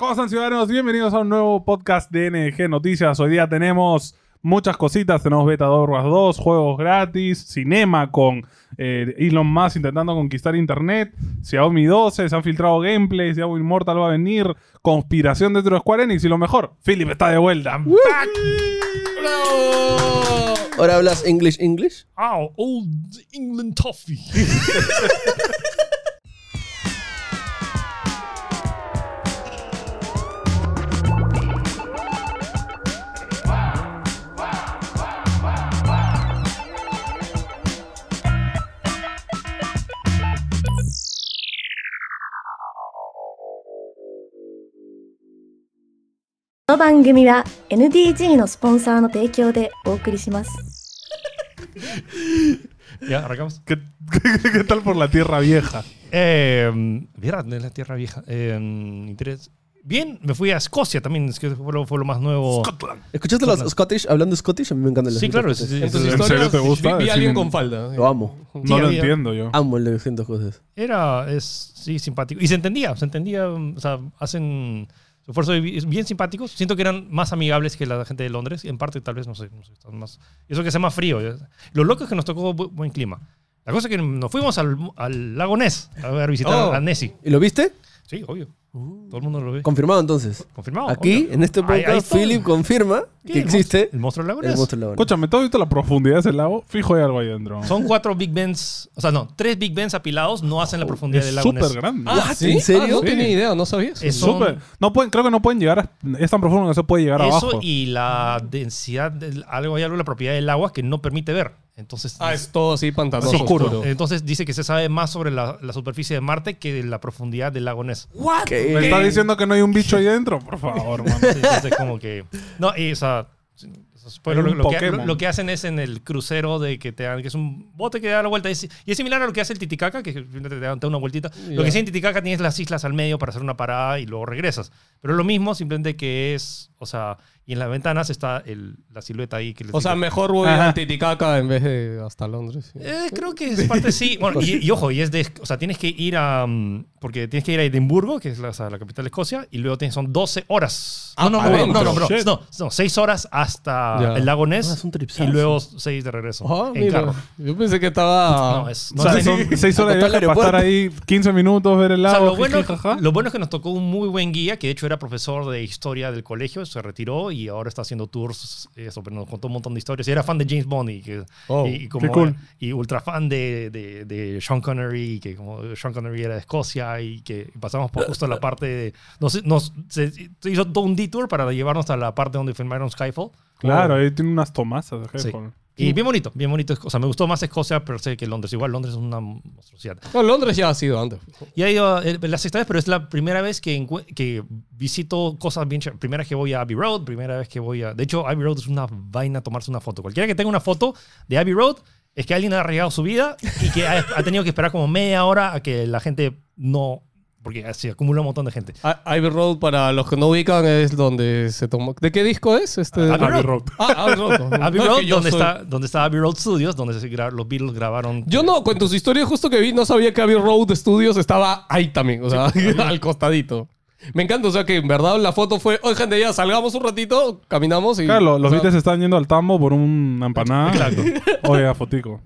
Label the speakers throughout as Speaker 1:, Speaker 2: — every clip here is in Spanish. Speaker 1: Cosas ciudadanos, bienvenidos a un nuevo podcast de NG Noticias. Hoy día tenemos muchas cositas, tenemos Beta 2, juegos gratis, cinema con eh, Elon Musk intentando conquistar internet, Xiaomi 12, se han filtrado gameplays, Xiaomi Immortal va a venir, conspiración dentro de Square Enix y lo mejor, Philip está de vuelta.
Speaker 2: Uh.
Speaker 1: Back.
Speaker 3: Ahora hablas English, English.
Speaker 1: Ow, old England toffee.
Speaker 4: この番組は NDG のスポンサーの提供でお送りします。
Speaker 2: Ya, arrancamos.
Speaker 1: ¿Qué, qué- qué tal por la tierra vieja?
Speaker 2: Eh, mira, de la Tierra Vieja. Eh, interés- Bien, me fui a Escocia también, es que fue lo, fue lo más nuevo.
Speaker 3: ¿Escuchaste los Scottish hablando Scottish? A mí me encanta el
Speaker 2: Sí, claro, sí, sí,
Speaker 3: Entonces,
Speaker 5: En tus
Speaker 1: ¿En serio
Speaker 5: historias
Speaker 1: te gusta?
Speaker 5: vi, vi
Speaker 1: Sí,
Speaker 5: a alguien
Speaker 1: me-
Speaker 5: con falda. eh.
Speaker 3: Lo amo.
Speaker 1: No
Speaker 2: Sí,
Speaker 1: lo
Speaker 2: había-
Speaker 1: entiendo yo.
Speaker 3: Amo el de 200 cosas.
Speaker 2: Era, es, sí, simpático. Y se entendía, se entendía, mm, o sea, hacen su esfuerzo y bi- bien simpáticos. Siento que eran más amigables que la gente de Londres, en parte tal vez, no sé, no sé, están más... Eso que sea más frío. ya- Lo loco es que nos tocó bu- buen clima. La cosa es que nos fuimos al, al lago Ness a ver, visitar
Speaker 5: Oh.
Speaker 2: a Nessie.
Speaker 3: ¿Y lo viste?
Speaker 2: Sí, obvio. Todo el mundo lo ve.
Speaker 3: Confirmado entonces.
Speaker 2: Confirmado.
Speaker 3: Aquí,
Speaker 2: obvio.
Speaker 3: en este
Speaker 2: Ahí- ahí
Speaker 3: podcast,
Speaker 2: está.
Speaker 3: Philip confirma
Speaker 2: ¿Qué?
Speaker 3: que
Speaker 2: ¿El
Speaker 3: existe
Speaker 2: monstruo- El monstruo del lago
Speaker 3: el
Speaker 2: Ness?
Speaker 3: monstruo laboral.
Speaker 1: Escúchame, ¿todo visto la profundidad de ese lago? Fijo hay algo ahí adentro.
Speaker 2: Son cuatro Big Bens, o sea, no, tres Big Bens apilados no
Speaker 3: Oh,
Speaker 2: hacen la profundidad del
Speaker 1: Es
Speaker 2: lago Ness.
Speaker 1: súper grande.
Speaker 3: Ah, ¿en serio?
Speaker 5: no
Speaker 3: Sí.
Speaker 5: tenía idea, no sabías.
Speaker 2: Es- son-
Speaker 1: Súper. No pueden, creo que no pueden llegar. a- es tan profundo que no se puede llegar
Speaker 2: Eso
Speaker 1: abajo.
Speaker 2: y la densidad, del- algo hay algo, en la propiedad del agua que no permite ver. Entonces,
Speaker 5: Ah, es todo así pantanoso.
Speaker 2: Sí, Entonces dice que se sabe más sobre la, la superficie de Marte que de la profundidad del lago Ness.
Speaker 3: ¿Qué?
Speaker 2: Eh,
Speaker 1: ¿Me está diciendo que no hay un bicho ahí dentro? Por favor, mano.
Speaker 2: Entonces, como que. No, y, o sea. pues,
Speaker 1: Hay
Speaker 2: lo,
Speaker 1: un
Speaker 2: lo que,
Speaker 1: Pokémon.
Speaker 2: lo que hacen es en el crucero de que te dan, que es un bote que da la vuelta. Es- y es similar a lo que hace el Titicaca, que te dan te da una vueltita. Lo
Speaker 5: Ya.
Speaker 2: que sí en Titicaca tienes las islas al medio para hacer una parada y luego regresas. Pero es lo mismo, simplemente que es, o sea, y en las ventanas está el, la silueta ahí que les
Speaker 5: O sea,
Speaker 2: digo.
Speaker 5: mejor voy
Speaker 1: Ajá.
Speaker 5: a Titicaca en vez de hasta Londres. sí.
Speaker 2: Eh, creo que es parte sí. Bueno, y, y ojo, y es de, o sea, tienes que ir a, mm, porque tienes que ir a Edimburgo, que es la, o sea, la capital de Escocia, y luego tienes, son 12 horas.
Speaker 5: Ah,
Speaker 2: no, no,
Speaker 5: para
Speaker 2: no, no, no,
Speaker 5: adentro.
Speaker 2: no,
Speaker 1: Shit.
Speaker 2: no, no, 6 horas hasta
Speaker 5: Ya.
Speaker 2: el lago
Speaker 3: Ah,
Speaker 2: Ness
Speaker 3: es un tripsazo.
Speaker 2: y luego 6 de regreso
Speaker 5: Ah,
Speaker 2: en
Speaker 5: mira.
Speaker 2: carro.
Speaker 5: Yo pensé que
Speaker 3: Ah.
Speaker 5: estaba.
Speaker 2: No, es,
Speaker 1: O
Speaker 2: no
Speaker 1: sea,
Speaker 2: es-
Speaker 1: son seis horas de
Speaker 3: Acostar
Speaker 1: viaje
Speaker 3: al
Speaker 1: para estar
Speaker 3: aeropuerto.
Speaker 1: ahí 15 minutos, ver el
Speaker 2: O sea,
Speaker 1: lago.
Speaker 2: lo, bueno,
Speaker 1: jiji, jaja.
Speaker 2: lo bueno es que nos tocó un muy buen guía, que de hecho era profesor de historia del colegio, se retiró y ahora está haciendo tours, eso, pero nos contó un montón de historias. Y era fan de James Bond y, que-
Speaker 5: Oh,
Speaker 2: y, y como,
Speaker 1: qué cool.
Speaker 2: y ultra fan de, de- de Sean Connery, y que como Sean Connery era de Escocia y que pasamos por justo la parte de... Nos, nos- se, se hizo todo un detour para llevarnos a la parte donde filmaron Skyfall.
Speaker 1: Claro, ahí tiene unas tomazas. jefe.
Speaker 2: Sí. Y bien bonito, bien bonito. O sea, me gustó más Escocia, pero sé que Londres. Igual Londres es una monstruosidad.
Speaker 5: No, Londres ya ha sido antes.
Speaker 2: Ya he ido eh, las seis veces, pero es la primera vez que, encue- que visito cosas bien chéveres. Primera vez que voy a Abbey Road, primera vez que voy a... De hecho, Abbey Road es una vaina tomarse una foto. Cualquiera que tenga una foto de Abbey Road es que alguien ha arriesgado su vida y que ha, ha tenido que esperar como media hora a que la gente no... Porque se acumula un montón de gente.
Speaker 5: I- Ivy Road, para los que no ubican, es donde se tomó. ¿De qué disco es? Este?
Speaker 2: Abbey Road.
Speaker 5: Ah, Abbey Road.
Speaker 2: Abbey
Speaker 5: No, es
Speaker 2: Road,
Speaker 5: que yo
Speaker 2: donde,
Speaker 5: soy-
Speaker 2: está, donde está Abbey Road Studios, donde se gra- los Beatles grabaron...
Speaker 5: Yo no, con tus historias justo que vi, no sabía que Abbey Road Studios estaba ahí también, o sea, al costadito. Me encanta, o sea, que en verdad la foto fue, oye, gente, ya salgamos un ratito, caminamos y...
Speaker 1: Claro, lo- los
Speaker 5: o sea,
Speaker 1: Beatles están yendo al tambo por una empanada.
Speaker 2: Exacto.
Speaker 1: Oiga, fotico.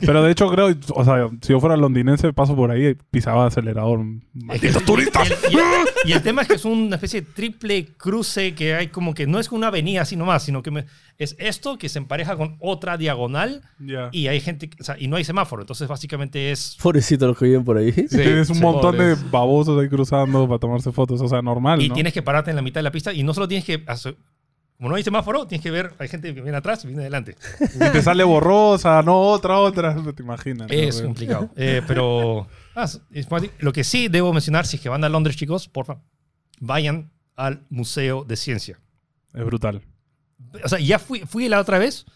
Speaker 1: Pero de hecho creo, o sea, si yo fuera londinense, paso por ahí y pisaba acelerador. Malditos turistas.
Speaker 2: Y el, y el tema es que es una especie de triple cruce que hay como que no es una avenida así nomás, sino que me- es esto que se empareja con otra diagonal
Speaker 1: Ya.
Speaker 2: y hay gente, que- o sea, y no hay semáforo. Entonces básicamente es...
Speaker 3: Pobrecito los que viven por ahí.
Speaker 5: sí,
Speaker 1: Tienes un
Speaker 5: sí,
Speaker 1: montón
Speaker 5: pobres.
Speaker 1: de babosos ahí cruzando para tomarse fotos, o sea, normal.
Speaker 2: Y
Speaker 1: ¿no?
Speaker 2: tienes que pararte en la mitad de la pista y no solo tienes que... hacer- Como no hay semáforo, tienes que ver, hay gente que viene atrás y viene adelante.
Speaker 1: Y te sale borrosa, no, otra, otra, no te imaginas.
Speaker 2: Es
Speaker 1: ¿no?
Speaker 2: complicado. Eh, pero ah, es- es más di- lo que sí debo mencionar, si es que van a Londres, chicos, porfa, vayan al Museo de Ciencia.
Speaker 1: Es brutal.
Speaker 2: O sea, ya fui, fui la otra vez,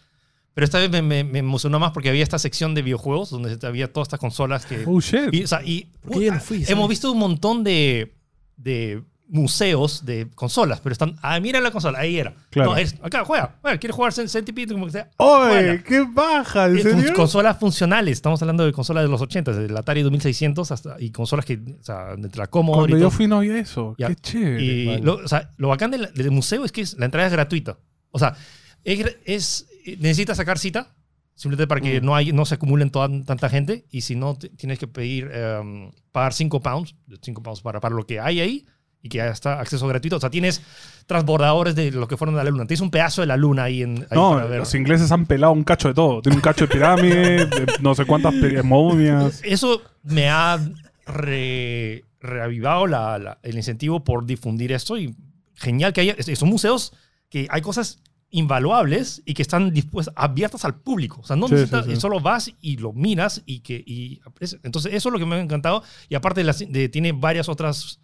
Speaker 2: pero esta vez me, me- me emocionó más porque había esta sección de videojuegos donde había todas estas consolas que...
Speaker 1: Oh, shit.
Speaker 2: y, o sea, y-
Speaker 3: ¿Por qué yo no fui,
Speaker 2: hemos
Speaker 3: sabes?
Speaker 2: visto un montón de, de museos de consolas, pero están, ah, mira la consola, ahí era.
Speaker 1: Claro.
Speaker 2: No, es, acá juega, juega, quiere jugar Cent- Centipede, como que sea.
Speaker 1: ¡Oye!
Speaker 2: juega.
Speaker 1: ¡Qué baja! ¿En
Speaker 2: Eh, fun-
Speaker 1: serio?
Speaker 2: Consolas funcionales, estamos hablando de consolas de los 80, del Atari 2600 hasta, y consolas que, o sea, entre la Commodore
Speaker 1: Cuando
Speaker 2: y
Speaker 1: yo
Speaker 2: todo.
Speaker 1: fui no había eso.
Speaker 2: Ya.
Speaker 1: ¡Qué chévere!
Speaker 2: Y
Speaker 1: man.
Speaker 2: lo, o sea, lo bacán del, del museo es que es- la entrada es gratuita. O sea, es, gra- es- eh, necesitas sacar cita simplemente para que no, hay, no se acumulen toda- tanta gente. Y si no, te- tienes que pedir, em, pagar 5 pounds, 5 pounds para, para lo que hay ahí y que ya está acceso gratuito. O sea, tienes transbordadores de lo que fueron a la luna. Tienes un pedazo de la luna ahí en. ahí
Speaker 1: No,
Speaker 2: para ver.
Speaker 1: los ingleses han pelado un cacho de todo. Tiene un cacho de pirámide, de no sé cuántas pe- momias.
Speaker 2: Eso me ha re- reavivado la- la- el incentivo por difundir esto y genial que haya, es- son museos que hay cosas invaluables y que están dispuestas, abiertas al público. O sea, no
Speaker 1: Sí,
Speaker 2: necesitas,
Speaker 1: sí, sí.
Speaker 2: solo vas y lo miras y que... Y, es- entonces, eso es lo que me ha encantado. Y aparte, las- de- tiene varias otras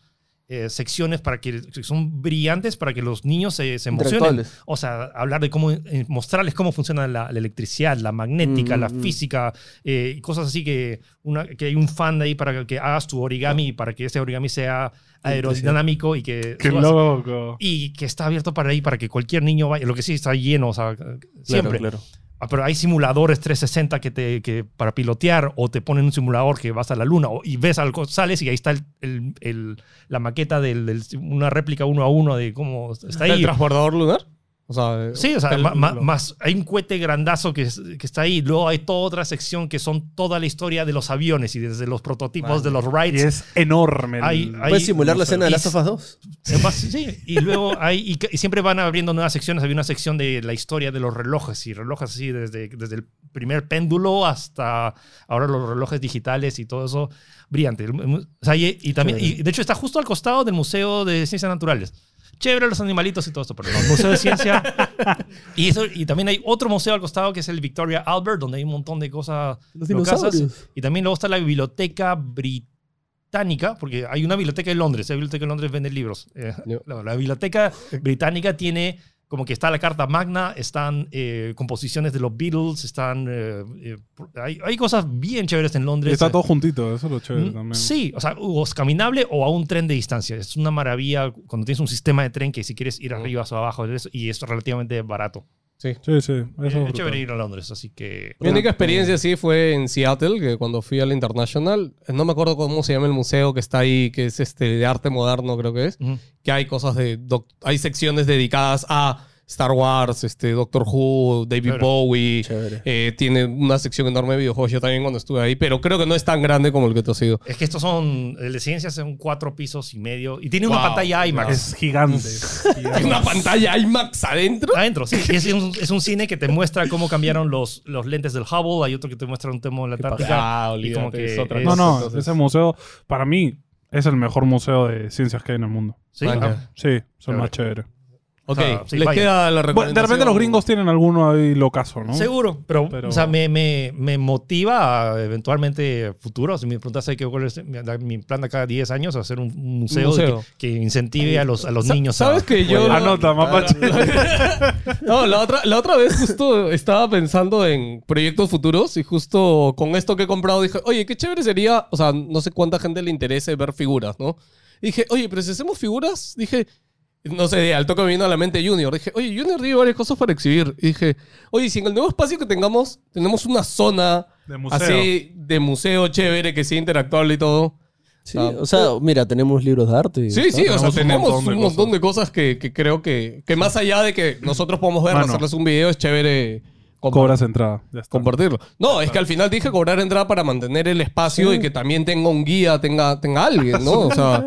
Speaker 2: eh, secciones para que, que son brillantes para que los niños se, se emocionen.
Speaker 3: Intelectuales.
Speaker 2: O sea, hablar de cómo, eh, mostrarles cómo funciona la, la electricidad, la magnética,
Speaker 3: Mm,
Speaker 2: la
Speaker 3: mm, mm.
Speaker 2: física, eh, y cosas así que, una, que hay un fan de ahí para que hagas tu origami y para que ese origami sea aerodinámico y que...
Speaker 1: ¡Qué
Speaker 2: subas.
Speaker 1: loco!
Speaker 2: Y que está abierto para ahí, para que cualquier niño vaya. Lo que sí está lleno, o sea, siempre.
Speaker 3: Claro, claro.
Speaker 2: Ah, pero hay simuladores 360 que te, que para pilotear o te ponen un simulador que vas a la luna o- y ves algo, sales y ahí está el- el- el- la maqueta de una réplica uno a uno de cómo está
Speaker 5: ¿El
Speaker 2: ahí.
Speaker 5: transbordador lunar? O sea, eh,
Speaker 2: Sí, o sea,
Speaker 5: el-
Speaker 2: ma- ma-
Speaker 5: lo-
Speaker 2: más hay un cohete grandazo que, es- que está ahí. Luego hay toda otra sección que son toda la historia de los aviones y desde los prototipos de los
Speaker 1: Y
Speaker 2: rides.
Speaker 1: es enorme. el-
Speaker 2: Hay- hay-
Speaker 3: Puedes simular la escena
Speaker 2: y-
Speaker 3: de Last of Us 2.
Speaker 2: Eh, va- Sí, y luego hay, y, ca- y siempre van abriendo nuevas secciones. Había una sección de la historia de los relojes y relojes así, desde, desde el primer péndulo hasta ahora los relojes digitales y todo eso brillante. El mu- o sea, y, y también, y de hecho está justo al costado del Museo de Ciencias Naturales. Chévere los animalitos y todo esto, pero no, Museo de Ciencia. y, eso, y también hay otro museo al costado que es el Victoria Albert, donde hay un montón de cosas
Speaker 3: Los
Speaker 2: locasas.
Speaker 3: dinosaurios.
Speaker 2: Y también luego está la biblioteca británica, porque hay una biblioteca en Londres. La biblioteca en Londres vende libros. Eh,
Speaker 5: Yo.
Speaker 2: la, la biblioteca británica tiene como que está la Carta Magna, están eh, composiciones de los Beatles, están eh, eh, hay, hay cosas bien chéveres en Londres.
Speaker 1: Está todo juntito, eso es lo chévere
Speaker 2: Mm,
Speaker 1: también.
Speaker 2: Sí, o sea, o es caminable o a un tren de distancia. Es una maravilla cuando tienes un sistema de tren que si quieres ir arriba o abajo eso, y es relativamente barato. Eh,
Speaker 1: Sí, sí. Eso
Speaker 2: Es
Speaker 1: es brutal.
Speaker 2: chévere ir a Londres, así que...
Speaker 5: Mi única experiencia así fue en Seattle, que cuando fui al International, no me acuerdo cómo se llama el museo que está ahí, que es este de arte moderno, creo que es,
Speaker 2: Ujú.
Speaker 5: que hay cosas de doc- hay secciones dedicadas a Star Wars, este Doctor Who, David
Speaker 2: Claro.
Speaker 5: Bowie,
Speaker 3: Chévere.
Speaker 5: eh, tiene una sección enorme de videojuegos. Yo también cuando estuve ahí, pero creo que no es tan grande como el que tú has ido.
Speaker 2: Es que estos son, el de ciencias son cuatro pisos y medio. Y tiene una
Speaker 5: Wow.
Speaker 2: pantalla IMAX.
Speaker 1: Es gigante. gigante.
Speaker 5: Hay una pantalla IMAX adentro.
Speaker 2: Adentro, sí. Es un, es un cine que te muestra cómo cambiaron los, los lentes del Hubble. Hay otro que te muestra un tema de la Antártica.
Speaker 5: Ah,
Speaker 2: Y como
Speaker 5: olvídate,
Speaker 2: que
Speaker 5: es otra
Speaker 2: es-
Speaker 1: No,
Speaker 5: cosa,
Speaker 1: no,
Speaker 5: entonces.
Speaker 1: ese museo, para mí, es el mejor museo de ciencias que hay en el mundo.
Speaker 2: Sí,
Speaker 5: Vaya.
Speaker 2: ah,
Speaker 1: Sí, son más chévere.
Speaker 5: Ok,
Speaker 2: Ah, sí,
Speaker 5: les
Speaker 2: vaya.
Speaker 5: queda la recomendación.
Speaker 1: Bueno, de repente los gringos tienen alguno ahí locazo, ¿no?
Speaker 2: Seguro, pero,
Speaker 1: Pero-
Speaker 2: o sea, me, me, me motiva a eventualmente futuro. Si me preguntas ¿qué cuál es mi, mi plan de acá a 10 años, hacer un un museo,
Speaker 5: Museo.
Speaker 2: Que, que incentive a los, a los
Speaker 5: Sa-
Speaker 2: niños. a-
Speaker 5: ¿Sabes que yo.
Speaker 1: Anota, mapache.
Speaker 5: No, la otra, la otra vez justo estaba pensando en proyectos futuros y justo con esto que he comprado dije, oye, qué chévere sería, o sea, no sé cuánta gente le interese ver figuras, ¿no? Dije, oye, pero si hacemos figuras, dije, no sé, al toque me vino a la mente Junior, dije, oye, Junior tiene varias cosas para exhibir. Y dije, oye, si en el nuevo espacio que tengamos, tenemos una zona
Speaker 1: De museo.
Speaker 5: así de museo chévere, que sea interactuable y todo.
Speaker 3: Sí,
Speaker 5: Ah.
Speaker 3: o sea, mira, tenemos libros de arte.
Speaker 5: Sí, sí, o
Speaker 1: Tenemos
Speaker 5: sea,
Speaker 1: un
Speaker 5: tenemos
Speaker 1: montón de
Speaker 5: un montón de cosas que, que creo que, que más allá de que nosotros podamos ver,
Speaker 1: Mano.
Speaker 5: hacerles un video, es chévere compa-
Speaker 1: Cobras entrada. Ya está.
Speaker 5: compartirlo. No, es que al final dije cobrar entrada para mantener el espacio y que también tenga un guía, tenga, tenga alguien, ¿no? O sea,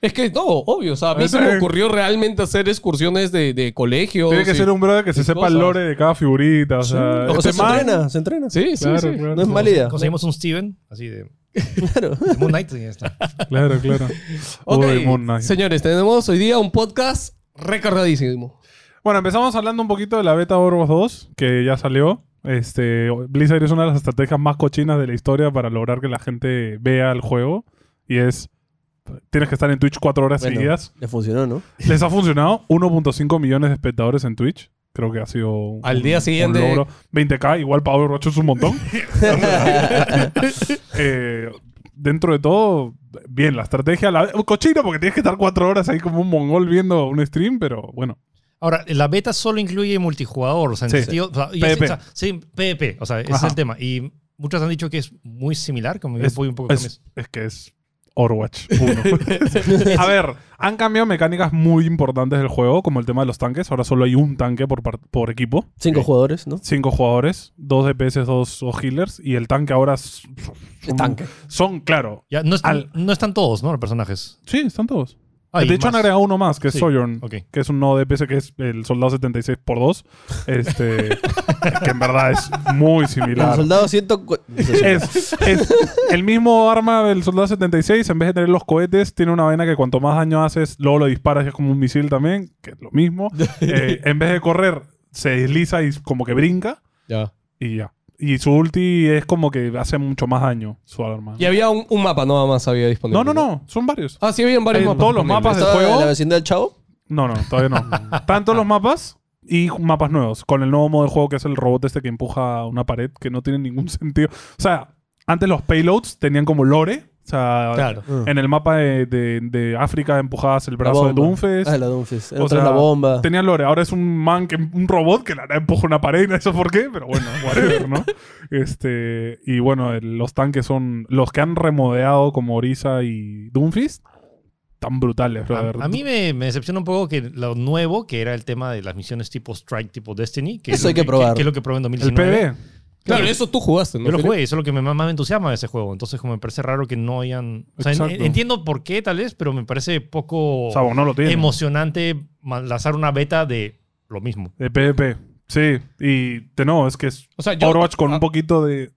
Speaker 5: es que no, obvio, o sea, a mí se
Speaker 1: Ese-
Speaker 5: me ocurrió realmente hacer excursiones de, de colegio.
Speaker 1: Tiene que
Speaker 5: sí.
Speaker 1: ser un brother que se
Speaker 5: y
Speaker 1: sepa
Speaker 5: cosas.
Speaker 1: el lore de cada figurita. O sea,
Speaker 3: O
Speaker 1: este
Speaker 3: sea, se
Speaker 1: man-
Speaker 3: entrena, se entrena.
Speaker 5: Sí, sí,
Speaker 1: Claro,
Speaker 5: sí.
Speaker 1: claro.
Speaker 3: No es mala idea.
Speaker 2: Conseguimos un Steven, así de,
Speaker 3: Claro.
Speaker 2: de Moon Knight y ya está.
Speaker 1: Claro, claro.
Speaker 5: Ok,
Speaker 1: Uy, Moon Knight.
Speaker 5: señores, tenemos hoy día un podcast recargadísimo.
Speaker 1: Bueno, empezamos hablando un poquito de la beta Orgos 2, que ya salió. Este, Blizzard es una de las estrategias más cochinas de la historia para lograr que la gente vea el juego. Y es, tienes que estar en Twitch cuatro horas
Speaker 3: Bueno,
Speaker 1: seguidas.
Speaker 3: le funcionó, ¿no?
Speaker 1: Les ha funcionado 1.5 millones de espectadores en Twitch. Creo que ha sido un-
Speaker 5: Al día
Speaker 1: un
Speaker 5: siguiente-
Speaker 1: logro. 20k, igual para Overwatch es un montón. Eh, dentro de todo, bien, la estrategia. La... Cochino, porque tienes que estar cuatro horas ahí como un mongol viendo un stream, pero bueno.
Speaker 2: Ahora, la beta solo incluye multijugador, o sea, en
Speaker 1: Sí.
Speaker 2: sentido- o sea, y
Speaker 1: PvP.
Speaker 2: es- o sea, sí, PvP, o sea, ese
Speaker 1: Ajá.
Speaker 2: es el tema. Y muchos han dicho que es muy similar, como yo
Speaker 1: Es,
Speaker 2: voy un poco
Speaker 1: es- es que es Overwatch 1. A ver, han cambiado mecánicas muy importantes del juego, como el tema de los tanques. Ahora solo hay un tanque por, par- por equipo.
Speaker 3: Cinco jugadores, ¿no?
Speaker 1: Cinco jugadores, dos DPS, dos, dos healers. Y el tanque ahora es-
Speaker 3: El tanque.
Speaker 1: son, claro.
Speaker 2: Ya, no, están,
Speaker 1: Al-
Speaker 2: no están todos, ¿no? Los personajes.
Speaker 1: Sí, están todos.
Speaker 2: Ah, y
Speaker 1: de hecho, han
Speaker 2: más.
Speaker 1: agregado uno más, que es
Speaker 2: Sí,
Speaker 1: Sojourn,
Speaker 2: ok.
Speaker 1: que es un no DPS que es el soldado 76 por 2 Este, que en verdad es muy
Speaker 3: El
Speaker 1: similar.
Speaker 3: soldado siento. cu-
Speaker 1: Es, es el mismo arma del soldado 76, en vez de tener los cohetes, tiene una vaina que cuanto más daño haces, luego lo disparas y es como un misil también, que es lo mismo. Eh, en vez de correr, se desliza y como que brinca
Speaker 5: Ya.
Speaker 1: y ya. Y su ulti es como que hace mucho más daño su arma.
Speaker 5: Y había un, un mapa nada más había disponible.
Speaker 1: No, no, no, son varios.
Speaker 5: Ah, sí, había varios
Speaker 1: En
Speaker 5: mapas.
Speaker 1: todos los
Speaker 5: disponibles.
Speaker 1: mapas del
Speaker 3: ¿Estaba en
Speaker 1: juego?
Speaker 3: la vecindad del chavo?
Speaker 1: No, no, todavía no. Están todos los mapas y mapas nuevos. Con el nuevo modo de juego que es el robot este que empuja una pared que no tiene ningún sentido. O sea, antes los payloads tenían como lore. O sea,
Speaker 5: Claro.
Speaker 1: en el mapa de, de- de África empujabas el
Speaker 3: La
Speaker 1: brazo de
Speaker 3: bomba.
Speaker 1: Doomfest.
Speaker 3: Ah, la Doomfist.
Speaker 1: O
Speaker 3: Otra
Speaker 1: sea,
Speaker 3: la bomba.
Speaker 1: Tenía lore. Ahora es un man que un robot que la nada empuja una pared, y no sé por qué, pero bueno, whatever, ¿no? Este, y bueno, el- los tanques son los que han remodeado como Orisa y Doomfist. Tan brutales,
Speaker 2: A,
Speaker 1: brother.
Speaker 2: a mí me, me decepciona un poco que lo nuevo, que era el tema de las misiones tipo Strike, tipo Destiny. Que
Speaker 3: Eso
Speaker 2: es lo
Speaker 3: hay que probar.
Speaker 2: Que, es lo que probé en
Speaker 1: El
Speaker 2: 2019.
Speaker 1: PB.
Speaker 5: ¿eh? Claro, eso tú jugaste, ¿no?
Speaker 2: Yo lo
Speaker 5: Felipe?
Speaker 2: jugué, eso es lo que me, más me entusiasma de ese juego. Entonces, como me parece raro que no hayan. O sea, en-
Speaker 1: Exacto.
Speaker 2: entiendo por qué, tal vez, pero me parece poco
Speaker 1: O sea, vos no lo tienes.
Speaker 2: emocionante ma- lanzar una beta de lo mismo.
Speaker 1: De PvP. Sí, y de no, es que es
Speaker 5: O sea, yo-
Speaker 1: Overwatch con un
Speaker 5: ah.
Speaker 1: poquito de,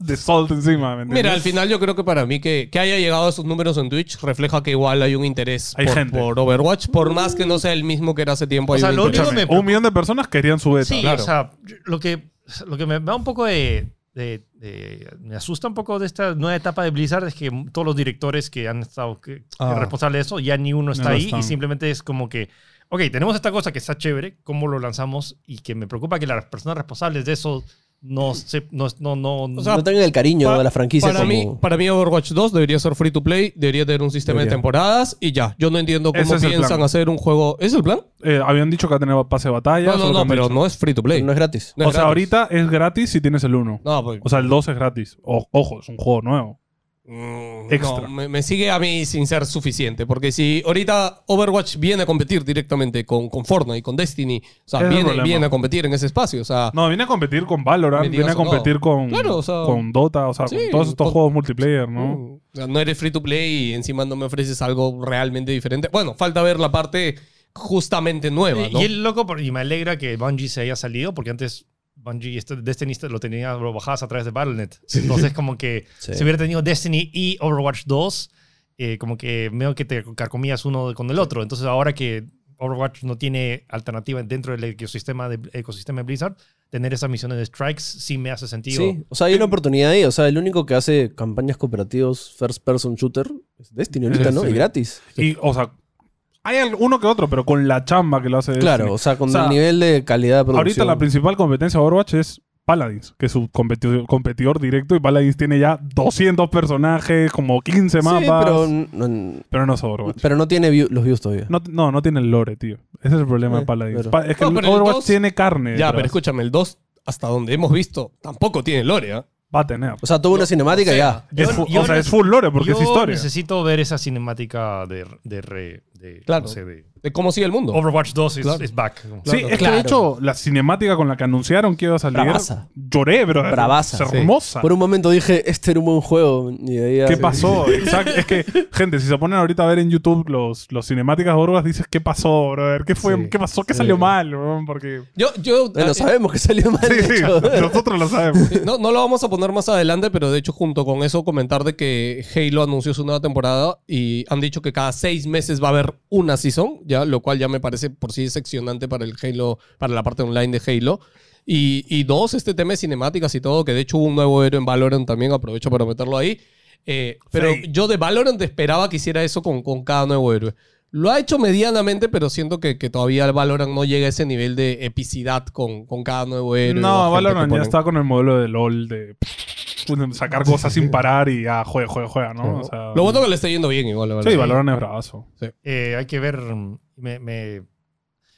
Speaker 1: de salt encima, ¿me entiendes?
Speaker 5: Mira, al final yo creo que para mí que, que haya llegado a esos números en Twitch refleja que igual hay un interés
Speaker 1: Hay
Speaker 5: por,
Speaker 1: gente.
Speaker 5: por Overwatch, por más que no sea el mismo que era hace tiempo.
Speaker 2: O
Speaker 5: hay
Speaker 2: sea,
Speaker 5: un
Speaker 2: lo
Speaker 5: interés.
Speaker 2: único me
Speaker 1: Escúchame, un millón de personas querían su beta.
Speaker 2: Sí,
Speaker 1: claro.
Speaker 2: o sea, yo- lo que, lo que me da un poco de, de- de- Me asusta un poco de esta nueva etapa de Blizzard es que todos los directores que han estado que-
Speaker 5: Ah.
Speaker 2: responsables de eso, ya ni uno está
Speaker 1: No
Speaker 2: ahí
Speaker 1: están.
Speaker 2: y simplemente es como que. Ok, tenemos esta cosa que está chévere, ¿cómo lo lanzamos? Y que me preocupa que las personas responsables de eso no se. No, no, no,
Speaker 5: O sea,
Speaker 3: No tengan el cariño
Speaker 5: Pa-
Speaker 3: a la franquicia
Speaker 5: para,
Speaker 3: como-
Speaker 5: mí, para mí Overwatch 2 debería ser free to play, debería tener un sistema de
Speaker 3: Debería.
Speaker 5: temporadas y ya. Yo no entiendo
Speaker 1: Ese
Speaker 5: cómo
Speaker 1: es el
Speaker 5: piensan
Speaker 1: plan.
Speaker 5: hacer un juego. ¿Es el plan?
Speaker 1: Eh, habían dicho que va a tener pase de batalla.
Speaker 5: No,
Speaker 1: eso
Speaker 5: no,
Speaker 1: es lo que
Speaker 5: no,
Speaker 1: han
Speaker 5: pero
Speaker 1: dicho.
Speaker 5: no es free to play.
Speaker 3: No es gratis.
Speaker 5: No
Speaker 1: o
Speaker 5: es
Speaker 1: sea,
Speaker 5: gratis.
Speaker 1: ahorita es gratis si tienes el 1.
Speaker 5: No, pues,
Speaker 1: O sea, el 2 es gratis. O- ojo, es un juego nuevo.
Speaker 5: mm,
Speaker 1: extra.
Speaker 5: no, me, me sigue a mí sin ser suficiente. Porque si ahorita Overwatch viene a competir directamente con, con Fortnite, con Destiny, o sea,
Speaker 1: Es el
Speaker 5: viene,
Speaker 1: problema.
Speaker 5: viene a competir en ese espacio. O sea,
Speaker 1: No, viene a competir con
Speaker 5: Me
Speaker 1: Valorant, viene a
Speaker 5: digas, no.
Speaker 1: competir con,
Speaker 5: Claro, o sea-
Speaker 1: con Dota, o sea,
Speaker 5: Sí,
Speaker 1: con todos estos
Speaker 5: con-
Speaker 1: juegos multiplayer, ¿no?
Speaker 5: Mm, o sea, No eres free to play y encima no me ofreces algo realmente diferente. Bueno, falta ver la parte justamente nueva,
Speaker 2: Eh, Y-
Speaker 5: ¿no?
Speaker 2: Y el loco, por- y me alegra que Bungie se haya salido, porque antes Bungie, este Destiny este lo tenía, lo bajabas a través de Battle.net. Entonces, como que
Speaker 3: Sí.
Speaker 2: si hubiera tenido Destiny y Overwatch 2, eh, como que medio que te carcomías uno con el otro. Entonces, ahora que Overwatch no tiene alternativa dentro del ecosistema de, ecosistema de Blizzard, tener esas misiones de strikes sí me hace sentido.
Speaker 3: Sí, o sea, hay una oportunidad ahí. O sea, el único que hace campañas cooperativas first person shooter es Destiny ahorita, ¿no? Y
Speaker 1: Destiny.
Speaker 3: gratis.
Speaker 1: Y, o sea, hay al- uno que otro, pero con la chamba que lo hace.
Speaker 3: Claro,
Speaker 1: Destiny.
Speaker 3: o sea, con
Speaker 1: O sea,
Speaker 3: el nivel de calidad de producción.
Speaker 1: Ahorita la principal competencia de Overwatch es Paladins, que es su competidor, competidor directo y Paladins tiene ya 200 personajes, como 15
Speaker 3: Sí,
Speaker 1: mapas.
Speaker 3: pero,
Speaker 1: pero...
Speaker 3: no,
Speaker 1: no es Overwatch.
Speaker 3: pero no tiene view- los views todavía.
Speaker 1: No, no, no tiene el lore, tío. Ese es el problema
Speaker 3: Eh,
Speaker 1: de Paladins.
Speaker 3: claro.
Speaker 1: Pa- es que
Speaker 5: No, pero el
Speaker 1: Overwatch
Speaker 5: dos-
Speaker 1: tiene carne.
Speaker 5: Ya,
Speaker 1: detrás.
Speaker 5: pero escúchame, el 2, hasta donde hemos visto, tampoco tiene lore, ¿ah?
Speaker 1: Va a tener.
Speaker 3: O sea, tuvo una cinemática
Speaker 5: o
Speaker 3: y
Speaker 5: sea,
Speaker 3: ya.
Speaker 2: Yo-
Speaker 1: Es fu-
Speaker 2: yo
Speaker 1: o sea,
Speaker 2: no-
Speaker 1: es full lore porque
Speaker 2: Yo
Speaker 1: es historia.
Speaker 2: necesito ver esa cinemática de, de, re- de-
Speaker 5: Claro.
Speaker 2: no sé, de-
Speaker 5: De cómo sigue el mundo.
Speaker 2: Overwatch 2 is,
Speaker 5: Claro.
Speaker 2: is back.
Speaker 1: Sí,
Speaker 5: Claro,
Speaker 1: es que de hecho, la cinemática con la que anunciaron que iba a salir.
Speaker 3: Bravaza.
Speaker 1: Lloré, bro.
Speaker 3: Bravaza,
Speaker 1: Es
Speaker 5: sí.
Speaker 1: hermosa.
Speaker 3: Por un momento dije, este era un buen juego. Y de ahí ya-
Speaker 1: ¿Qué pasó? Exacto. Es que, gente, si se ponen ahorita a ver en YouTube los, los cinemáticas de Overwatch, dices, ¿qué pasó, brother? ¿Qué fue?
Speaker 3: Sí,
Speaker 1: ¿Qué pasó? ¿Qué
Speaker 3: sí.
Speaker 1: salió mal, bro? Porque.
Speaker 5: Yo, yo,
Speaker 3: Bueno,
Speaker 5: eh,
Speaker 3: sabemos que salió mal.
Speaker 1: Sí,
Speaker 3: de
Speaker 1: sí,
Speaker 3: hecho.
Speaker 1: nosotros lo sabemos.
Speaker 5: no, no lo vamos a poner más adelante, pero de hecho, junto con eso, comentar de que Halo anunció su nueva temporada y han dicho que cada seis meses va a haber una season, ya, lo cual ya me parece por sí seccionante para el Halo, para la parte online de Halo. Y, y dos, este tema de cinemáticas y todo, que de hecho hubo un nuevo héroe en Valorant también, aprovecho para meterlo ahí. Eh, pero
Speaker 1: Sí.
Speaker 5: yo de Valorant esperaba que hiciera eso con, con cada nuevo héroe. Lo ha hecho medianamente, pero siento que, que todavía el Valorant no llega a ese nivel de epicidad con, con cada nuevo héroe. o gente
Speaker 1: No,
Speaker 5: que
Speaker 1: Valorant ya
Speaker 5: ponen.
Speaker 1: está con el modelo de LOL de. sacar cosas sin parar y ya, juega, juega, juega, ¿no? O sea,
Speaker 5: Lo bueno que le está yendo bien igual. la verdad.
Speaker 1: Sí, Valorant es bravazo.
Speaker 2: Eh, hay que ver. mm, Me, me-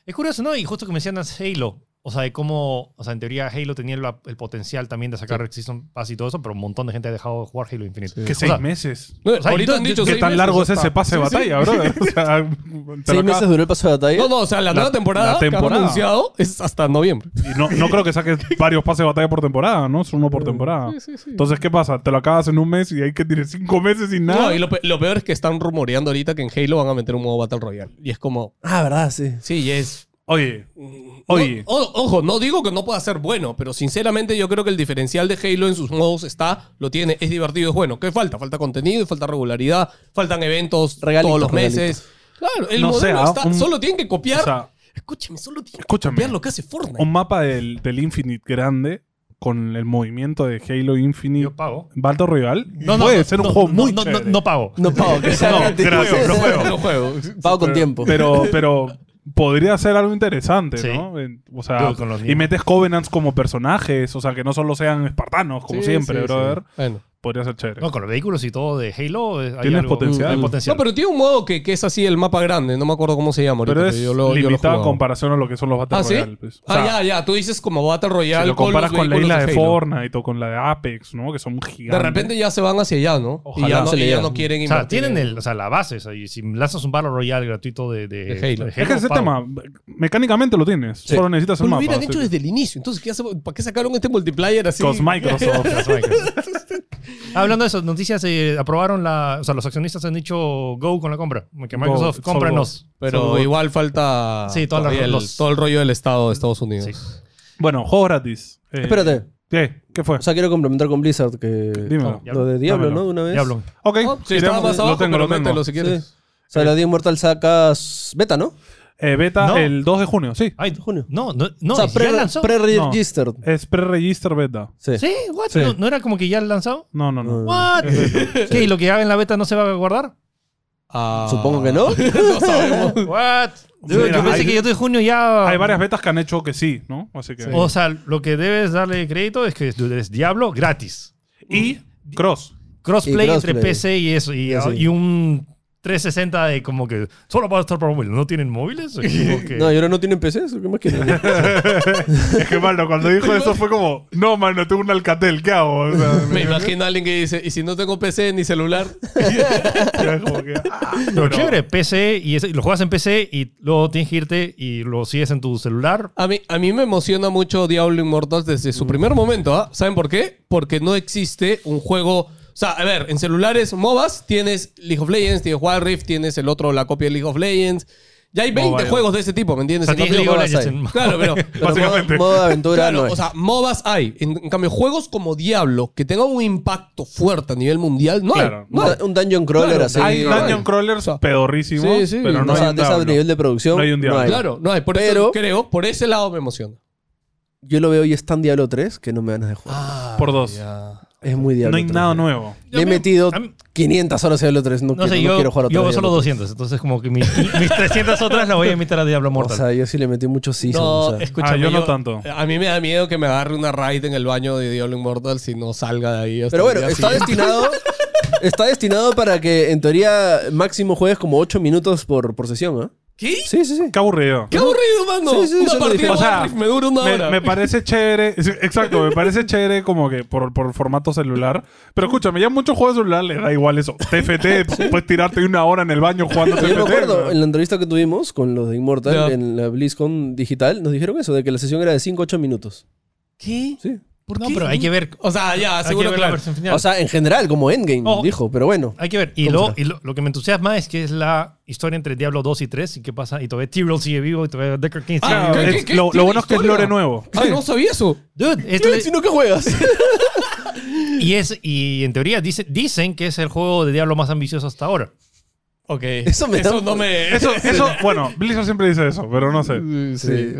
Speaker 2: Es curioso, ¿no? Y justo que mencionas Halo. O sea, de cómo. O sea, en teoría Halo tenía la- el, potencial también de sacar Season Pass y todo eso, pero un montón de gente ha dejado de jugar Halo Infinite.
Speaker 1: Que
Speaker 2: O
Speaker 1: seis
Speaker 2: sea,
Speaker 1: meses.
Speaker 5: No,
Speaker 2: O sea,
Speaker 5: ahorita
Speaker 2: yo-
Speaker 5: han dicho
Speaker 2: yo-
Speaker 1: ¿Qué
Speaker 5: seis
Speaker 1: tan
Speaker 5: meses,
Speaker 1: largo
Speaker 5: o
Speaker 1: es
Speaker 5: sea,
Speaker 1: ese pase de
Speaker 5: sí, sí.
Speaker 1: batalla, brother? O sea, te lo
Speaker 3: Seis
Speaker 1: acabas-
Speaker 3: meses duró el paso de batalla.
Speaker 5: No, no, o sea, la, nueva temporada,
Speaker 1: la
Speaker 5: que
Speaker 1: temporada.
Speaker 5: han anunciado es hasta noviembre.
Speaker 1: Y no, no creo que saques varios pases de batalla por temporada, ¿no? Es uno por temporada. Entonces, ¿qué pasa? Te lo acabas en un mes y hay que tirar cinco meses sin nada.
Speaker 5: No, y lo, pe- lo peor es que están rumoreando ahorita que en Halo van a meter un modo Battle Royale. Y es como,
Speaker 3: Ah, verdad, sí.
Speaker 5: sí, y es...
Speaker 1: Oye,
Speaker 2: Mm,
Speaker 1: oye.
Speaker 5: No, o- ojo, no digo que no pueda ser bueno, pero sinceramente yo creo que el diferencial de Halo en sus modos está, lo tiene, es divertido, es bueno. ¿Qué falta? Falta contenido, falta regularidad, faltan eventos
Speaker 3: Regalitos,
Speaker 5: todos los meses.
Speaker 3: regalitos.
Speaker 5: Claro, el
Speaker 1: No sé,
Speaker 5: modelo
Speaker 1: ah,
Speaker 5: está...
Speaker 1: un-
Speaker 5: solo tienen que copiar...
Speaker 1: o sea,
Speaker 5: escúchame, solo tienen que
Speaker 1: Escúchame.
Speaker 5: copiar lo que hace Fortnite.
Speaker 1: un mapa del, del Infinite grande con el movimiento de Halo Infinite.
Speaker 2: yo pago.
Speaker 1: Battle Royale
Speaker 2: No, no,
Speaker 1: puede
Speaker 2: no,
Speaker 1: ser un
Speaker 2: no,
Speaker 1: juego
Speaker 2: no,
Speaker 1: muy
Speaker 2: no, no,
Speaker 1: chévere.
Speaker 2: no pago.
Speaker 3: No, pago, que sea
Speaker 1: No,
Speaker 3: gratis.
Speaker 1: gracias.
Speaker 5: no juego, no juego.
Speaker 3: Pago con tiempo.
Speaker 1: Pero, pero podría ser algo interesante,
Speaker 2: Sí.
Speaker 1: ¿no? En- O sea,
Speaker 2: Yo con los
Speaker 1: y
Speaker 2: niños.
Speaker 1: metes Covenants como personajes, o sea, que no solo sean espartanos, como
Speaker 5: Sí,
Speaker 1: siempre,
Speaker 5: sí, sí.
Speaker 1: brother.
Speaker 5: Bueno.
Speaker 1: Podría ser chévere.
Speaker 2: No, con los vehículos y todo de Halo. eh, Hay
Speaker 1: Tienes
Speaker 2: algo-
Speaker 1: potencial.
Speaker 2: hay
Speaker 5: No,
Speaker 2: potencial.
Speaker 5: pero tiene un modo que, que es así el mapa grande, no me acuerdo cómo se llama ahorita.
Speaker 1: pero es
Speaker 5: lo- lo
Speaker 1: limitado en
Speaker 5: jugaba.
Speaker 1: comparación a lo que son los Battle
Speaker 5: ¿Ah, sí?
Speaker 1: Royale. pues. O sea,
Speaker 5: ah, ya, ya. Tú dices como Battle Royale.
Speaker 1: si lo
Speaker 5: con
Speaker 1: comparas
Speaker 5: los
Speaker 1: con la
Speaker 5: vehículos
Speaker 1: isla de
Speaker 5: Halo.
Speaker 1: Fortnite o con la de Apex, ¿no? Que son gigantes.
Speaker 5: De repente ya se van hacia allá, ¿no?
Speaker 1: Ojalá
Speaker 5: y ya no,
Speaker 3: se le
Speaker 5: y ya
Speaker 3: llegue.
Speaker 5: no quieren
Speaker 2: o sea,
Speaker 5: invertir
Speaker 2: tienen
Speaker 5: en-
Speaker 2: el, o sea, la base. o sea, y si lanzas un Battle Royale gratuito de, de,
Speaker 5: De Halo.
Speaker 1: Es que ese
Speaker 2: pago.
Speaker 1: tema, mecánicamente lo tienes.
Speaker 5: Sí.
Speaker 1: Solo necesitas
Speaker 5: Pero
Speaker 1: el
Speaker 5: lo
Speaker 1: mapa.
Speaker 5: hubieran
Speaker 1: así
Speaker 5: hecho
Speaker 1: que-
Speaker 5: desde el inicio. Entonces, ¿qué hace- ¿para qué sacaron este multiplayer así?
Speaker 1: Cos Microsoft.
Speaker 2: Las Microsoft. Ah, Hablando de eso, noticias, eh, aprobaron la... O sea, los accionistas han dicho go con la compra. Que
Speaker 1: Go,
Speaker 2: Microsoft,
Speaker 1: Sol
Speaker 2: cómpranos.
Speaker 5: Pero
Speaker 1: Solo-
Speaker 5: igual falta
Speaker 2: Sí, todas las-
Speaker 5: todavía el-
Speaker 2: los-
Speaker 5: todo el rollo del Estado de Estados Unidos.
Speaker 2: Sí.
Speaker 1: Bueno, juegos gratis. Eh,
Speaker 3: Espérate.
Speaker 1: ¿Qué? ¿Qué fue?
Speaker 3: O sea, quiero complementar con Blizzard que.
Speaker 1: Dímelo.
Speaker 3: Lo de Diablo,
Speaker 1: Dámelo.
Speaker 3: ¿no? De una vez.
Speaker 2: Diablo.
Speaker 1: ok,
Speaker 5: Oh, si estaba
Speaker 1: iremos-
Speaker 5: más abajo,
Speaker 1: lo tengo,
Speaker 5: pero
Speaker 1: lo tengo.
Speaker 5: mételo si quieres.
Speaker 3: Sí. O sea, la Diablo Immortal saca s- beta, ¿no?
Speaker 1: Eh, beta
Speaker 2: No.
Speaker 1: el 2 de junio, sí.
Speaker 2: Ay,
Speaker 3: Junio.
Speaker 2: No, no, no.
Speaker 3: o sea,
Speaker 2: ya lanzó.
Speaker 3: pre-registered.
Speaker 1: Es pre-register beta.
Speaker 3: Sí.
Speaker 2: ¿Sí? What?
Speaker 1: Sí.
Speaker 2: ¿No, no era como que ya lanzado?
Speaker 1: No, no, no.
Speaker 3: Mm.
Speaker 2: ¿What? ¿Qué? ¿Y lo que haga en la beta no se va a guardar?
Speaker 5: Ah,
Speaker 3: Supongo que no.
Speaker 5: no sabemos.
Speaker 2: ¿What? Yo,
Speaker 1: Mira,
Speaker 2: yo pensé
Speaker 1: hay-
Speaker 2: que ya de junio ya...
Speaker 1: Hay varias betas que han hecho que sí, ¿no? Así que.
Speaker 2: O sea, lo que debes darle crédito es que es Diablo gratis.
Speaker 1: Y Cross.
Speaker 2: Crossplay,
Speaker 3: Y crossplay.
Speaker 2: entre PC y eso. Y,
Speaker 3: Sí, sí.
Speaker 2: y un 360 de como que solo para estar para móvil. ¿No tienen móviles? Como que-
Speaker 3: No, y ahora no tienen PC, eso, ¿qué más quieren?
Speaker 1: Es que, mano, cuando dijo eso fue como, no, mano, tengo un Alcatel, ¿qué hago? O sea,
Speaker 5: Me imagino a alguien que dice, y si no tengo PC ni celular,
Speaker 1: es como que, ah,
Speaker 2: Lo
Speaker 1: pero-
Speaker 2: chévere, PC, y, es- y lo juegas en PC y luego tienes que irte y lo sigues en tu celular.
Speaker 5: A mí, a mí me emociona mucho Diablo Immortal desde su primer momento, ¿ah? ¿Saben por qué? Porque no existe un juego. O sea, a ver, en celulares MOBAs tienes League of Legends, tienes Wild Rift, tienes el otro, la copia de League of Legends. Ya hay 20
Speaker 1: Mobile.
Speaker 5: juegos de ese tipo,
Speaker 2: O
Speaker 5: ¿me entiendes?
Speaker 2: sea,
Speaker 5: En
Speaker 2: tienes
Speaker 5: cambio,
Speaker 2: League of
Speaker 3: vas
Speaker 2: Legends
Speaker 3: ahí.
Speaker 2: en-
Speaker 5: Claro, pero.
Speaker 3: Pero
Speaker 1: Básicamente.
Speaker 3: Modo, modo aventura
Speaker 5: Claro,
Speaker 3: no es.
Speaker 5: o sea, MOBAs hay. En, en cambio, juegos como Diablo, que tengan un impacto fuerte a nivel mundial, no hay.
Speaker 1: Claro.
Speaker 5: No
Speaker 3: Un-
Speaker 5: hay.
Speaker 3: un dungeon crawler
Speaker 5: Claro,
Speaker 3: así.
Speaker 1: Hay
Speaker 5: Sí,
Speaker 1: Dungeon
Speaker 5: vale.
Speaker 1: Crawlers
Speaker 5: O sea,
Speaker 1: pedorrísimos,
Speaker 5: sí, sí.
Speaker 1: pero no,
Speaker 3: o sea,
Speaker 1: hay un
Speaker 3: de ese
Speaker 1: diablo.
Speaker 3: nivel de producción.
Speaker 1: No hay un diablo.
Speaker 5: Claro, no hay. Por
Speaker 3: Pero-
Speaker 5: eso creo, por ese lado me emociona.
Speaker 3: Yo lo veo y es tan Diablo 3 que no me ganas de jugar.
Speaker 1: Por dos.
Speaker 5: Ah,
Speaker 3: es muy Diablo
Speaker 1: No hay
Speaker 3: 3,
Speaker 1: nada
Speaker 3: ya.
Speaker 1: nuevo.
Speaker 3: Le he metido
Speaker 2: Ah. a mí-
Speaker 3: 500 horas a Diablo 3. No,
Speaker 2: No sé,
Speaker 3: quiero, no
Speaker 2: yo,
Speaker 3: quiero jugar otra
Speaker 2: yo
Speaker 3: vez
Speaker 2: solo
Speaker 3: Diablo
Speaker 2: 200, entonces como que mis, mis 300 otras las voy a invitar a Diablo
Speaker 3: 3. O
Speaker 2: Mortal.
Speaker 3: sea, yo sí le metí muchos seasons.
Speaker 5: No,
Speaker 3: o sea.
Speaker 5: escúchame,
Speaker 1: Ah, yo no tanto.
Speaker 5: A mí me da miedo que me agarre una raid en el baño de Diablo Immortal si no salga de ahí. hasta
Speaker 3: Pero bueno,
Speaker 5: el día
Speaker 3: está
Speaker 5: siguiente.
Speaker 3: destinado. Está destinado para que en teoría máximo juegues como 8 minutos por, por sesión, ¿ah?
Speaker 5: ¿Qué?
Speaker 3: Sí, sí, sí.
Speaker 1: Qué aburrido.
Speaker 5: ¡Qué aburrido, mano!
Speaker 3: Sí, sí,
Speaker 5: una
Speaker 3: eso lo
Speaker 5: partida
Speaker 3: dije.
Speaker 5: de
Speaker 1: O sea,
Speaker 5: Warcraft me dura una
Speaker 1: me,
Speaker 5: hora.
Speaker 1: me parece chévere. sí, Exacto, me parece chévere como que por, por formato celular. Pero escúchame, ya muchos juegos de celular les da igual eso. TFT, puedes tirarte una hora en el baño jugando
Speaker 3: Yo me
Speaker 1: TFT.
Speaker 3: acuerdo, en
Speaker 1: ¿no?
Speaker 3: la entrevista que tuvimos con los de Immortal
Speaker 5: Ya.
Speaker 3: en la BlizzCon digital, nos dijeron eso, de que la sesión era de 5 8 minutos.
Speaker 5: ¿Qué?
Speaker 3: Sí.
Speaker 5: ¿Por
Speaker 2: no,
Speaker 5: qué?
Speaker 2: pero hay que ver,
Speaker 5: O sea, ya,
Speaker 2: hay Ah, que
Speaker 5: seguro
Speaker 2: ver
Speaker 5: que
Speaker 2: la
Speaker 5: claro.
Speaker 2: versión final.
Speaker 3: O sea, en general, como endgame,
Speaker 2: Ojo.
Speaker 3: dijo, pero bueno.
Speaker 2: hay que ver. Y,
Speaker 3: ¿Cómo
Speaker 2: lo,
Speaker 3: será?
Speaker 2: y lo, lo que me entusiasma es que es la historia entre Diablo 2 y 3 y qué pasa. Y todavía Tyrell sigue vivo y todavía Decker King sigue
Speaker 5: Ah,
Speaker 2: vivo.
Speaker 5: ¿qué,
Speaker 1: Es-
Speaker 5: qué, qué?
Speaker 1: lo, lo
Speaker 5: ¿Tiene
Speaker 1: bueno es que es
Speaker 5: historia?
Speaker 1: lore nuevo.
Speaker 5: Ah, no sabía eso.
Speaker 2: Dude, es-
Speaker 3: Si no que juegas.
Speaker 2: y, es, y en teoría dice- dicen que es el juego de Diablo más ambicioso hasta ahora.
Speaker 5: Ok.
Speaker 3: Eso me da-
Speaker 5: Eso no me...
Speaker 1: Eso, eso, bueno, Blizzard siempre dice eso, pero no sé.
Speaker 5: Sí.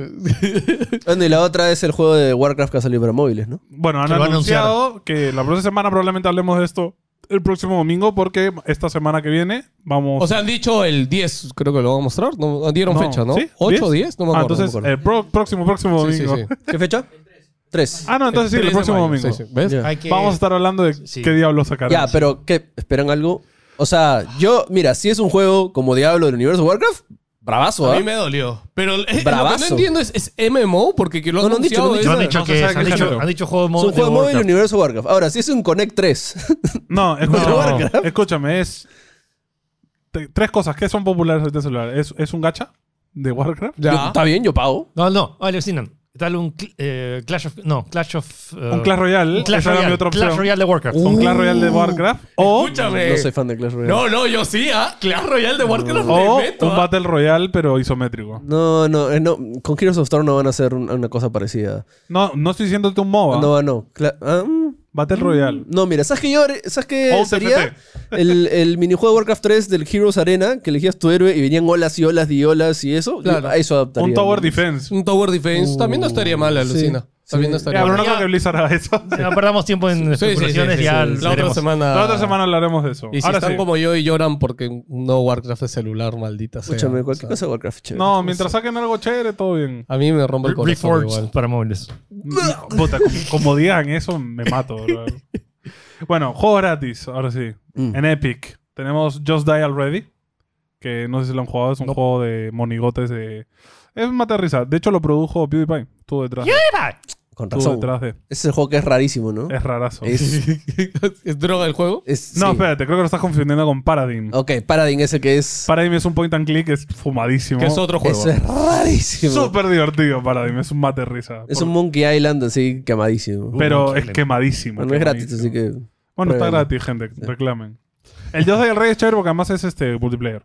Speaker 3: Bueno, y la otra es el juego de Warcraft que ha salido para móviles, ¿no?
Speaker 1: Bueno, han
Speaker 2: Que lo van a
Speaker 1: anunciado que la próxima semana probablemente hablemos de esto el próximo domingo porque esta semana que viene vamos...
Speaker 5: O sea, han dicho el 10, creo que lo van a mostrar. No, ah, dieron fecha, ¿no?
Speaker 1: ¿sí?
Speaker 5: ¿8 o 10? No me
Speaker 1: Ah,
Speaker 5: acuerdo.
Speaker 1: entonces,
Speaker 5: no me acuerdo.
Speaker 1: el pro- próximo, próximo
Speaker 5: Sí, sí,
Speaker 1: domingo.
Speaker 5: sí.
Speaker 3: ¿Qué fecha? Tres.
Speaker 1: Ah, no, entonces sí, el
Speaker 2: 3 de
Speaker 1: próximo
Speaker 2: mayo,
Speaker 1: domingo.
Speaker 5: Sí, sí. ¿Ves?
Speaker 3: Ya.
Speaker 2: Hay que-
Speaker 1: Vamos a estar hablando de
Speaker 2: Sí.
Speaker 1: qué diablos sacarán.
Speaker 3: Ya, pero ¿qué? ¿Esperan algo? O sea, yo, mira, si es un juego como Diablo del universo Warcraft, bravazo,
Speaker 5: A
Speaker 3: ¿ah?
Speaker 5: mí me dolió. Pero eh, lo que no
Speaker 3: Bravazo.
Speaker 5: entiendo es, es MMO, porque que lo han
Speaker 3: No, no han dicho,
Speaker 5: anunciado
Speaker 3: no han
Speaker 5: es-
Speaker 1: Esa-
Speaker 2: No han dicho
Speaker 1: no se
Speaker 2: que
Speaker 1: sabe
Speaker 2: es,
Speaker 1: qué
Speaker 2: han dicho,
Speaker 1: género.
Speaker 2: han dicho juego de
Speaker 3: Es
Speaker 2: modo
Speaker 3: un juego
Speaker 2: de
Speaker 3: móvil del
Speaker 2: Warcraft.
Speaker 3: universo Warcraft. Ahora, si es un Connect 3,
Speaker 1: No,
Speaker 3: No,
Speaker 1: escúchame,
Speaker 3: Warcraft.
Speaker 1: escúchame, es te- tres cosas que son populares ahorita en celular. ¿Es, es un gacha de Warcraft?
Speaker 5: Ya.
Speaker 3: yo- está bien, yo pago.
Speaker 2: No, no, alucinan. Tal un cl- eh, Clash of. No, Clash of. eh,
Speaker 1: un Clash Royale.
Speaker 2: un Clash
Speaker 1: esa era
Speaker 2: Royale,
Speaker 1: mi otra opción. Uh.
Speaker 2: Clash Royale de Warcraft.
Speaker 1: Un Clash Royale
Speaker 5: Uh.
Speaker 1: de Warcraft. O,
Speaker 5: Escúchame.
Speaker 3: No soy fan de Clash Royale.
Speaker 5: Eh, No, no, yo sí, ¿ah? Clash Royale de Warcraft
Speaker 1: o
Speaker 5: me meto,
Speaker 1: un
Speaker 5: ¿ah?
Speaker 1: Battle Royale, pero isométrico.
Speaker 3: No, no, eh, no, con Heroes of Thor no van a hacer un- una cosa parecida.
Speaker 1: No, no estoy diciéndote un MOBA.
Speaker 3: No, no. cla- ah, mm,
Speaker 1: Battle Royale.
Speaker 3: no, mira, ¿sabes qué, yo, haré- ¿sabes qué
Speaker 1: O un
Speaker 3: sería? El, el minijuego de Warcraft 3 del Heroes Arena, que elegías tu héroe y venían olas y olas y olas y eso. yo
Speaker 5: Claro.
Speaker 3: a eso adaptaría.
Speaker 1: Un Tower
Speaker 3: ¿no?
Speaker 1: Defense.
Speaker 5: Un Tower Defense. También no estaría mal, alucina. También
Speaker 1: Ya,
Speaker 5: no estaría
Speaker 1: pero
Speaker 5: mal.
Speaker 1: no creo que Blizzard haga eso.
Speaker 2: No perdamos tiempo en
Speaker 5: Sí, sí, sí,
Speaker 2: especulaciones.
Speaker 5: sí, sí.
Speaker 2: ya
Speaker 5: La otra
Speaker 2: veremos.
Speaker 5: semana.
Speaker 1: La otra semana hablaremos de eso.
Speaker 5: Y si
Speaker 1: Ahora
Speaker 5: están
Speaker 1: sí.
Speaker 5: como yo y lloran porque no Warcraft es celular, maldita sea.
Speaker 3: Escúchame,
Speaker 5: O
Speaker 3: cualquier
Speaker 5: sea,
Speaker 3: cosa de Warcraft, chévere.
Speaker 1: No, mientras saquen algo chévere, todo bien.
Speaker 5: A mí me rompe el
Speaker 2: Re-
Speaker 5: corazón
Speaker 2: Reforged
Speaker 5: igual.
Speaker 2: para móviles.
Speaker 1: Puta, como, como digan eso, me mato. bro. bueno, juego gratis, ahora sí.
Speaker 3: Mm.
Speaker 1: En Epic tenemos Just Die Already, que no sé si lo han jugado, es un juego de monigotes de... Es un mata de risa. De hecho, lo produjo PewDiePie. Estuvo detrás. de-
Speaker 3: Con
Speaker 1: Estuvo
Speaker 3: razón.
Speaker 1: detrás de...
Speaker 3: Ese es el juego que es rarísimo, ¿no?
Speaker 1: Es rarazo.
Speaker 3: Es-
Speaker 5: ¿Es droga el juego?
Speaker 3: es-
Speaker 1: No,
Speaker 3: sí.
Speaker 1: espérate, creo que lo estás confundiendo con Paradigm.
Speaker 3: Ok, Paradin ese que es...
Speaker 1: Paradigm es un point and click, es fumadísimo.
Speaker 5: Que es otro juego.
Speaker 3: Eso es rarísimo.
Speaker 1: Súper divertido, Paradigm. Es un mate de risa.
Speaker 3: Es
Speaker 1: Por-
Speaker 3: un Monkey Island así quemadísimo.
Speaker 1: Pero
Speaker 2: Monkey
Speaker 1: es
Speaker 2: Island.
Speaker 1: quemadísimo.
Speaker 3: Bueno, no es gratis,
Speaker 1: quemadísimo.
Speaker 3: así que...
Speaker 1: Bueno, está
Speaker 3: Pruébalo.
Speaker 1: gratis, gente. Reclamen. El Dios del Rey es chévere porque además es este multiplayer.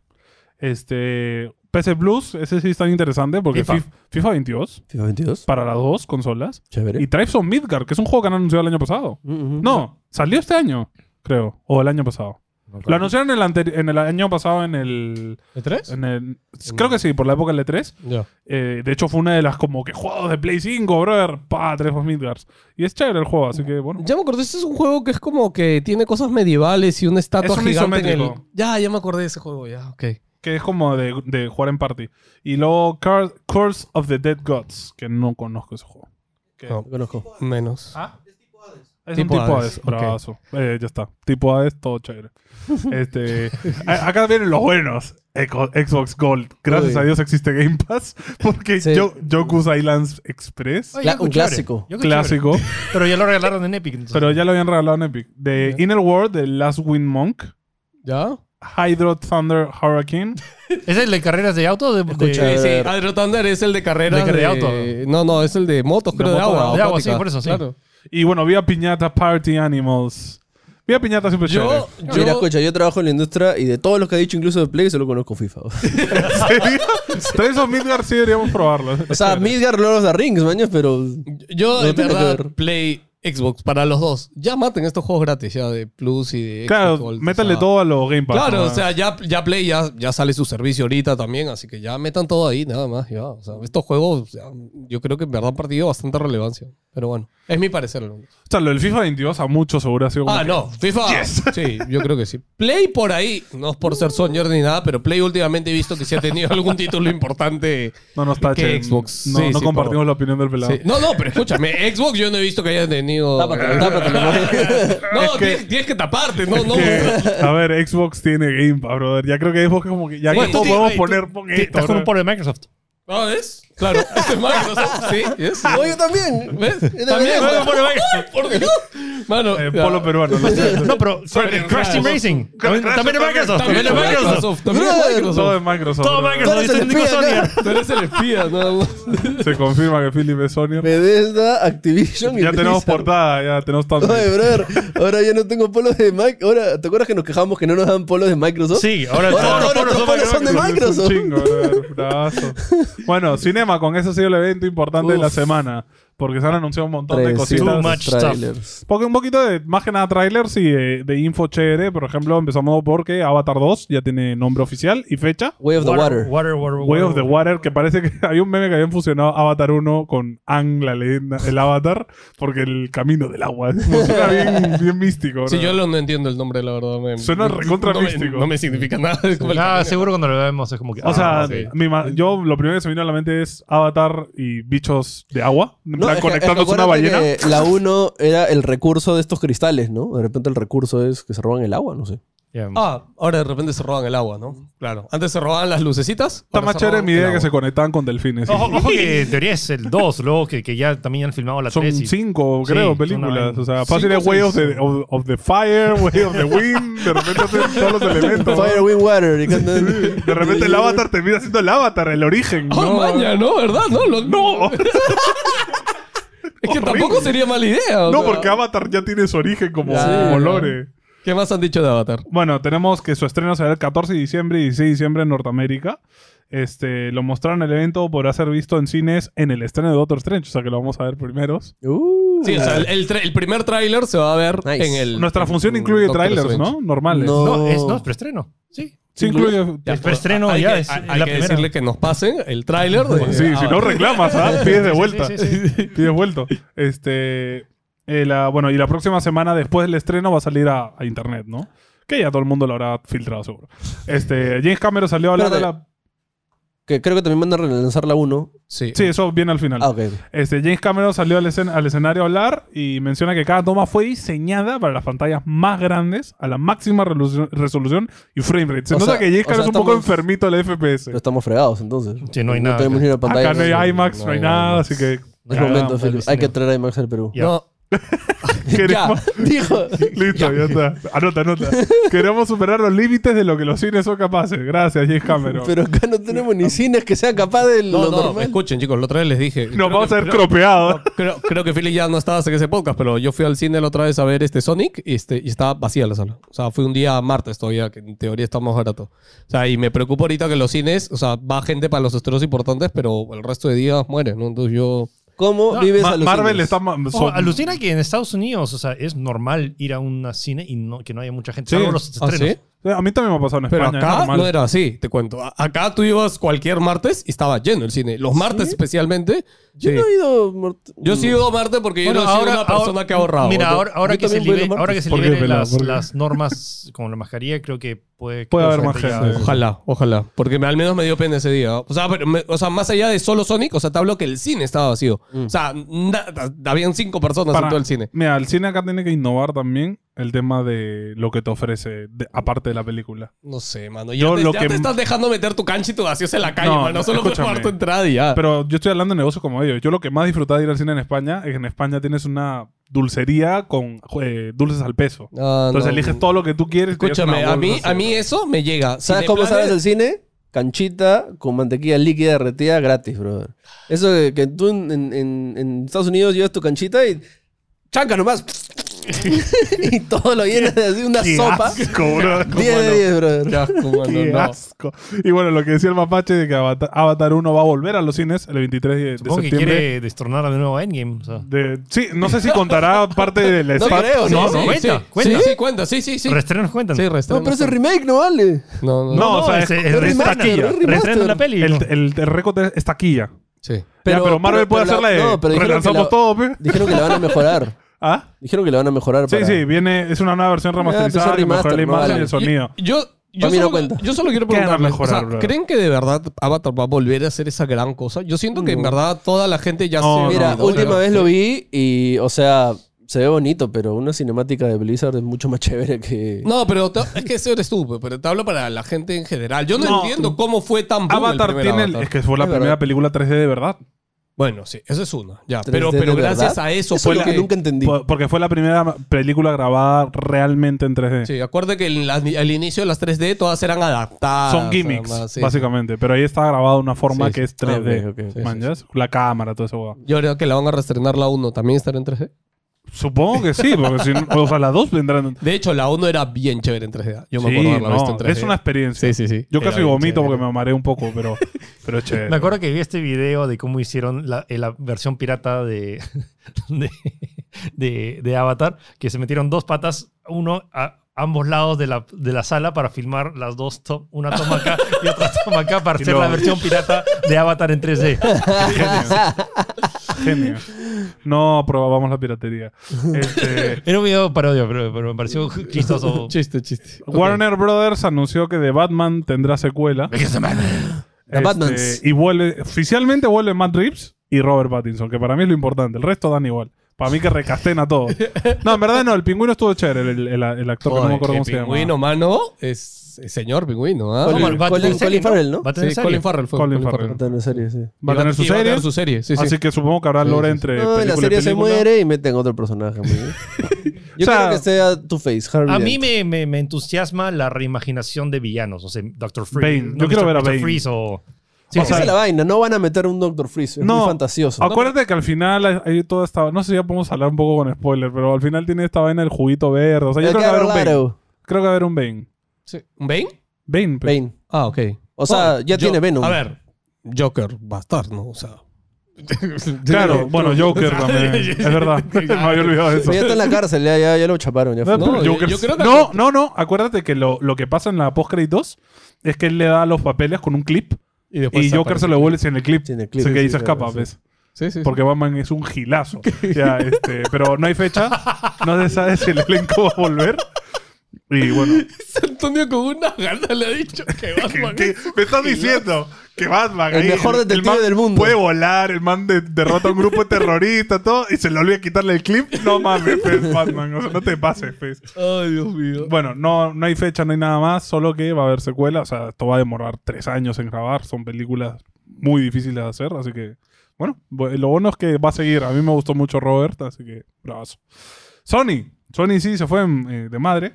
Speaker 1: Este. PC Blues, ese sí es tan interesante porque
Speaker 2: FIFA.
Speaker 1: FIFA, FIFA 22
Speaker 3: FIFA 22.
Speaker 1: para las dos consolas.
Speaker 3: Chévere.
Speaker 1: Y Tribes of Midgard, que es un juego que han anunciado el año pasado.
Speaker 3: Mm, mm.
Speaker 1: No, salió este año, creo. O el año pasado. Lo anunciaron el anteri- en el año pasado en el,
Speaker 5: ¿De tres?
Speaker 1: en el- Creo que sí, por la época del E E3.
Speaker 5: Ya.
Speaker 1: Eh, de hecho, fue una de las como que juegos de Play 5, brother. Pa, Tribes of Midgard. Y es chévere el juego, así que bueno.
Speaker 5: Ya me acordé, este es un juego que es como que tiene cosas medievales y una estatua
Speaker 1: Es un
Speaker 5: gigante en el...
Speaker 1: isométrico.
Speaker 5: Ya, ya me acordé de ese juego, ya, ok.
Speaker 1: Que es como de, de jugar en party. Y luego Cur- Curse of the Dead Gods, que no conozco ese juego. ¿Ah?
Speaker 5: No.
Speaker 3: Lo conozco.
Speaker 5: Menos.
Speaker 1: Es
Speaker 5: Oh. Tipo
Speaker 1: un tipo
Speaker 5: Hades,
Speaker 1: Hades.
Speaker 5: ok.
Speaker 1: bravazo. Eh, ya está. Tipo Hades, todo chévere. este, a- acá vienen los buenos. Eco- Xbox Gold. Gracias
Speaker 3: Uy.
Speaker 1: a Dios existe Game Pass. Porque
Speaker 3: Sí.
Speaker 1: yo, Yoku's Islands Express.
Speaker 2: Oye,
Speaker 3: Cla-
Speaker 2: algo
Speaker 3: un
Speaker 2: chévere.
Speaker 3: clásico.
Speaker 2: Yo creo
Speaker 1: Clásico.
Speaker 2: chévere. Pero ya lo regalaron en Epic. entonces.
Speaker 1: Pero ya lo habían regalado en Epic. De Inner World, de Last Wind Monk.
Speaker 5: ¿Ya?
Speaker 1: Hydro Thunder Hurricane.
Speaker 2: ¿Es el de carreras de auto? De, de-
Speaker 3: Escucha,
Speaker 5: Sí,
Speaker 3: A
Speaker 5: sí,
Speaker 3: ver.
Speaker 5: Hydro Thunder es el de carreras
Speaker 2: De
Speaker 5: de,
Speaker 2: carrera de
Speaker 5: No, no, es el de motos, creo, de,
Speaker 1: moto,
Speaker 5: agua.
Speaker 2: de agua,
Speaker 5: acuática.
Speaker 2: sí, por eso, sí.
Speaker 5: Claro.
Speaker 1: Y bueno, Vía Piñata, Party Animals. Vía Piñata siempre chévere.
Speaker 5: Yo, yo...
Speaker 3: Mira, escucha, yo trabajo en la industria y de todos los que ha dicho, incluso de Play, solo conozco FIFA.
Speaker 1: ¿Sería? Trails of Midgard sí deberíamos probarlo.
Speaker 3: o sea, Midgar, Lord of the Rings, maños, pero...
Speaker 5: Yo,
Speaker 3: No
Speaker 5: en
Speaker 3: tiene que
Speaker 5: verdad,
Speaker 3: ver.
Speaker 5: play Xbox para los dos. Ya maten estos juegos gratis, ya de Plus y de
Speaker 1: Claro,
Speaker 5: Xbox Gold,
Speaker 1: métale
Speaker 5: o sea.
Speaker 1: todo a los Game Pass.
Speaker 5: Claro,
Speaker 1: ¿no?
Speaker 5: o sea, ya, ya Play ya, ya sale su servicio ahorita también, así que ya metan todo ahí, nada más. Ya. O sea, estos juegos, o sea, yo creo que en verdad han perdido bastante relevancia. Pero bueno, es mi parecer. ¿no?
Speaker 1: O sea, lo del FIFA 22 a muchos seguro ha sido como
Speaker 5: Ah,
Speaker 1: que-
Speaker 5: no, FIFA. Sí, yo creo que sí. Play por ahí, no es por ser soñar ni nada, pero Play últimamente he visto que si ha tenido algún título importante.
Speaker 1: No nos tachen.
Speaker 5: Que Xbox.
Speaker 1: No,
Speaker 5: Sí,
Speaker 1: no
Speaker 5: sí,
Speaker 1: compartimos
Speaker 5: por-
Speaker 1: la opinión del pelado.
Speaker 5: Sí. No, no, pero escúchame, Xbox yo no he visto que haya tenido.
Speaker 3: Tápatelo, tápatelo.
Speaker 5: No,
Speaker 1: Es que-
Speaker 5: tienes, tienes que taparte, no, no.
Speaker 1: Que- a ver, Xbox tiene Game Pass, brother. Ya creo que Xbox es como que. Ya
Speaker 5: Sí,
Speaker 1: que
Speaker 5: tú
Speaker 1: todo
Speaker 5: ti-
Speaker 1: podemos
Speaker 5: ay, tú-
Speaker 1: poner. pon
Speaker 2: Sí,
Speaker 1: esto,
Speaker 2: Estás con un
Speaker 1: brother.
Speaker 2: poro de Microsoft.
Speaker 5: ¿No Ah, ves? Claro, este es Microsoft. Sí, yes.
Speaker 1: Ah,
Speaker 3: No, yo también.
Speaker 5: ¿Ves?
Speaker 3: Yo
Speaker 5: También,
Speaker 3: juego.
Speaker 5: bueno, bueno, venga. por Dios. Mano,
Speaker 1: Eh, polo peruano. no sé.
Speaker 2: No, pero
Speaker 5: Sorry,
Speaker 2: Crash Team
Speaker 5: Microsoft.
Speaker 2: Racing. También
Speaker 1: Crash
Speaker 2: también de
Speaker 1: también.
Speaker 2: Microsoft. También de
Speaker 5: es
Speaker 2: Microsoft.
Speaker 5: También es
Speaker 1: Todo
Speaker 5: Microsoft.
Speaker 1: es Microsoft.
Speaker 2: Todo
Speaker 1: brother.
Speaker 2: Microsoft.
Speaker 3: Todo es el
Speaker 2: Dice Nico
Speaker 3: espía,
Speaker 2: Sonia.
Speaker 3: claro.
Speaker 5: Tú eres el espía, nada más.
Speaker 1: Se confirma que Philip es Sony.
Speaker 3: Bethesda, Activision y
Speaker 1: Ya tenemos
Speaker 3: Blizzard.
Speaker 1: portada, ya tenemos tanto.
Speaker 3: Oye, brother, ahora ya no tengo polos de Microsoft. Ahora, ¿te acuerdas que nos quejamos que no nos dan polos de Microsoft?
Speaker 2: Sí, ahora
Speaker 3: Ahora
Speaker 2: todos los
Speaker 3: todos
Speaker 2: poros
Speaker 3: los
Speaker 2: son
Speaker 3: poros
Speaker 2: Microsoft.
Speaker 3: son de Microsoft.
Speaker 1: Es un chingo, brother. Bravazo. bueno, Cinema, con eso ha sido el evento importante de la semana. Porque se han anunciado un montón de
Speaker 2: Too
Speaker 1: cositas.
Speaker 2: much stuff.
Speaker 3: trailers.
Speaker 1: Porque un poquito de, más que nada, trailers y de, de info chévere. Por ejemplo, empezamos porque Avatar 2 ya tiene nombre oficial y fecha.
Speaker 3: Way of the Water.
Speaker 2: Water, water,
Speaker 1: Way of the Water, que parece que había un meme que habían fusionado Avatar 1 con Ang, la leyenda, el Avatar, porque el camino del agua. Como suena bien, bien místico.
Speaker 5: Sí,
Speaker 1: ¿no?
Speaker 5: yo lo- no entiendo el nombre, la verdad. me-
Speaker 1: Suena recontra
Speaker 5: no me-
Speaker 1: místico.
Speaker 5: No me significa nada. es como el
Speaker 2: Ah,
Speaker 5: camino.
Speaker 2: seguro cuando lo vemos es como que.
Speaker 1: O sea,
Speaker 2: ah, sí.
Speaker 1: mi ma- yo lo primero que se me vino a la mente es Avatar y bichos de agua.
Speaker 3: No,
Speaker 1: sea,
Speaker 3: es que- es que
Speaker 1: conectándose una
Speaker 3: acuérdate
Speaker 1: ballena.
Speaker 3: que La 1 era el recurso de estos cristales, ¿no? De repente el recurso es que se roban el agua, no sé.
Speaker 2: Ya.
Speaker 5: Ah, ahora de repente se roban el agua, ¿no? Claro. Antes se robaban las lucecitas.
Speaker 1: Está
Speaker 5: ahora
Speaker 1: más
Speaker 5: se
Speaker 1: chévere
Speaker 5: roban
Speaker 1: mi
Speaker 5: el
Speaker 1: idea que
Speaker 5: agua.
Speaker 1: se conectaban con delfines.
Speaker 2: Ojo, ojo que en teoría es el 2, luego que, que ya también han filmado la
Speaker 1: Son
Speaker 2: 3. y-
Speaker 1: cinco,
Speaker 2: Sí,
Speaker 1: creo,
Speaker 2: son
Speaker 1: películas.
Speaker 2: una-
Speaker 1: O sea, fácil es
Speaker 5: cinco,
Speaker 1: Way
Speaker 5: seis.
Speaker 1: of the, of- of the Fire, Way of the Wind. De repente hacen todos los elementos.
Speaker 3: Fire, wind, water. y cantan-
Speaker 1: De repente el avatar termina siendo el avatar, el origen.
Speaker 5: Ah,
Speaker 1: ¿no?
Speaker 5: maña, ¿no? ¿Verdad? No, lo-
Speaker 1: No,
Speaker 5: Es que tampoco
Speaker 1: horrible.
Speaker 5: sería mala idea. o
Speaker 1: no,
Speaker 5: sea.
Speaker 1: porque Avatar ya tiene su origen como,
Speaker 5: Sí,
Speaker 1: como
Speaker 5: ¿no?
Speaker 1: lore.
Speaker 5: ¿Qué más han dicho de Avatar?
Speaker 1: Bueno, tenemos que su estreno será el 14 de diciembre y 16 de diciembre en Norteamérica. Este, lo mostraron en el evento, podrá ser visto en cines en el estreno de Doctor Strange, o sea que lo vamos a ver primeros.
Speaker 3: Uh.
Speaker 5: Sí, o sea, el, el tra- el primer tráiler se va a ver
Speaker 3: Nice.
Speaker 5: en el...
Speaker 1: Nuestra función
Speaker 5: en
Speaker 1: incluye
Speaker 5: Doctor
Speaker 1: trailers,
Speaker 5: Strange.
Speaker 1: ¿no? Normales.
Speaker 3: No.
Speaker 2: No, es, no, es preestreno. Sí.
Speaker 1: Sí incluye...
Speaker 5: Ya,
Speaker 2: Es preestreno
Speaker 5: hay
Speaker 2: ya,
Speaker 5: que-
Speaker 2: es
Speaker 5: hay
Speaker 2: la
Speaker 5: hay que
Speaker 2: primera.
Speaker 5: decirle que nos pasen el tráiler de...
Speaker 1: Sí, si no
Speaker 5: Avatar.
Speaker 1: reclamas, ¿ah? Pides de
Speaker 2: Sí,
Speaker 1: vuelta.
Speaker 2: sí, sí, sí.
Speaker 1: Pides vuelto. Este, eh, la- bueno, y la próxima semana después del estreno va a salir a, a internet, ¿no? Que ya todo el mundo lo habrá filtrado seguro. Este, James Cameron salió a hablar de la...
Speaker 3: Que creo que también van a relanzar la 1.
Speaker 5: Sí.
Speaker 1: Sí, eso viene al final.
Speaker 3: Ah, ok.
Speaker 1: Este, James Cameron salió al, escen- al escenario a hablar y menciona que cada toma fue diseñada para las pantallas más grandes, a la máxima resolución, resolución y frame rate. Se
Speaker 3: O
Speaker 1: nota
Speaker 3: sea-
Speaker 1: que James
Speaker 3: o sea,
Speaker 1: Cameron es un poco
Speaker 3: estamos-
Speaker 1: enfermito del FPS.
Speaker 3: Pero estamos fregados entonces.
Speaker 2: Sí, no hay nada
Speaker 3: tenemos
Speaker 2: que-
Speaker 3: ni una pantalla.
Speaker 1: Acá no hay IMAX, no, hay nada, así que...
Speaker 3: No es momento,
Speaker 1: Caramba,
Speaker 3: Felipe. Hay que traer IMAX al Perú.
Speaker 2: Ya.
Speaker 5: No,
Speaker 1: queremos-
Speaker 3: Dijo.
Speaker 1: Listo, ya está. Anota, anota. Queremos superar los límites de lo que los cines son capaces. Gracias, James Cameron.
Speaker 3: Pero acá no tenemos ni cines que sea capaz de lo
Speaker 5: no, no,
Speaker 3: normal.
Speaker 5: escuchen chicos, la otra vez les dije... creo
Speaker 1: Nos vamos
Speaker 5: que-
Speaker 1: a ver
Speaker 5: creo-
Speaker 1: tropeados.
Speaker 5: Creo, creo que Philly ya no estaba en ese podcast, pero yo fui al cine la otra vez a ver este Sonic y, este, y estaba vacía la sala. O sea, fue un día martes todavía, que en teoría está más barato. O sea, y me preocupa ahorita que los cines, o sea, va gente para los estrenos importantes, pero el resto de días mueren, ¿no? Entonces yo...
Speaker 3: ¿Cómo
Speaker 2: No,
Speaker 3: vives
Speaker 1: Ma-
Speaker 3: a los
Speaker 1: Marvel
Speaker 3: cines?
Speaker 1: está... ma-
Speaker 2: Ojo,
Speaker 1: son-
Speaker 2: alucina que en Estados Unidos, o sea, es normal ir a un cine y no, que no haya mucha gente.
Speaker 1: Sí.
Speaker 2: Salvo los
Speaker 5: ¿Ah,
Speaker 2: estrenos.
Speaker 5: sí?
Speaker 1: A mí también me ha pasado en
Speaker 5: Pero
Speaker 1: España. es
Speaker 5: acá
Speaker 1: normal.
Speaker 5: no era así, te cuento. A- Acá tú ibas cualquier martes y estaba lleno el cine. Los martes especialmente.
Speaker 3: Yo
Speaker 5: sí.
Speaker 3: no he ido. Mart-
Speaker 5: Yo sí he ido martes porque yo no he sido una persona que ha ahorrado.
Speaker 2: Mira,
Speaker 5: Yo-
Speaker 2: ahora, ahora
Speaker 3: yo
Speaker 2: que se
Speaker 3: también voy a
Speaker 2: libe-
Speaker 3: tomar-
Speaker 2: ahora que se
Speaker 1: ¿Por qué,
Speaker 2: liberen
Speaker 1: pelado?
Speaker 2: las,
Speaker 1: ¿Por qué?
Speaker 2: las normas con la mascarilla, creo que puede...
Speaker 1: Puede haber más
Speaker 2: ya-
Speaker 1: gente.
Speaker 5: Ojalá, ojalá. Porque me- al menos me dio pena ese día. O sea, pero me- o sea, más allá de solo Sonic, o sea, te hablo que el cine estaba vacío.
Speaker 3: Mm.
Speaker 5: O sea, na- habían cinco personas
Speaker 1: Para-
Speaker 5: en todo el cine.
Speaker 1: Mira, el cine acá tiene que innovar también el tema de lo que te ofrece, de- aparte de la película.
Speaker 5: No sé, mano. Ya,
Speaker 1: Yo
Speaker 5: te,
Speaker 1: lo
Speaker 5: ya
Speaker 1: que-
Speaker 5: te estás dejando meter tu cancha y tu vacío en la calle,
Speaker 1: No,
Speaker 5: mano. Solo por
Speaker 1: escúchame.
Speaker 5: pagar tu entrada y ya.
Speaker 1: Pero yo estoy hablando de negocios como ellos. Yo lo que más disfruté de ir al cine en España es que en España tienes una dulcería con eh, dulces al peso.
Speaker 5: Ah,
Speaker 1: Entonces
Speaker 5: no.
Speaker 1: eliges todo lo que tú quieres. y te llevas
Speaker 5: Escúchame,
Speaker 1: una
Speaker 5: a mí,
Speaker 1: bolsa.
Speaker 5: a mí eso me llega.
Speaker 3: ¿Sabes cómo sabes el cine? Canchita con mantequilla líquida derretida gratis, brother. Eso de que tú en, en- en- en Estados Unidos llevas tu canchita y chancas nomás. y todo lo llenas de así una
Speaker 1: Qué
Speaker 3: sopa.
Speaker 1: asco, bro.
Speaker 3: 10 de 10, brother.
Speaker 5: Ya, cómo no,
Speaker 1: Qué
Speaker 5: no.
Speaker 1: asco. Y bueno, lo que decía el mapache de que Avata- Avatar, 1 va a volver a los cines el 23 de, de
Speaker 2: Supongo que
Speaker 1: septiembre.
Speaker 2: quiere destronar de nuevo a Endgame. o sea.
Speaker 1: De- sí, no sé si contará parte del la
Speaker 3: No
Speaker 1: spa- no,
Speaker 3: creo, sí,
Speaker 1: no.
Speaker 2: sí. Cuenta,
Speaker 5: sí,
Speaker 2: cuenta.
Speaker 5: Sí, sí, cuenta. Sí, sí, sí.
Speaker 2: Reestrenos cuentan.
Speaker 5: Sí, restreno.
Speaker 3: No, pero ese remake no vale.
Speaker 5: No, no,
Speaker 1: No,
Speaker 5: no.
Speaker 1: o sea,
Speaker 2: es,
Speaker 1: es-
Speaker 2: es
Speaker 1: es
Speaker 2: reestrenan,
Speaker 1: taquilla.
Speaker 2: reestrenan
Speaker 3: Remaster.
Speaker 2: la peli.
Speaker 1: El,
Speaker 2: ¿no?
Speaker 1: el, el récord es- es taquilla.
Speaker 5: Sí.
Speaker 1: Pero, pero Marvel puede
Speaker 3: pero la-
Speaker 1: hacerla de
Speaker 3: no, pero dijeron que
Speaker 1: relanzamos
Speaker 3: la-
Speaker 1: todo, pe.
Speaker 3: Dijeron que la van a mejorar.
Speaker 1: ¿Ah?
Speaker 3: Dijeron que la van a mejorar.
Speaker 1: Sí,
Speaker 3: para-
Speaker 1: sí, viene, es una nueva versión remasterizada
Speaker 3: pues es
Speaker 1: que mejora la
Speaker 3: remaster, no
Speaker 1: imagen y
Speaker 3: vale.
Speaker 1: el sonido.
Speaker 5: Yo, yo,
Speaker 3: Para mí no
Speaker 5: solo,
Speaker 3: cuenta.
Speaker 5: yo solo quiero
Speaker 1: ¿Qué van a
Speaker 5: preguntarle,
Speaker 1: mejorar,
Speaker 5: o sea,
Speaker 1: bro?
Speaker 5: ¿creen que de verdad Avatar va a volver a hacer esa gran cosa? Yo siento que en verdad toda la gente ya
Speaker 1: No,
Speaker 5: se...
Speaker 3: Mira,
Speaker 1: no,
Speaker 3: última vez lo vi y, o sea, se ve bonito, pero una cinemática de Blizzard es mucho más chévere que.
Speaker 5: No, pero te- es que eso eres tú, pero te hablo para la gente en general. Yo no,
Speaker 1: No.
Speaker 5: entiendo cómo fue tan boom el
Speaker 1: Avatar
Speaker 5: primer
Speaker 1: tiene. el-
Speaker 5: Avatar.
Speaker 1: Es que fue la
Speaker 3: Es
Speaker 1: primera
Speaker 3: verdad.
Speaker 1: película 3D de verdad.
Speaker 5: Bueno, sí, esa es una. Ya,
Speaker 3: 3D
Speaker 5: pero, pero
Speaker 3: de
Speaker 5: gracias
Speaker 3: verdad.
Speaker 5: a eso,
Speaker 3: Eso
Speaker 5: fue
Speaker 3: es lo que nunca entendí.
Speaker 1: Po- Porque fue la primera película grabada realmente en 3D.
Speaker 5: Sí, acuérdate que en las- al inicio de las 3D todas eran adaptadas.
Speaker 1: Son gimmicks,
Speaker 5: además, Ah, sí.
Speaker 1: básicamente. Pero ahí está grabada de una forma
Speaker 5: Sí,
Speaker 1: que
Speaker 5: sí.
Speaker 1: es 3D.
Speaker 3: Ah, ok, ok, ok.
Speaker 1: ¿Man, yes? La cámara, todo eso. huevón.
Speaker 5: Yo creo que la van a restrenar la 1, ¿también estará en 3D?
Speaker 1: Supongo que sí, porque si no- o sea, las dos vendrán.
Speaker 5: De hecho, la 1 era bien chévere en 3D. Yo me
Speaker 1: Sí,
Speaker 5: acuerdo de haberla
Speaker 1: no,
Speaker 5: visto en 3D.
Speaker 1: es una experiencia.
Speaker 5: Sí, sí, sí.
Speaker 1: Yo
Speaker 5: Era
Speaker 1: casi
Speaker 5: bien
Speaker 1: vomito
Speaker 5: chévere.
Speaker 1: porque me amaré un poco, pero, pero es chévere.
Speaker 2: Me acuerdo que vi este video de cómo hicieron la, eh, la versión pirata de, de, de- de Avatar, que se metieron dos patas, uno a ambos lados de la, de la sala para filmar las dos, to- una toma acá y otra toma acá para
Speaker 1: Y
Speaker 2: hacer
Speaker 1: luego-
Speaker 2: la versión pirata de Avatar en 3D.
Speaker 1: Genio. No probamos la piratería. Este,
Speaker 2: Era un video parodia, pero, pero me pareció chistoso.
Speaker 5: Chiste, chiste. Ok.
Speaker 1: Warner Brothers anunció que The Batman tendrá secuela. Este,
Speaker 3: The Batmans.
Speaker 1: Y vuelve, oficialmente vuelve Matt Reeves. y Robert Pattinson, que para mí es lo importante. El resto dan igual. Para mí que recasten a todos. No, en verdad no, el pingüino estuvo chévere, el, el- el actor que no me acuerdo
Speaker 5: el
Speaker 1: cómo se llama.
Speaker 5: pingüino, mano, es, es señor pingüino, ¿ah?
Speaker 3: Colin-
Speaker 2: No, va a tener
Speaker 3: Colin-
Speaker 2: serie,
Speaker 3: Colin Farrell, ¿no?
Speaker 2: Va a tener
Speaker 5: Sí,
Speaker 2: serie.
Speaker 5: Colin Farrell fue.
Speaker 1: Colin Farrell.
Speaker 3: No tan en serio, sí.
Speaker 1: Va a tener su
Speaker 5: Sí, Va a
Speaker 1: serie.
Speaker 5: tener su serie, sí, sí.
Speaker 1: Así que supongo que habrá
Speaker 5: Sí,
Speaker 1: lore
Speaker 5: sí.
Speaker 1: entre.
Speaker 3: No, la
Speaker 1: película y
Speaker 3: serie se
Speaker 1: película.
Speaker 3: muere y meten otro personaje. muy bien.
Speaker 1: O
Speaker 3: Yo
Speaker 1: sea,
Speaker 3: quiero que sea Two Face, Harvey.
Speaker 2: A
Speaker 3: Dent.
Speaker 2: mí me, me- me entusiasma la reimaginación de villanos. O sea, Doctor Freeze.
Speaker 1: Bane. Yo quiero ver a Bane.
Speaker 2: Freeze o... Sí,
Speaker 1: O
Speaker 2: o
Speaker 1: sea,
Speaker 3: Esa
Speaker 2: sea,
Speaker 3: es la vaina, no van a meter un Doctor Freeze, es
Speaker 1: No.
Speaker 3: muy fantasioso.
Speaker 1: Acuérdate que al final hay- hay toda esta. No sé si ya podemos hablar un poco con spoiler, pero al final tiene esta vaina del juguito verde. O sea, yo
Speaker 3: El
Speaker 1: creo que va a haber un Bane.
Speaker 3: Claro,
Speaker 1: Creo que va a haber un Bane.
Speaker 5: Sí. ¿Un Bane?
Speaker 1: Bane. pues. pe-
Speaker 3: Bane.
Speaker 5: Ah, ok.
Speaker 3: O sea, ya
Speaker 5: Jo-
Speaker 3: tiene Venom.
Speaker 5: A ver, Joker va a estar, ¿no? O sea.
Speaker 1: Claro, bueno, Joker también. es verdad. Me había olvidado de eso.
Speaker 3: Pero ya está en la cárcel, ya, ya, ya lo chaparon. Ya
Speaker 1: No,
Speaker 3: fue.
Speaker 5: No,
Speaker 1: pero
Speaker 5: yo-
Speaker 1: Joker-
Speaker 5: yo creo que-
Speaker 1: no, no, no. Acuérdate que lo, lo que pasa en la post 2 es que él le da los papeles con un clip
Speaker 5: Y, después
Speaker 1: y Joker
Speaker 5: aparece.
Speaker 1: se lo vuelve sin el clip.
Speaker 3: Pues Sin el clip,
Speaker 1: Así que ahí
Speaker 3: sí,
Speaker 1: se
Speaker 3: claro,
Speaker 1: escapa,
Speaker 3: sí.
Speaker 1: ¿ves?
Speaker 5: Sí, sí. sí.
Speaker 1: Porque Batman es un gilazo. Ya, este, pero no hay fecha. No se sabe si el elenco va a volver. Y bueno.
Speaker 5: Antonio con una gana le ha dicho que Batman
Speaker 1: ¿Qué? Me estás diciendo que Batman.
Speaker 3: El
Speaker 1: ahí,
Speaker 3: mejor detective
Speaker 1: man
Speaker 3: del mundo.
Speaker 1: Puede volar, el man de- derrota a un grupo terrorista, todo, y se le olvida quitarle el clip. No mames, pues, Batman. O sea, no te pases, pues.
Speaker 5: Ay, Dios mío.
Speaker 1: Bueno, no, no hay fecha, no hay nada más, solo que va a haber secuela. O sea, esto va a demorar tres años en grabar. Son películas muy difíciles de hacer, así que. Bueno, bu- lo bueno es que va a seguir. A mí me gustó mucho Robert, así que bravazo. Sony. Sony sí se fue en, eh, de madre.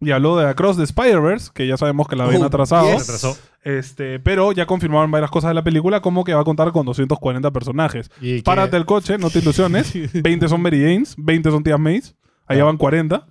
Speaker 1: Y habló de Across the Spider-Verse, que ya sabemos que la habían
Speaker 3: Oh,
Speaker 1: atrasado.
Speaker 3: yes.
Speaker 2: se atrasó.
Speaker 1: Este, pero ya confirmaron varias cosas de la película, como que va a contar con 240 personajes.
Speaker 2: Y que-
Speaker 1: Párate el coche, no te ilusiones. 20 son Mary Janes, 20 son tías Mays. Allá van 40.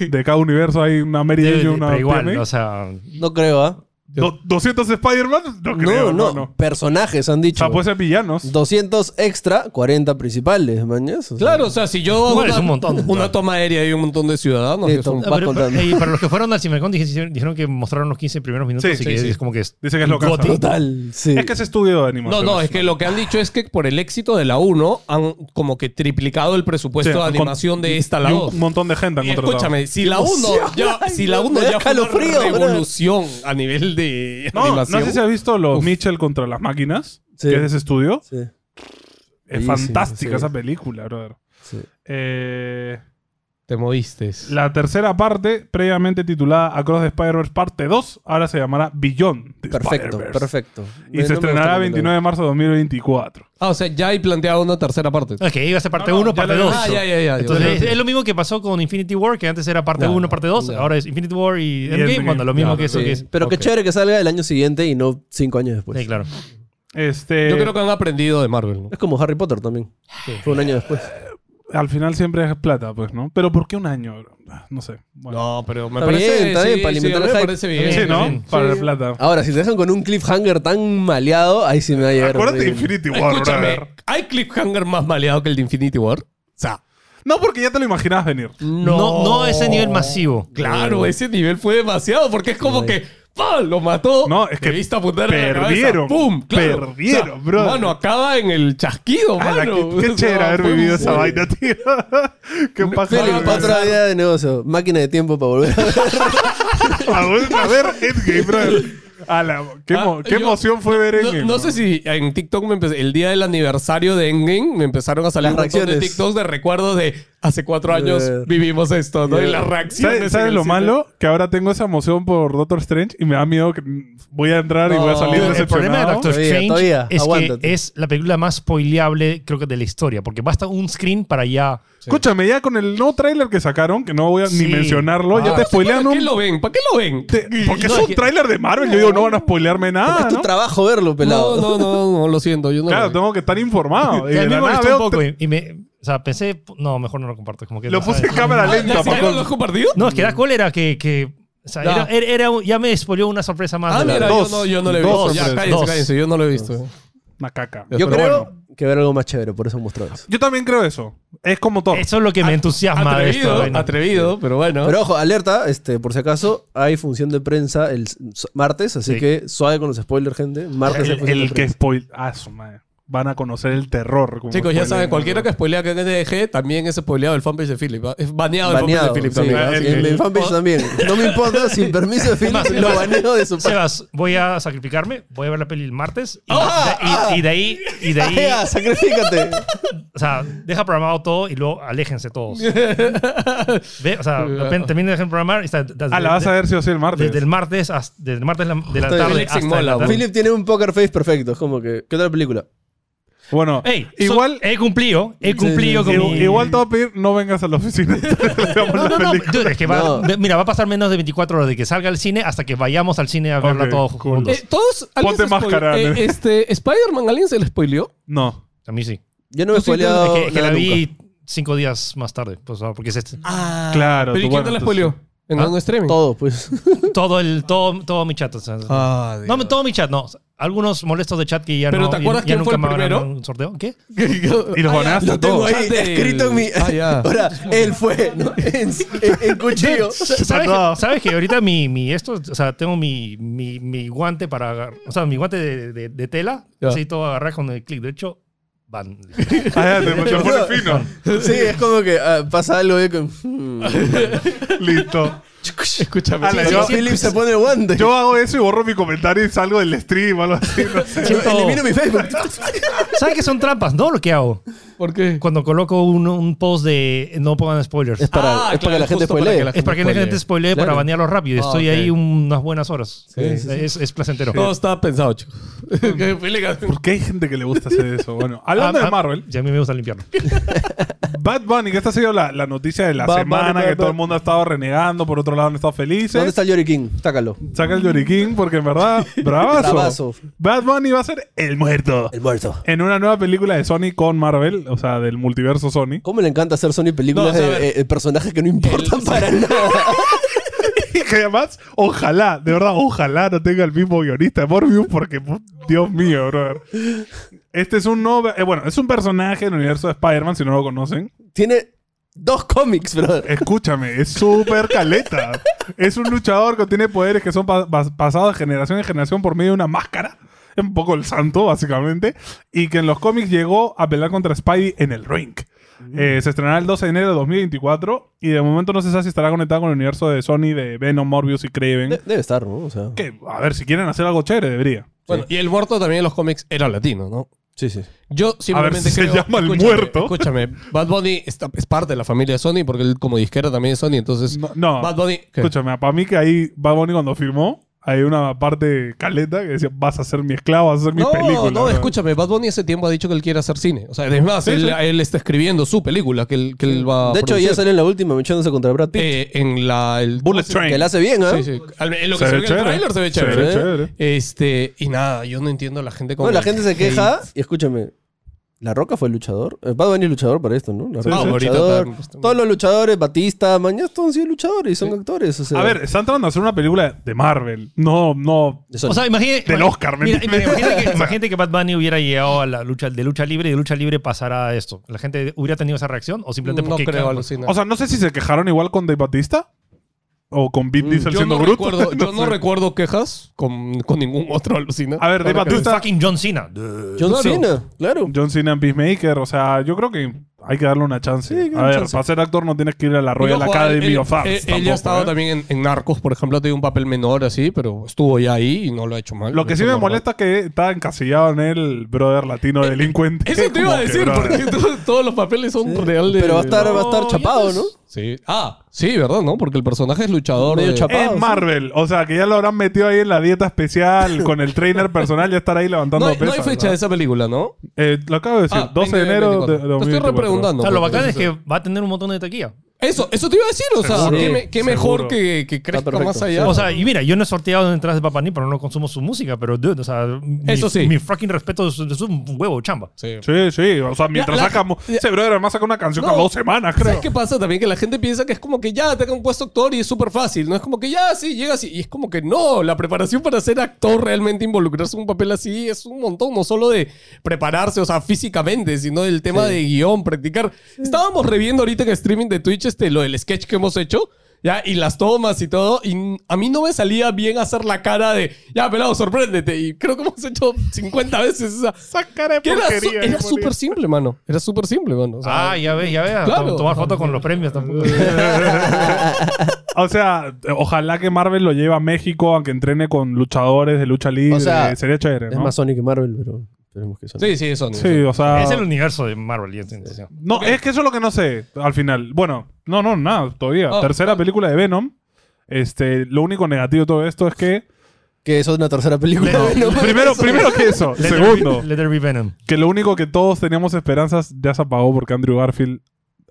Speaker 1: De cada universo hay una Mary
Speaker 2: de-
Speaker 1: Jane y
Speaker 2: de-
Speaker 1: una
Speaker 2: pero
Speaker 1: tía
Speaker 2: igual,
Speaker 1: May.
Speaker 2: o sea...
Speaker 3: No creo, ¿ah?
Speaker 1: Do- 200 Spider-Man, no
Speaker 3: No,
Speaker 1: creo.
Speaker 3: no,
Speaker 1: No, no.
Speaker 3: personajes han
Speaker 1: O
Speaker 3: dicho.
Speaker 1: sea, puede ser villanos.
Speaker 3: 200 extra, 40 principales, mañas.
Speaker 5: Claro, o sea, si yo hago
Speaker 2: Igual es
Speaker 5: una,
Speaker 2: un montón.
Speaker 5: una toma aérea y un montón de ciudadanos,
Speaker 3: Sí,
Speaker 5: que son-
Speaker 3: to- vas
Speaker 2: Ah, Pero-
Speaker 3: contando.
Speaker 2: ey, para los que fueron al Cimercon dijeron, dijeron que mostraron los 15 primeros minutos
Speaker 1: Sí,
Speaker 2: y
Speaker 1: sí,
Speaker 2: que
Speaker 1: sí.
Speaker 2: es como que es
Speaker 1: Dice que es lo que
Speaker 2: Goti.
Speaker 1: hacen.
Speaker 3: Total, sí.
Speaker 1: Es que es estudio de
Speaker 5: No,
Speaker 1: animación.
Speaker 5: no, es que lo que han dicho es que por el éxito de la 1 han como que triplicado el presupuesto
Speaker 1: Sí,
Speaker 5: de
Speaker 1: con-
Speaker 5: animación de esta la
Speaker 1: y
Speaker 5: 2.
Speaker 1: un montón de gente han
Speaker 5: Y
Speaker 1: contratado.
Speaker 5: escúchame, si la 1 ya, si la
Speaker 3: Ay,
Speaker 5: uno
Speaker 3: me da
Speaker 5: ya fue una
Speaker 3: escalofrío, bro.
Speaker 5: revolución a nivel de
Speaker 1: No, no
Speaker 5: animación.
Speaker 1: sé si has visto los
Speaker 5: Uf.
Speaker 1: Mitchell contra las máquinas,
Speaker 3: Sí.
Speaker 1: que es de ese estudio.
Speaker 3: Sí,
Speaker 1: Es
Speaker 3: Bellísimo,
Speaker 1: fantástica
Speaker 3: sí.
Speaker 1: esa película, brother.
Speaker 3: sí.
Speaker 1: Eh,
Speaker 5: Te moviste.
Speaker 1: la tercera parte, previamente titulada Across the Spider-Verse Parte 2, ahora se llamará Beyond the
Speaker 3: Perfecto,
Speaker 1: Spider-Verse.
Speaker 3: perfecto.
Speaker 1: Y
Speaker 3: No-
Speaker 1: se
Speaker 3: no me gusta
Speaker 1: estrenará
Speaker 3: cuando
Speaker 1: 29 de marzo de 2024.
Speaker 5: Ah, o sea, ya hay planteado una tercera parte.
Speaker 1: Eh,
Speaker 2: No, Es que iba a ser parte
Speaker 1: No, no,
Speaker 2: 1,
Speaker 1: ya
Speaker 2: parte
Speaker 1: lo he
Speaker 2: 2.
Speaker 1: dicho.
Speaker 5: Ah, ya, ya, ya. ya.
Speaker 2: Entonces, es, es lo mismo que pasó con Infinity War, que antes era parte
Speaker 5: Ya,
Speaker 2: 1, parte 2,
Speaker 5: ya.
Speaker 2: ahora es Infinity War y Endgame.
Speaker 1: Endgame,
Speaker 2: Bueno, lo mismo
Speaker 5: ya,
Speaker 2: que eso
Speaker 5: sí.
Speaker 2: que es.
Speaker 3: Pero
Speaker 5: Ok.
Speaker 3: qué chévere que salga el año siguiente y no cinco años después.
Speaker 1: Pues
Speaker 2: Sí, claro.
Speaker 1: Este,
Speaker 5: Yo creo que han aprendido de Marvel. ¿no?
Speaker 3: Es como Harry Potter también. Fue un año después.
Speaker 1: al final siempre es plata, pues, ¿no? Pero ¿por qué un año? No sé. Bueno.
Speaker 5: No, pero me
Speaker 3: Está
Speaker 5: parece
Speaker 3: bien, está
Speaker 5: sí,
Speaker 3: bien, para
Speaker 5: sí,
Speaker 3: alimentar
Speaker 5: a mí
Speaker 3: el
Speaker 5: me
Speaker 3: hype.
Speaker 5: parece bien.
Speaker 1: sí, ¿no?
Speaker 2: bien.
Speaker 1: Para
Speaker 3: Sí.
Speaker 1: plata.
Speaker 3: Ahora, si te dejan con un cliffhanger tan maleado, ahí sí me va a llegar.
Speaker 1: Acuérdate de
Speaker 3: horrible.
Speaker 1: Infinity War,
Speaker 5: Escúchame,
Speaker 1: brother.
Speaker 5: ¿hay cliffhanger más maleado que el de Infinity War? O sea,
Speaker 1: No, porque ya te lo imaginabas venir.
Speaker 2: No, no, a ese nivel masivo.
Speaker 1: Oh.
Speaker 5: Claro, ese nivel fue demasiado porque es como que ¡pam! lo mató.
Speaker 1: No, es que
Speaker 5: viste apuntar en la cabeza,
Speaker 1: perdieron,
Speaker 5: ¡Pum! Claro.
Speaker 1: perdieron, brother.
Speaker 5: Mano, acaba en el chasquido,
Speaker 1: Ah, la-
Speaker 5: mano.
Speaker 1: qué qué
Speaker 5: O sea,
Speaker 1: chévere haber
Speaker 5: fue un-
Speaker 1: vivido esa vaina, tío. qué paja.
Speaker 3: Philip, para otra idea de negocio. Máquina de tiempo para volver a ver.
Speaker 1: A ver, a ver, Endgame, brother. A la- qué, mo-
Speaker 5: Ah,
Speaker 1: qué
Speaker 5: yo-
Speaker 1: emoción fue ver
Speaker 5: No,
Speaker 1: Endgame.
Speaker 5: no sé si en TikTok me empecé- el día del aniversario de Endgame me empezaron a salir
Speaker 3: Las
Speaker 5: un montón de
Speaker 3: reacciones.
Speaker 5: TikToks de recuerdos de hace cuatro años
Speaker 3: Yeah.
Speaker 5: vivimos esto, ¿no? Y
Speaker 3: Yeah.
Speaker 5: las
Speaker 1: ¿Sabes
Speaker 5: reacciones.
Speaker 1: sabes
Speaker 5: en el
Speaker 1: lo
Speaker 5: cine.
Speaker 1: malo? Que ahora tengo esa emoción por Doctor Strange y me da miedo que mm, voy a entrar y voy a
Speaker 3: No,
Speaker 1: salir
Speaker 3: el
Speaker 2: El problema de
Speaker 1: decepcionado.
Speaker 2: Doctor
Speaker 3: Todavía,
Speaker 2: Strange
Speaker 3: todavía,
Speaker 2: es que
Speaker 3: aguántate.
Speaker 2: es la película más spoileable, creo que, de la historia, porque basta un screen para ya.
Speaker 1: Escúchame, ya con el nuevo tráiler que sacaron, que no voy a
Speaker 2: Sí.
Speaker 1: ni mencionarlo,
Speaker 2: Ah.
Speaker 1: ya te spoilean
Speaker 5: ¿Para qué
Speaker 1: un...
Speaker 5: lo ven? ¿Para qué lo ven?
Speaker 1: te- porque
Speaker 2: No,
Speaker 1: es
Speaker 2: es
Speaker 1: un
Speaker 2: que-
Speaker 1: tráiler de Marvel. Yo digo, no van a spoilearme
Speaker 3: Es
Speaker 1: nada,
Speaker 3: tu
Speaker 1: Ah, ¿no?
Speaker 3: trabajo verlo,
Speaker 5: No,
Speaker 3: pelado.
Speaker 5: no, no, no, lo siento, yo no.
Speaker 1: Claro,
Speaker 5: lo
Speaker 1: tengo que estar informado. Y
Speaker 2: Ya
Speaker 1: de la
Speaker 2: a mí me
Speaker 1: nada
Speaker 2: molestó
Speaker 1: veo
Speaker 2: un poco.
Speaker 1: tre-
Speaker 2: Y, y me, o sea, pensé, no, mejor no lo comparto. Como que
Speaker 1: Lo
Speaker 2: no
Speaker 1: puse
Speaker 2: sabes.
Speaker 1: en cámara
Speaker 5: Ah, ¿ya
Speaker 1: lenta.
Speaker 5: siquiera
Speaker 1: Paco.
Speaker 5: lo has compartido?
Speaker 2: No, es que da cólera que. que o sea,
Speaker 5: Ya.
Speaker 2: era- era- era un- ya me spoileó una sorpresa más.
Speaker 5: Ah,
Speaker 2: de la-
Speaker 5: mira,
Speaker 1: Dos.
Speaker 5: yo no, yo no lo he
Speaker 1: Dos
Speaker 5: visto. Ya,
Speaker 1: sorpresas.
Speaker 5: cállense,
Speaker 2: Dos.
Speaker 5: cállense, yo no lo he visto.
Speaker 1: Una caca.
Speaker 5: Ya.
Speaker 3: Yo
Speaker 5: Pero
Speaker 3: creo
Speaker 5: bueno.
Speaker 3: que ver algo más chévere, por eso mostró eso.
Speaker 1: Yo también creo eso. Es como todo.
Speaker 2: Eso es lo que me entusiasma de esto.
Speaker 5: Atrevido,
Speaker 2: bueno.
Speaker 5: atrevido, pero bueno.
Speaker 3: Pero ojo, alerta, este, por si acaso, hay función de prensa el s- martes, así
Speaker 2: Sí.
Speaker 3: que suave con los spoilers, gente. Martes hay
Speaker 1: El,
Speaker 3: función de
Speaker 1: el que
Speaker 3: prensa.
Speaker 1: spoil... Ah, su madre. van a conocer el terror. como
Speaker 5: Chicos, ya
Speaker 1: spoiler,
Speaker 5: saben,
Speaker 1: ¿no?
Speaker 5: cualquiera que spoilea que es NDG también es spoileado el fanpage de Philip. ¿ah? Es baneado, el
Speaker 3: Baneado.
Speaker 5: fanpage de Philip
Speaker 3: sí,
Speaker 5: también. ¿ah?
Speaker 1: ¿eh?
Speaker 3: sí, en mi fanpage también. No me importa, sin permiso de Philip, lo baneo de su página.
Speaker 2: Sebas, voy a sacrificarme, voy a ver la peli el martes y,
Speaker 3: Ah,
Speaker 2: de, y- y de ahí, y de ahí,
Speaker 1: Ah.
Speaker 3: Ea, Ah, sacrifícate.
Speaker 2: o sea, deja programado todo y luego aléjense todos. Ve, o sea, de repente también dejen programar y está desde,
Speaker 1: Ah, la vas a ver sí o sí el martes.
Speaker 2: desde el martes hasta, desde el martes la- de la
Speaker 5: Justo,
Speaker 2: tarde
Speaker 5: Felix
Speaker 2: hasta
Speaker 5: Inmola,
Speaker 2: la tarde.
Speaker 3: Philip tiene un poker face perfecto. Es como que. ¿Qué otra película?
Speaker 1: Bueno,
Speaker 2: Ey,
Speaker 1: igual,
Speaker 2: igual he cumplido, he cumplido
Speaker 3: sí,
Speaker 1: i-
Speaker 2: con mi-
Speaker 1: igual te voy a pedir, no vengas a la oficina. Veamos
Speaker 2: No,
Speaker 1: la
Speaker 2: no, no,
Speaker 1: película.
Speaker 2: dude, es que va,
Speaker 3: No.
Speaker 2: ve- mira, va a pasar menos de 24 horas de que salga al cine hasta que vayamos al cine a verla
Speaker 1: Ok,
Speaker 2: todos
Speaker 1: cool.
Speaker 2: juntos.
Speaker 5: Eh, todos. ¿alguien
Speaker 1: Ponte
Speaker 5: se spoile-
Speaker 1: máscara,
Speaker 5: eh,
Speaker 1: ¿no?
Speaker 5: este, ¿Spider-Man alguien se le spoileó?
Speaker 1: No.
Speaker 2: A mí sí.
Speaker 3: Yo no me he
Speaker 5: Yo sí,
Speaker 3: spoileado.
Speaker 2: es que, es que la
Speaker 3: nada
Speaker 2: vi
Speaker 3: nunca.
Speaker 2: cinco días más tarde, pues, ah, porque es este.
Speaker 1: claro.
Speaker 5: ¿Pero
Speaker 1: tú,
Speaker 5: y quién
Speaker 1: bueno,
Speaker 5: te la
Speaker 1: entonces-
Speaker 5: spoileó? ¿En
Speaker 2: Ah,
Speaker 5: algún streaming?
Speaker 3: Todo, pues.
Speaker 2: todo el todo, todo mi chat. o sea,
Speaker 5: Ah,
Speaker 2: no,
Speaker 5: Dios.
Speaker 2: todo mi chat, no. Algunos molestos de chat que ya
Speaker 5: Pero
Speaker 2: no.
Speaker 5: ¿te
Speaker 2: ya-
Speaker 5: acuerdas
Speaker 2: ya
Speaker 5: quién fue
Speaker 2: nunca
Speaker 5: el
Speaker 2: me van a
Speaker 5: primero?
Speaker 2: un sorteo. ¿Qué?
Speaker 1: Y los ganaste
Speaker 3: Lo tengo
Speaker 1: todos.
Speaker 3: ahí escrito en mi.
Speaker 5: Ah, ya.
Speaker 3: Ahora, él fue, ¿no? En, en- en cuchillo.
Speaker 2: ¿Sabes,
Speaker 1: no.
Speaker 2: que, sabes que ahorita mi, mi esto, o sea, tengo mi, mi, mi guante para agar- o sea, mi guante de, de- de tela,
Speaker 5: Ya.
Speaker 2: así todo agarrar con el clic. De hecho, van.
Speaker 1: Ah, ya, te, te pone fino.
Speaker 3: Sí, es como que ah, pasa algo de que. hmm.
Speaker 1: Listo.
Speaker 5: Escúchame.
Speaker 1: Ah, la-
Speaker 3: Cuando
Speaker 1: yo-
Speaker 3: Philip se pone el guante.
Speaker 1: Yo hago eso y borro mi comentario y salgo del stream o algo así. No sé.
Speaker 3: Yo
Speaker 2: siento-
Speaker 3: elimino mi Facebook.
Speaker 2: ¿Sabes que son trampas? No lo que hago.
Speaker 5: ¿Por qué?
Speaker 2: Cuando coloco un, un post de no pongan spoilers.
Speaker 3: Es para,
Speaker 5: Ah,
Speaker 3: es para que
Speaker 5: claro,
Speaker 3: la gente
Speaker 5: justo para que
Speaker 3: spoilee.
Speaker 5: la-
Speaker 2: es para que la gente spoilee para
Speaker 3: Claro.
Speaker 2: banearlo rápido.
Speaker 5: Ah,
Speaker 2: Estoy
Speaker 5: ok.
Speaker 2: ahí unas buenas horas.
Speaker 5: Sí,
Speaker 2: es, es- es placentero.
Speaker 5: Todo estaba pensado, chicos. Que Philip-
Speaker 1: ¿Por qué hay gente que le gusta hacer eso? Bueno, hablando
Speaker 2: Ah,
Speaker 1: de
Speaker 2: ah,
Speaker 1: Marvel,
Speaker 2: Y a mí me gusta limpiarlo.
Speaker 1: Bad Bunny, que esta ha sido la, la noticia de la
Speaker 3: Bad
Speaker 1: semana,
Speaker 3: Bunny,
Speaker 1: que
Speaker 3: Bad
Speaker 1: todo el
Speaker 3: Bunny.
Speaker 1: mundo ha estado renegando, por otro lado han estado felices.
Speaker 3: ¿Dónde está el Yorikin? Tácalo.
Speaker 1: Saca el lloriquín, porque en verdad, bravazo.
Speaker 3: Bravazo.
Speaker 1: Bad Bunny va a ser el muerto.
Speaker 3: El muerto.
Speaker 1: En una nueva película de Sony con Marvel, o sea, del multiverso Sony.
Speaker 3: ¿Cómo le encanta hacer Sony películas
Speaker 5: No, o sea,
Speaker 3: de,
Speaker 5: a ver.
Speaker 3: eh, eh, personajes que no importan para nada?
Speaker 1: Y que además, ojalá, de verdad, ojalá no tenga el mismo guionista de Morbius, porque, pu- Dios mío, brother. Este es un nuevo, eh, bueno, es un personaje del universo de Spider-Man, si no lo conocen.
Speaker 3: Tiene dos cómics, brother.
Speaker 1: Escúchame, es súper caleta. es un luchador que tiene poderes que son pa- pas- pasados de generación en generación por medio de una máscara. Es un poco el santo, básicamente. Y que en los cómics llegó a pelear contra Spidey en el ring.
Speaker 5: Mm.
Speaker 1: Eh, se estrenará el 12 de enero de 2024. Y de momento no se sabe si estará conectado con el universo de Sony, de Venom, Morbius y Kraven.
Speaker 5: Eh.
Speaker 3: De- debe estar, ¿no? O sea.
Speaker 1: que, a ver, si quieren hacer algo chévere, debería.
Speaker 5: Bueno, y el muerto también en los cómics era latino, ¿no?
Speaker 3: Sí, sí.
Speaker 5: Yo simplemente
Speaker 1: A ver si se
Speaker 5: creo-
Speaker 1: llama el
Speaker 5: escúchame,
Speaker 1: muerto.
Speaker 5: Escúchame, Bad Bunny está- es parte de la familia de Sony porque él como disquera también es Sony, entonces
Speaker 1: No, no,
Speaker 5: Bad Bunny ¿qué?
Speaker 1: escúchame, para mí que ahí Bad Bunny cuando firmó, hay una parte caleta que decía, vas a ser mi esclavo, vas a ser mi
Speaker 5: no,
Speaker 1: película.
Speaker 5: no, escúchame, Bad Bunny hace tiempo ha dicho que él quiere hacer cine. O sea, es más,
Speaker 1: Sí,
Speaker 5: él,
Speaker 1: sí.
Speaker 5: él está escribiendo su película que él, que él va a
Speaker 3: De hecho,
Speaker 5: producir.
Speaker 3: ya salió en la última mechándose contra Brad Pitt.
Speaker 5: Eh, en la el
Speaker 1: Bullet Train.
Speaker 3: que la hace bien, ¿ah?
Speaker 5: Sí, sí. Al- En lo que se, ve en el tráiler se ve chévere.
Speaker 1: Se ve
Speaker 3: ¿eh?
Speaker 1: chévere.
Speaker 5: Este, y nada, yo no entiendo a la gente como
Speaker 3: No, la gente se queja y escúchame. La Roca fue luchador. Eh, Bad Bunny es luchador para esto, ¿no? La
Speaker 1: Sí,
Speaker 3: Roca
Speaker 1: sí.
Speaker 3: es
Speaker 5: Ahorita pues,
Speaker 3: luchador.
Speaker 5: está-
Speaker 3: Todos los luchadores, Batista, Mañana, todos han sido luchadores y son actores. o sea,
Speaker 1: A ver, están tratando de hacer una película de Marvel. No, no.
Speaker 3: de Sony.
Speaker 2: O sea, imagínate.
Speaker 1: Del Oscar, ¿me
Speaker 2: mira,
Speaker 1: entiendes?
Speaker 2: mira, imagínate, que, imagínate que Bad Bunny hubiera llegado a la lucha de lucha libre y de lucha libre pasara a esto. ¿La gente hubiera tenido esa reacción? ¿O simplemente
Speaker 5: no
Speaker 2: porque.?
Speaker 5: creo alucina.
Speaker 1: O sea, Mm, no sé si se quejaron igual con Dave Batista o con
Speaker 3: Mm.
Speaker 1: Vin Diesel
Speaker 5: yo
Speaker 1: siendo
Speaker 5: no
Speaker 1: Groot.
Speaker 5: recuerdo, yo no
Speaker 1: sé.
Speaker 5: recuerdo quejas con, con ningún otro alucina.
Speaker 1: A ver, Dave
Speaker 5: Ahora que
Speaker 1: Batista-
Speaker 2: fucking John Cena.
Speaker 3: John
Speaker 5: claro.
Speaker 3: Cena, claro.
Speaker 1: John Cena en Peacemaker. O sea, yo creo que hay que darle una chance.
Speaker 3: Sí, hay que
Speaker 1: a
Speaker 3: darle
Speaker 1: ver,
Speaker 3: chance.
Speaker 1: para ser actor no tienes que ir a la
Speaker 5: Y
Speaker 1: Royal
Speaker 5: ojo,
Speaker 1: Academy
Speaker 5: él-
Speaker 1: of Arts.
Speaker 5: él- Él
Speaker 1: tampoco,
Speaker 5: ya estaba
Speaker 1: ¿eh?
Speaker 5: también en, en Narcos, por ejemplo, ha tenido un papel menor así, pero estuvo ya ahí y no lo ha hecho mal.
Speaker 1: Lo que
Speaker 5: Eso
Speaker 1: sí me
Speaker 5: no-
Speaker 1: molesta es que está encasillado en el brother latino delincuente.
Speaker 5: Eh, Eso
Speaker 1: Como
Speaker 5: te iba a
Speaker 1: que,
Speaker 5: decir,
Speaker 1: brother,
Speaker 5: porque todo- todos los papeles son reales.
Speaker 3: Pero va a estar, va a estar
Speaker 2: No,
Speaker 3: chapado, ¿no?
Speaker 5: Sí. Ah, sí, ¿verdad? ¿No? Porque el personaje es luchador.
Speaker 3: Medio
Speaker 5: de- Eh,
Speaker 3: chapado.
Speaker 1: Es
Speaker 3: sí.
Speaker 1: Marvel, o sea que ya lo habrán metido ahí en la dieta especial con el trainer personal, ya estar ahí
Speaker 5: No,
Speaker 1: levantando
Speaker 5: hay, no hay
Speaker 1: pesas,
Speaker 5: fecha de
Speaker 1: ¿no?
Speaker 5: esa película, ¿no?
Speaker 1: Eh, lo acabo de decir,
Speaker 5: Ah,
Speaker 1: 12 de
Speaker 5: 20,
Speaker 1: enero de,
Speaker 5: 24.
Speaker 1: de 2024.
Speaker 5: Te estoy
Speaker 2: O
Speaker 5: repreguntando.
Speaker 2: sea, lo
Speaker 5: porque-
Speaker 2: bacán es que va a tener un montón de taquilla.
Speaker 5: Eso, eso te iba a decir, o sea,
Speaker 1: Seguro.
Speaker 5: qué, me- qué
Speaker 1: Seguro.
Speaker 5: mejor que, que crezca
Speaker 3: perfecto,
Speaker 5: más allá.
Speaker 2: O sea, y mira, yo no he sorteado entradas de Papani, pero no consumo su música. Pero, dude, o sea. mi-
Speaker 5: Eso sí.
Speaker 2: Mi fucking respeto es, es un huevo, chamba.
Speaker 5: Sí.
Speaker 1: Sí, sí, o sea, mientras
Speaker 5: la-
Speaker 1: saca... mu-
Speaker 5: ya-
Speaker 1: Ese brother además saca una canción
Speaker 5: No,
Speaker 1: cada dos semanas,
Speaker 5: ¿Sabes
Speaker 1: creo.
Speaker 5: qué pasa también? Que la gente piensa que es como que ya te un puesto actor y es súper fácil. No es como que ya, sí, llegas y, y es como que no. La preparación para ser actor, realmente involucrarse en un papel así, es un montón. No solo de prepararse, o sea, físicamente, sino del tema de guión, practicar. Estábamos reviendo ahorita en streaming de Twitch este, lo del sketch que hemos hecho. Ya, y las tomas y todo. Y a mí no me salía bien hacer la cara de, ya, pelado, sorpréndete. Y creo que hemos hecho 50 veces esa.
Speaker 1: Sacar de
Speaker 5: Que era su-
Speaker 1: porquería.
Speaker 5: era
Speaker 1: que
Speaker 5: súper simple, mano. Era súper simple, mano. O sea,
Speaker 2: Ah, ya ves, ya ves. a
Speaker 5: Claro.
Speaker 2: to- Tomar foto con los premios tampoco.
Speaker 1: O sea, ojalá que Marvel lo lleve a México, aunque entrene con luchadores de lucha libre.
Speaker 3: O sea,
Speaker 1: Sería chévere,
Speaker 3: Es
Speaker 1: ¿no?
Speaker 3: más Sonic que Marvel, pero esperemos que Sonic.
Speaker 5: sí, sí, eso.
Speaker 1: sí, o sea.
Speaker 2: es el universo de Marvel. ya entiendo, sí.
Speaker 1: No, es que eso es lo que no sé al final. Bueno, no, no, nada, todavía.
Speaker 5: Ah,
Speaker 1: Tercera película de Venom. Este, lo único negativo de todo esto es que.
Speaker 3: Que eso es una tercera película.
Speaker 2: Pero-
Speaker 3: Bueno,
Speaker 1: Primero, primero que eso.
Speaker 2: Let there
Speaker 1: Segundo,
Speaker 2: be- Let there be Venom.
Speaker 1: que lo único que todos teníamos esperanzas ya se apagó porque Andrew Garfield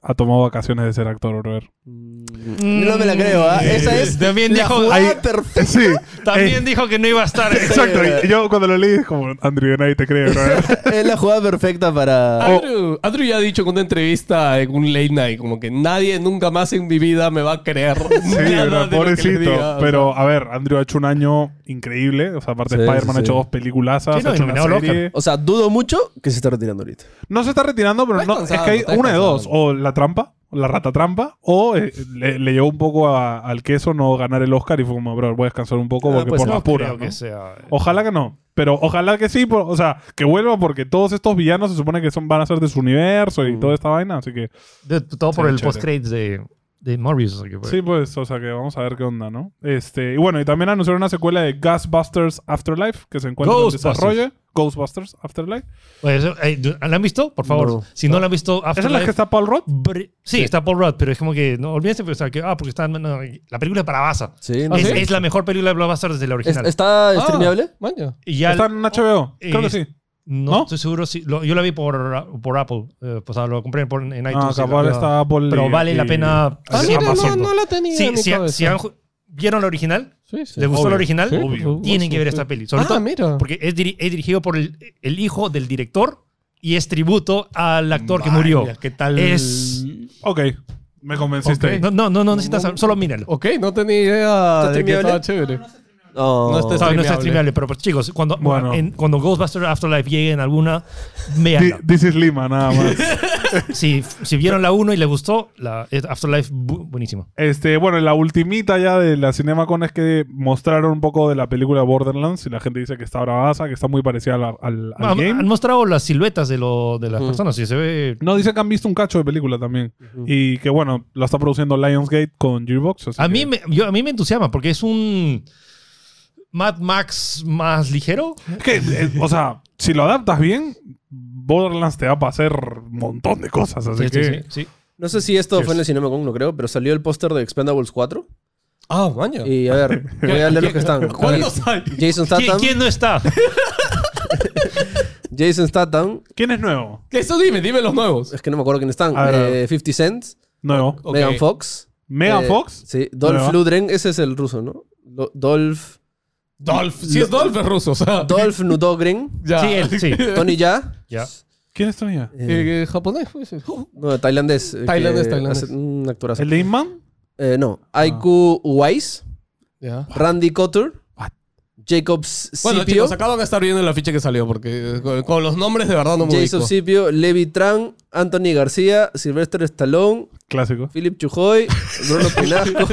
Speaker 1: ha tomado vacaciones de ser actor, brother.
Speaker 3: No me la creo, ¿ah? Esa es
Speaker 2: Mm. Eh, También
Speaker 3: la
Speaker 2: dijo,
Speaker 3: jugada
Speaker 1: Ahí-
Speaker 3: perfecta.
Speaker 1: Sí.
Speaker 2: también
Speaker 1: eh,
Speaker 2: dijo que no iba a estar.
Speaker 1: Exacto. y Yo cuando lo leí es como, Andrew, nadie te cree, brother.
Speaker 3: Es la jugada perfecta para...
Speaker 5: Andrew, Andrew ya ha dicho en una entrevista, en un late night, como que nadie nunca más en mi vida me va a creer.
Speaker 1: Sí, bro, pobrecito. Pero, a ver, Andrew ha hecho un año increíble. O sea, aparte de
Speaker 3: Sí,
Speaker 1: Spider-Man
Speaker 3: sí,
Speaker 1: ha hecho
Speaker 3: sí.
Speaker 1: dos películas,
Speaker 2: Sí, no,
Speaker 1: ha hecho una
Speaker 2: nominado al
Speaker 1: serie.
Speaker 3: Oh, O sea, dudo mucho que se está retirando ahorita.
Speaker 1: No se está retirando, pero
Speaker 5: Está
Speaker 1: no, es que
Speaker 5: descansando,
Speaker 1: hay
Speaker 5: está
Speaker 1: una de dos.
Speaker 5: descansando.
Speaker 1: O la trampa, la rata trampa, o eh, le, le llevó un poco a- al queso no ganar el Oscar y fue como, bro, voy a descansar un poco
Speaker 3: Ah,
Speaker 1: porque
Speaker 3: pues
Speaker 1: por
Speaker 2: no
Speaker 1: las puras.
Speaker 2: creo
Speaker 1: ¿no?
Speaker 2: que sea. eh,
Speaker 3: Oh.
Speaker 1: Ojalá que no. Pero ojalá que sí, por- o sea, que vuelva porque todos estos villanos se supone que son, van a ser de su universo
Speaker 2: Mm.
Speaker 1: y toda esta vaina. Así que
Speaker 2: De- todo por
Speaker 1: Sí,
Speaker 2: el
Speaker 1: chévere.
Speaker 2: post-credits de, de Morbius. o sea que, pues,
Speaker 1: sí, pues, o sea, que vamos a ver qué onda, ¿no? Este, y bueno, y también anunciaron una secuela de Ghostbusters Afterlife que se encuentra en
Speaker 2: Ghostbusters.
Speaker 1: desarrollo. Ghostbusters Afterlife.
Speaker 2: Oye, eso- eh, ¿La han visto? Por favor.
Speaker 3: No.
Speaker 2: si no, la han visto,
Speaker 1: ¿Esa es la que
Speaker 2: Afterlife-
Speaker 1: está Paul Rudd?
Speaker 2: Br- sí, está Paul Rudd, pero es como que no olvídense, pues, o sea, que, ah, porque está no, no, la película es para Baza.
Speaker 3: Sí, no
Speaker 1: ¿Ah,
Speaker 2: es,
Speaker 3: sé.
Speaker 2: es la mejor película de Blockbuster desde la
Speaker 3: ¿Es-
Speaker 2: original.
Speaker 3: ¿Está
Speaker 5: Ah.
Speaker 3: streameable?
Speaker 2: Y ya-
Speaker 1: Está en HBO. Creo que
Speaker 2: es-
Speaker 1: sí.
Speaker 2: No,
Speaker 1: ¿No?
Speaker 2: estoy seguro. Si, lo- yo la vi por, por Apple. eh, o sea, lo compré por- en iTunes.
Speaker 1: Ah,
Speaker 2: y la-
Speaker 1: capaz está Apple
Speaker 2: pero
Speaker 1: y-
Speaker 2: vale la
Speaker 1: y-
Speaker 2: pena.
Speaker 1: Ah,
Speaker 2: Sí,
Speaker 1: mira,
Speaker 2: Amazon.
Speaker 1: no, no
Speaker 5: la tenía
Speaker 2: Sí, si, si han ju- vieron la original, les gustó la original, tienen que ver esta peli.
Speaker 1: Ah,
Speaker 2: Sobre todo
Speaker 5: mira.
Speaker 2: porque es, diri- es dirigido por el, el hijo del director y es tributo al actor que murió.
Speaker 5: ¿Qué tal?
Speaker 2: Es-
Speaker 1: Ok, me convenciste.
Speaker 5: Ok.
Speaker 2: No, no, no, no necesitas saber, solo míralo.
Speaker 1: Oh,
Speaker 5: Ok, no tenía idea
Speaker 3: ¿Está
Speaker 5: de que
Speaker 3: streameable?
Speaker 5: estaba chévere.
Speaker 3: No.
Speaker 5: No
Speaker 2: No,
Speaker 5: está-
Speaker 2: no
Speaker 5: streameable.
Speaker 2: está streamable, pero pues, chicos, cuando,
Speaker 1: Bueno.
Speaker 2: en- cuando Ghostbuster Afterlife llegue en alguna,
Speaker 1: Di-
Speaker 2: véanla.
Speaker 1: This is Lima, nada más.
Speaker 2: si, si vieron la 1 y les gustó, la es Afterlife, bu- buenísima.
Speaker 1: este, bueno, la ultimita ya de la CinemaCon es que mostraron un poco de la película Borderlands y la gente dice que está bravaza, que está muy parecida al, al- al
Speaker 2: Ah, Han
Speaker 1: game.
Speaker 2: mostrado las siluetas de, lo, de las personas y se ve...
Speaker 1: No, dicen que han visto un cacho de película también. Y que bueno, lo está produciendo Lionsgate con Gearbox. así
Speaker 2: A
Speaker 1: que-
Speaker 2: mí, me, yo, a mí me entusiasma porque es un Mad Max más ligero.
Speaker 1: Es que, eh, o sea, si lo adaptas bien, Borderlands te va a hacer un montón de cosas. Así
Speaker 2: Sí,
Speaker 1: que.
Speaker 2: sí, sí, sí.
Speaker 3: No sé si esto
Speaker 1: Yes.
Speaker 3: fue en el CinemaCon, no creo, pero salió el póster de Expendables 4.
Speaker 5: Ah, maña.
Speaker 3: Y a ver, voy a leer los que están. A ver,
Speaker 5: ¿Cuándo sale?
Speaker 2: ¿Quién,
Speaker 3: Jason Statham.
Speaker 2: quién no está?
Speaker 3: Jason Statham.
Speaker 1: ¿Quién es nuevo?
Speaker 5: Eso dime, dime los nuevos.
Speaker 3: Es que no me acuerdo quiénes están.
Speaker 1: A ver, a ver.
Speaker 3: Eh, 50 Cent.
Speaker 1: Nuevo.
Speaker 5: Ok.
Speaker 3: Megan Fox.
Speaker 1: ¿Megan
Speaker 3: Oh, eh,
Speaker 1: Fox?
Speaker 3: Sí. Dolph
Speaker 1: Nueva.
Speaker 3: Ludren. Ese es el ruso, ¿no? Do- Dolph.
Speaker 5: Dolph. Si es Dolph, es ruso. O sea,
Speaker 3: Dolph Nudogren.
Speaker 5: ya.
Speaker 2: Sí, él, sí.
Speaker 3: Tony Ya.
Speaker 2: Ya.
Speaker 1: ¿Quién es Tonya?
Speaker 3: eh,
Speaker 5: Eh, japonés. pues, eh. Uh,
Speaker 3: no, tailandés. eh,
Speaker 5: Tailandés,
Speaker 3: que
Speaker 5: tailandés.
Speaker 3: hace Un actorazo.
Speaker 1: ¿El de Inman?
Speaker 3: Eh, no. Aiku Wise.
Speaker 5: Ya.
Speaker 3: Randy Couture.
Speaker 1: What?
Speaker 3: Jacob
Speaker 5: Bueno,
Speaker 3: Scipio.
Speaker 5: chicos, acaban de estar viendo la ficha que salió porque eh, con, con los nombres de verdad no me ubico.
Speaker 3: Jason Scipio. Levi Tran. Anthony García. Sylvester Stallone.
Speaker 1: Clásico.
Speaker 3: Philip Chujoy. Bruno Pinasco.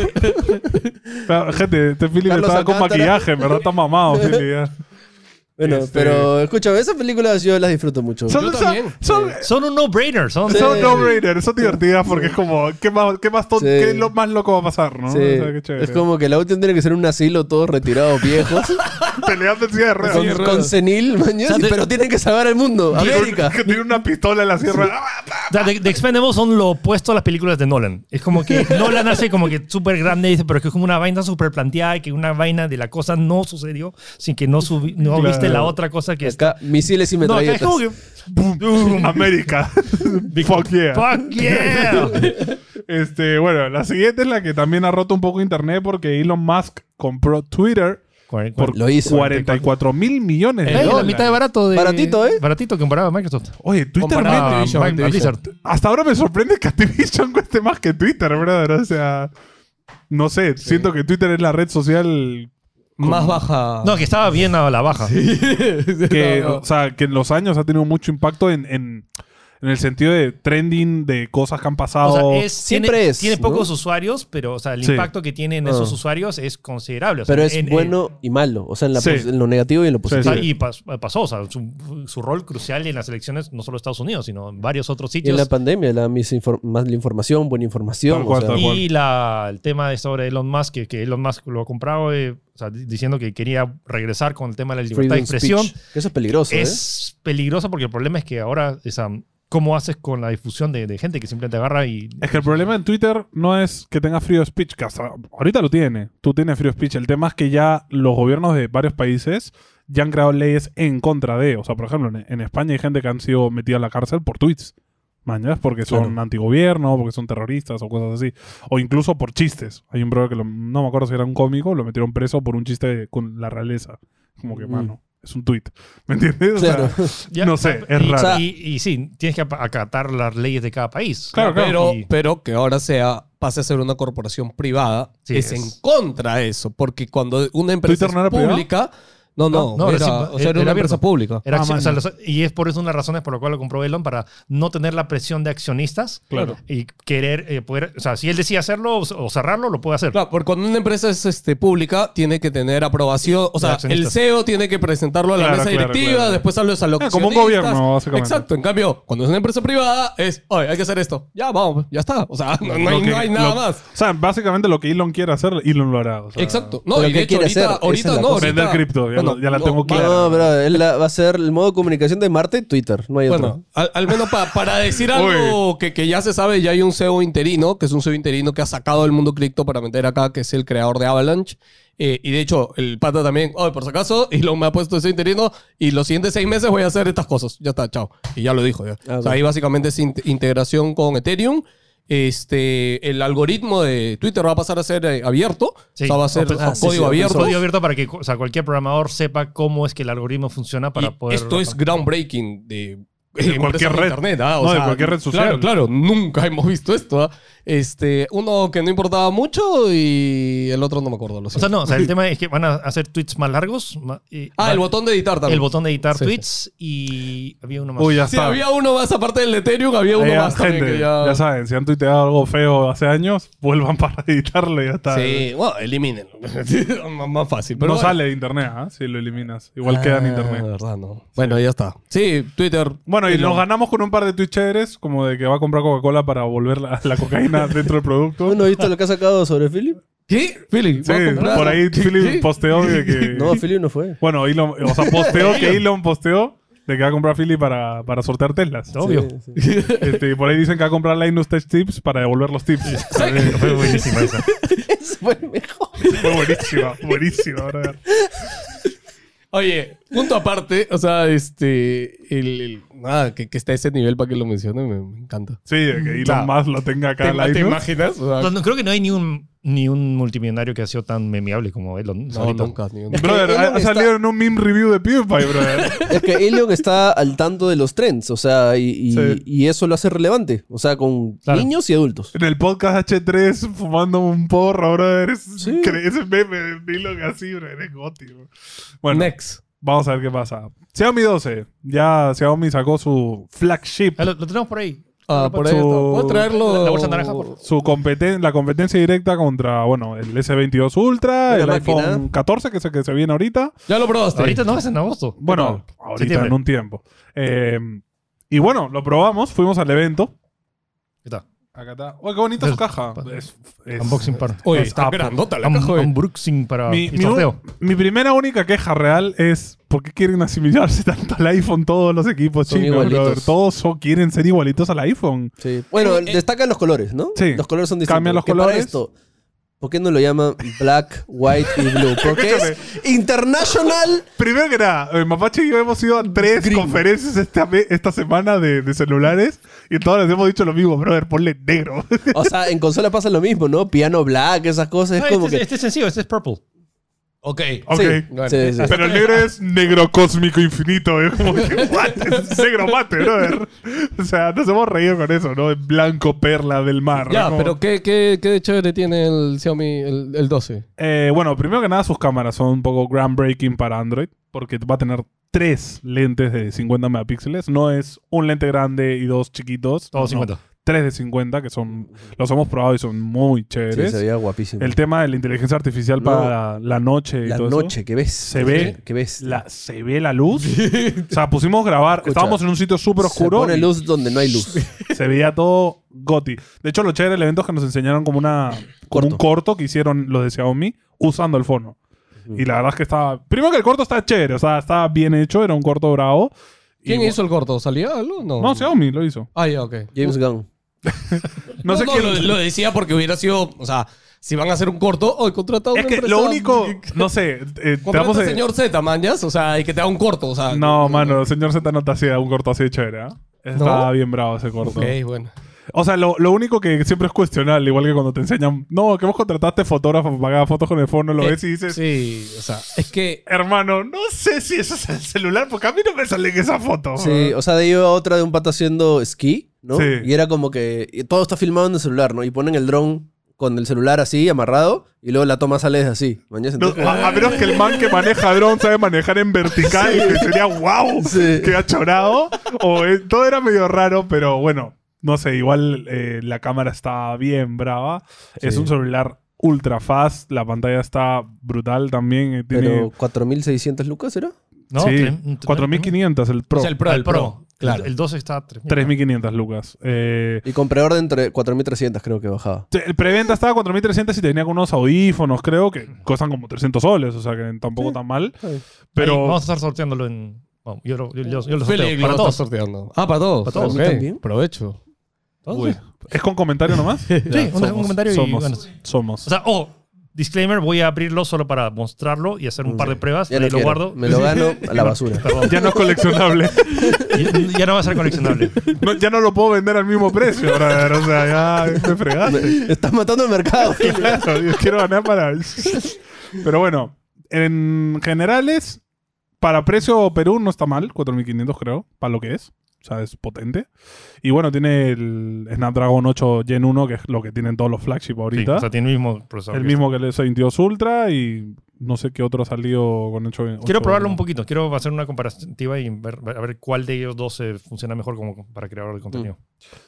Speaker 1: Pero, gente, este Philip
Speaker 3: Carlos
Speaker 1: estaba con
Speaker 3: Alcántara.
Speaker 1: maquillaje, en verdad está mamado, Philip. ya.
Speaker 3: Bueno,
Speaker 1: Este-
Speaker 3: pero escúchame, esas películas yo las disfruto mucho.
Speaker 1: Son,
Speaker 5: también.
Speaker 1: son, son,
Speaker 2: Son un no-brainer. Son,
Speaker 3: Sí.
Speaker 1: son no-brainer, son divertidas porque es como, ¿qué más, qué más, ton-
Speaker 3: Sí.
Speaker 1: qué lo más loco va a pasar, no?
Speaker 3: Sí.
Speaker 1: O sea, qué chévere.
Speaker 3: es como que la última tiene que ser un asilo todos retirados viejos
Speaker 1: Peleando en silla de ruedas.
Speaker 3: con, con senil mañana,
Speaker 2: O sea, te-
Speaker 3: pero tienen que salvar el mundo
Speaker 1: Tiene un-
Speaker 3: América
Speaker 1: Que tiene una pistola en la sierra. ¡Ah, pa!
Speaker 2: O sea, The, The Expendables son lo opuesto a las películas de Nolan. Es como que Nolan hace como que súper grande, dice, pero que es como una vaina súper planteada, y que una vaina de la cosa no sucedió, sin que no, subi- no
Speaker 1: Claro.
Speaker 2: viste la otra cosa que está.
Speaker 3: acá misiles y
Speaker 2: No, acá es
Speaker 3: metralletas
Speaker 2: como que.
Speaker 1: ¡Bum! América. Fuck yeah.
Speaker 2: ¡Fuck yeah!
Speaker 1: Este, bueno, la siguiente es la que también ha roto un poco internet porque Elon Musk compró Twitter por
Speaker 3: Lo hizo.
Speaker 1: 44 mil millones de
Speaker 2: Eh, la
Speaker 1: dólares.
Speaker 2: mitad de barato de.
Speaker 3: Baratito, ¿eh?
Speaker 2: Baratito comparado a Microsoft.
Speaker 1: Oye, Twitter
Speaker 5: Comparado
Speaker 1: vende-
Speaker 5: a Activision,
Speaker 2: Ma-
Speaker 5: Activision.
Speaker 2: Blizzard.
Speaker 1: Hasta ahora me sorprende que Activision cueste más que Twitter, brother. O sea, no sé, siento que Twitter es la red social
Speaker 5: Más baja.
Speaker 3: Ah.
Speaker 2: No, que estaba bien a la baja.
Speaker 1: que,
Speaker 5: No, no.
Speaker 1: o sea, que en los años ha tenido mucho impacto en, en- en el sentido de trending de cosas que han pasado.
Speaker 2: O sea, es-
Speaker 3: Siempre
Speaker 2: tiene,
Speaker 3: es,
Speaker 2: Tiene
Speaker 3: ¿no?
Speaker 2: pocos usuarios, pero o sea, el
Speaker 1: Sí.
Speaker 2: impacto que tienen
Speaker 3: Ah.
Speaker 2: esos usuarios es considerable. O sea,
Speaker 3: Pero es
Speaker 2: en- en-
Speaker 3: bueno y malo. O sea, en, la
Speaker 1: Sí.
Speaker 3: pos- en lo negativo y en lo
Speaker 1: Sí, sí.
Speaker 2: o
Speaker 3: positivo.
Speaker 2: sea, y pas- pasó, o sea, su, su rol crucial en las elecciones, no solo de Estados Unidos, sino en varios otros
Speaker 3: Y en
Speaker 2: sitios.
Speaker 3: la pandemia, la misinfor- más la información, buena información.
Speaker 1: Tal cual,
Speaker 3: o sea,
Speaker 1: tal cual.
Speaker 2: Y la- el tema de sobre Elon Musk, que, que Elon Musk lo ha comprado, eh, o sea, di- diciendo que quería regresar con el tema de la libertad de
Speaker 3: freedom speech.
Speaker 2: expresión.
Speaker 3: Que Eso es peligroso, ¿eh?
Speaker 2: Es peligroso porque el problema es que ahora, esa, ¿cómo haces con la difusión de, de gente que simplemente agarra y...
Speaker 1: Es que el problema en Twitter no es que tenga free speech, que hasta ahorita lo tiene. Tú tienes free speech. El tema es que ya los gobiernos de varios países ya han creado leyes en contra de. O sea, por ejemplo, en, en España hay gente que han sido metida a la cárcel por tweets. Mañas, porque son
Speaker 3: Claro.
Speaker 1: antigobierno, porque son terroristas o cosas así. O incluso por chistes. Hay un brother que lo- no me acuerdo si era un cómico, lo metieron preso por un chiste con la realeza. Como que,
Speaker 3: Mm.
Speaker 1: mano, es un tweet. ¿Me entiendes? O sea,
Speaker 3: Claro.
Speaker 2: Ya,
Speaker 1: no
Speaker 2: o sea,
Speaker 1: sé, es
Speaker 2: y-
Speaker 1: raro.
Speaker 2: Y, y sí, tienes que ap- acatar las leyes de cada país.
Speaker 1: Claro, claro.
Speaker 5: pero,
Speaker 2: Y-
Speaker 5: pero que ahora sea pase a ser una corporación privada
Speaker 2: Sí,
Speaker 5: es,
Speaker 2: es.
Speaker 5: en contra de eso, porque cuando una empresa
Speaker 1: ¿Twitter no era
Speaker 5: es pública, no, no,
Speaker 2: No, no, era
Speaker 5: era,
Speaker 2: simple-
Speaker 5: o sea, era
Speaker 2: era
Speaker 5: una
Speaker 2: abierto.
Speaker 5: empresa pública.
Speaker 2: Era
Speaker 1: Ah,
Speaker 2: accion- o sea,
Speaker 1: man.
Speaker 2: los- y es por eso una de las razones por la cual lo compró Elon, para no tener la presión de accionistas
Speaker 1: Claro.
Speaker 2: y querer eh, poder, o sea, si él decía hacerlo o, o cerrarlo, lo puede hacer.
Speaker 5: Claro, porque cuando una empresa es este, pública, tiene que tener aprobación. O sea,
Speaker 2: Los
Speaker 5: el
Speaker 2: accionistas.
Speaker 5: CEO tiene que presentarlo a la
Speaker 1: Claro,
Speaker 5: mesa
Speaker 1: claro,
Speaker 5: directiva,
Speaker 1: claro. Ah,
Speaker 5: después a los
Speaker 1: un
Speaker 5: alocadores.
Speaker 1: gobierno, básicamente.
Speaker 5: Exacto. En cambio, cuando es una empresa privada, es, oye, hay que hacer esto. Ya, vamos, ya está. O sea, no, no hay,
Speaker 1: Lo que-
Speaker 5: no hay nada
Speaker 1: lo-
Speaker 5: más.
Speaker 1: O sea, básicamente lo que Elon quiere hacer, Elon lo hará. o sea.
Speaker 5: Exacto. No,
Speaker 3: Pero
Speaker 5: y
Speaker 3: ¿qué
Speaker 5: de hecho,
Speaker 3: quiere
Speaker 5: ahorita,
Speaker 3: hacer? Esa
Speaker 5: ahorita
Speaker 3: es la
Speaker 5: no.
Speaker 3: cosa.
Speaker 5: ahorita-
Speaker 1: Vender cripto, ya lo- ya la tengo
Speaker 5: va-
Speaker 1: clara.
Speaker 3: No, bro, él la- va a ser el modo de comunicación de Marte, Twitter. No hay otro.
Speaker 5: Bueno, al, al menos pa- para decir algo que, que ya se sabe, ya hay un CEO interino, que es un CEO interino que ha sacado el mundo cripto para meter acá, que es el creador de Avalanche. Eh, y de hecho, el pata también, "Oye, por si acaso, y lo me ha puesto ese interino, y los siguientes seis meses voy a hacer estas cosas. Ya está, chao. Y ya lo dijo. ya.
Speaker 3: Ah,
Speaker 5: O sea, ahí básicamente es in- integración con Ethereum. Este, el algoritmo de Twitter va a pasar a ser eh, abierto.
Speaker 2: Sí.
Speaker 5: O sea, va a ser
Speaker 2: Open-
Speaker 5: ah,
Speaker 3: sí,
Speaker 5: código
Speaker 3: sí, open
Speaker 5: abierto.
Speaker 2: Código abierto para que o sea, cualquier programador sepa cómo es que el algoritmo funciona para
Speaker 5: Y
Speaker 2: poder.
Speaker 5: Esto es groundbreaking de,
Speaker 1: De cualquier
Speaker 5: empresas
Speaker 1: red.
Speaker 5: internet, ¿ah? O
Speaker 1: No, de
Speaker 5: sea,
Speaker 1: cualquier red social.
Speaker 5: Claro, claro, nunca hemos visto esto. ¿ah? Este, uno que no importaba mucho y el otro no me acuerdo. Lo
Speaker 2: O sea,
Speaker 5: siento.
Speaker 2: no, o sea, el tema es que van a hacer tweets más largos. ma- y-
Speaker 5: ah,
Speaker 2: va-
Speaker 5: el botón de editar también.
Speaker 2: el botón de editar
Speaker 5: Sí,
Speaker 2: tweets y había uno más.
Speaker 1: Uy, ya
Speaker 5: Si
Speaker 1: está.
Speaker 5: había uno más aparte del de Ethereum, había uno
Speaker 1: Ahí,
Speaker 5: más
Speaker 1: gente,
Speaker 5: también que
Speaker 1: ya...
Speaker 5: ya.
Speaker 1: saben, si han tuiteado algo feo hace años, vuelvan para editarle, ya está.
Speaker 5: sí, bueno, eliminen. más fácil. Pero
Speaker 1: no
Speaker 5: bueno.
Speaker 1: sale de internet, ¿ah? si lo eliminas. Igual queda en
Speaker 5: Ah,
Speaker 1: internet.
Speaker 5: verdad, no. Bueno, ya está. Sí, Twitter.
Speaker 1: Bueno, y
Speaker 5: Elon.
Speaker 1: nos ganamos con un par de tweets chéveres, como de que va a comprar Coca-Cola para volver la, la cocaína dentro del producto.
Speaker 3: ¿Tú no has visto lo que ha sacado sobre Philip?
Speaker 5: ¿Qué? Philip.
Speaker 1: sí,
Speaker 5: ¿va a comprar?
Speaker 1: por ahí
Speaker 5: ¿Qué?
Speaker 1: Philip
Speaker 5: ¿Qué?
Speaker 1: posteó de que...
Speaker 3: No, Philip no fue.
Speaker 1: bueno, Elon, o sea, posteó que Elon posteó de que va a comprar Philip para, para sortear telas.
Speaker 2: Obvio.
Speaker 3: Sí, sí.
Speaker 1: Este, y por ahí dicen que va a comprar Linus Tech Tips para devolver los tips.
Speaker 2: Fue buenísima esa.
Speaker 3: Ese fue el mejor.
Speaker 1: Fue buenísima, buenísima, brother.
Speaker 5: Oye, punto aparte, o sea, este, el, el- nada, que, que está a ese nivel para que lo mencione, me, me encanta.
Speaker 1: Sí, de que Elon
Speaker 3: Mm,
Speaker 5: Claro.
Speaker 1: Musk lo tenga acá
Speaker 5: ¿Te,
Speaker 1: al
Speaker 5: te
Speaker 1: aire.
Speaker 5: imaginas? O sea,
Speaker 2: No, no, creo que no hay ni un, ni un multimillonario que ha sido tan memeable como Elon. O sea,
Speaker 5: no,
Speaker 2: ahorita.
Speaker 5: nunca, ni uno.
Speaker 1: Brother,
Speaker 3: Elon
Speaker 1: ha, ha
Speaker 3: está-
Speaker 1: salido en un meme review de PewDiePie, brother.
Speaker 3: Es que Elon está al tanto de los trends, o sea, y, y-
Speaker 1: Sí.
Speaker 3: y eso lo hace relevante, o sea, con
Speaker 2: Claro.
Speaker 3: niños y adultos.
Speaker 1: En el podcast H3 fumando un porro, brother. Es,
Speaker 3: Sí.
Speaker 1: cre- ese meme de Elon así, brother. Es gótico. Bueno,
Speaker 5: Next.
Speaker 1: vamos a ver qué pasa. Xiaomi 12. Ya Xiaomi sacó su flagship.
Speaker 2: Ah, Lo, lo tenemos por ahí.
Speaker 5: Ah, por ahí
Speaker 1: Su-
Speaker 5: está. ¿Puedo traerlo?
Speaker 2: La bolsa naranja, por favor.
Speaker 1: Su competen- la competencia directa contra, bueno, el S22 Ultra,
Speaker 3: Una
Speaker 1: el
Speaker 3: máquina.
Speaker 1: iPhone 14, que es el que se viene ahorita.
Speaker 5: Ya lo probaste.
Speaker 2: Ahorita no es en agosto.
Speaker 1: Bueno, ahorita
Speaker 2: Septiembre.
Speaker 1: en un tiempo. Eh, y bueno, lo probamos, fuimos al evento.
Speaker 2: ¿Qué tal?
Speaker 1: Acá está. Oye, qué bonita su
Speaker 2: Es-
Speaker 1: caja.
Speaker 2: es-
Speaker 1: es-
Speaker 2: Unboxing para.
Speaker 5: Oye,
Speaker 1: Es
Speaker 5: está
Speaker 1: Apple.
Speaker 5: grandota la
Speaker 2: Un-
Speaker 5: caja. oye.
Speaker 2: unboxing para
Speaker 1: mi,
Speaker 3: ah,
Speaker 2: el
Speaker 1: mi
Speaker 2: sorteo.
Speaker 1: un- mi primera única queja real es ¿por qué quieren asimilarse tanto al iPhone todos los equipos
Speaker 3: Son
Speaker 1: chinos?
Speaker 3: igualitos.
Speaker 1: brother? Todos son- quieren ser igualitos al iPhone.
Speaker 3: Sí. Bueno, destacan los colores, ¿no?
Speaker 1: Eh, sí.
Speaker 3: Los colores son distintos.
Speaker 1: Cambian los
Speaker 3: Que para
Speaker 1: colores.
Speaker 3: esto, ¿Por qué no lo llaman black, white y blue? Porque es international.
Speaker 1: Primero que nada, eh, Mapache y yo hemos ido a tres
Speaker 3: Gringo.
Speaker 1: conferencias esta, ve- esta semana de, de celulares y todos les hemos dicho lo mismo, brother, ponle negro.
Speaker 3: O sea, en consola pasa lo mismo, ¿no? Piano black, esas cosas.
Speaker 2: No,
Speaker 3: Es como
Speaker 2: este, es-
Speaker 3: que.
Speaker 2: este es sencillo, este es purple.
Speaker 5: Ok.
Speaker 1: ok.
Speaker 3: Sí,
Speaker 5: Bueno.
Speaker 3: sí, sí.
Speaker 1: Pero el negro es negro cósmico infinito, ¿eh? Como que, what? Es negro mate, brother. O sea, nos hemos reído con eso, ¿no? Blanco perla del mar.
Speaker 5: Ya,
Speaker 1: ¿no?
Speaker 5: pero ¿qué, qué, qué de chévere tiene el Xiaomi, el, el 12?
Speaker 1: Eh, bueno, primero que nada, sus cámaras son un poco groundbreaking para Android, porque va a tener tres lentes de 50 megapíxeles. No es un lente grande y dos chiquitos.
Speaker 2: Todos
Speaker 1: Ah, No,
Speaker 2: 50.
Speaker 1: tres de 50, que son. Los hemos probado y son muy
Speaker 3: Sí,
Speaker 1: chéveres.
Speaker 3: se veía guapísimo.
Speaker 1: el tema de la inteligencia artificial
Speaker 3: No.
Speaker 1: para la noche y
Speaker 3: la
Speaker 1: todo eso.
Speaker 3: noche que ves.
Speaker 1: Se ve
Speaker 3: Que ves.
Speaker 1: La- se ve la luz. o sea, pusimos grabar.
Speaker 3: Escucha,
Speaker 1: Estábamos en un sitio súper oscuro.
Speaker 3: Se pone
Speaker 1: y
Speaker 3: luz donde no hay luz.
Speaker 1: se veía todo goti. De hecho, lo chévere del evento es que nos enseñaron como una como
Speaker 3: Corto.
Speaker 1: un corto que hicieron los de Xiaomi usando el fono. Y la verdad es que estaba. Primero que el corto está chévere, o sea, estaba bien hecho, era un corto bravo. Y
Speaker 5: ¿Quién
Speaker 1: bueno-
Speaker 5: hizo el corto? ¿Salía algo? No.
Speaker 1: No, Xiaomi lo hizo.
Speaker 5: Ah, ya, ok.
Speaker 3: James Gunn.
Speaker 1: No sé quién.
Speaker 5: Lo, lo decía porque hubiera sido. O sea, si van a hacer un corto, hoy contrata a una
Speaker 1: es que
Speaker 5: empresa-
Speaker 1: lo único. No sé. eh, te
Speaker 5: Contrata
Speaker 1: vamos
Speaker 5: al
Speaker 1: a-
Speaker 5: señor Z, mañas. O sea, y que te haga un corto. O sea,
Speaker 1: No, mano, el señor Z no te hacía un corto así de chévere. ¿ah? Estaba bien bravo ese corto.
Speaker 5: Ok, bueno.
Speaker 1: O sea, lo, lo único que siempre es cuestionable, igual que cuando te enseñan, no, que vos contrataste fotógrafo para que haga fotos con el fono, lo
Speaker 5: Eh,
Speaker 1: ves y dices,
Speaker 5: Sí, o sea, es que.
Speaker 1: hermano, no sé si eso es el celular, porque a mí no me salen esas fotos.
Speaker 3: Sí, o sea, de ahí iba otra de un pato haciendo esquí, ¿no?
Speaker 1: Sí.
Speaker 3: Y era como que y todo está filmado en el celular, ¿no? Y ponen el dron con el celular así, amarrado, y luego la toma sale así. Mañana
Speaker 1: No, ah, a, a menos que el man que maneja dron sabe manejar en vertical, que sería wow,
Speaker 3: Sí.
Speaker 1: que ha chorado. O, eh, todo era medio raro, pero bueno, no sé, igual eh, la cámara está bien brava. Es
Speaker 3: Sí.
Speaker 1: un celular ultra fast, la pantalla está brutal también. eh, Tiene,
Speaker 3: Pero 4.600 lucas, ¿era?
Speaker 2: No,
Speaker 1: sí,
Speaker 2: tres- tres-
Speaker 1: 4.500 el Pro.
Speaker 5: O sea, el Pro, el Pro.
Speaker 2: Claro.
Speaker 5: Claro.
Speaker 2: El, el 2 está 3.000.
Speaker 1: 3.500 lucas. Eh,
Speaker 3: Y con preorden entre 4.300 creo que bajaba.
Speaker 1: te- el preventa estaba 4.300 y tenía con unos audífonos, creo, que cuestan como 300 soles, o sea que tampoco tan mal.
Speaker 3: bien.
Speaker 1: Pero
Speaker 2: Ahí, vamos a estar sorteándolo en. bueno, yo, lo- yo, yo- yo lo sorteo.
Speaker 5: Félix
Speaker 2: para
Speaker 5: lo
Speaker 2: todos.
Speaker 5: está sorteando. Ah, para todos.
Speaker 2: Para todos.
Speaker 5: Ok,
Speaker 3: ¿A mí también?
Speaker 5: Provecho.
Speaker 1: Uy, ¿Es con comentario nomás? sí,
Speaker 2: un- un comentario y
Speaker 1: somos,
Speaker 2: bueno.
Speaker 1: somos.
Speaker 2: O sea, oh, disclaimer, voy a abrirlo solo para mostrarlo y hacer un par de pruebas.
Speaker 3: Ya
Speaker 2: Ahí
Speaker 3: no
Speaker 2: lo
Speaker 3: quiero.
Speaker 2: guardo.
Speaker 3: Me lo gano a la basura.
Speaker 2: Perdón.
Speaker 1: ya no es coleccionable.
Speaker 2: Ya- ya no va a ser coleccionable.
Speaker 1: No, ya no lo puedo vender al mismo precio, brother. O sea, ya me fregaste.
Speaker 3: Estás matando el mercado.
Speaker 1: Claro, yo quiero ganar para... Pero bueno, en generales, para precio Perú no está mal. 4.500 creo, para lo que es. O sea, es potente. Y bueno, tiene el Snapdragon 8 Gen 1, que es lo que tienen todos los flagship
Speaker 2: Sí,
Speaker 1: ahorita.
Speaker 2: o sea, tiene el mismo procesador.
Speaker 1: el
Speaker 2: que
Speaker 1: mismo que el S22 Ultra y no sé qué otro ha salido con 8.
Speaker 2: Quiero probarlo un poquito. Quiero hacer una comparativa y ver, a ver cuál de ellos dos eh, funciona mejor como para creador de contenido.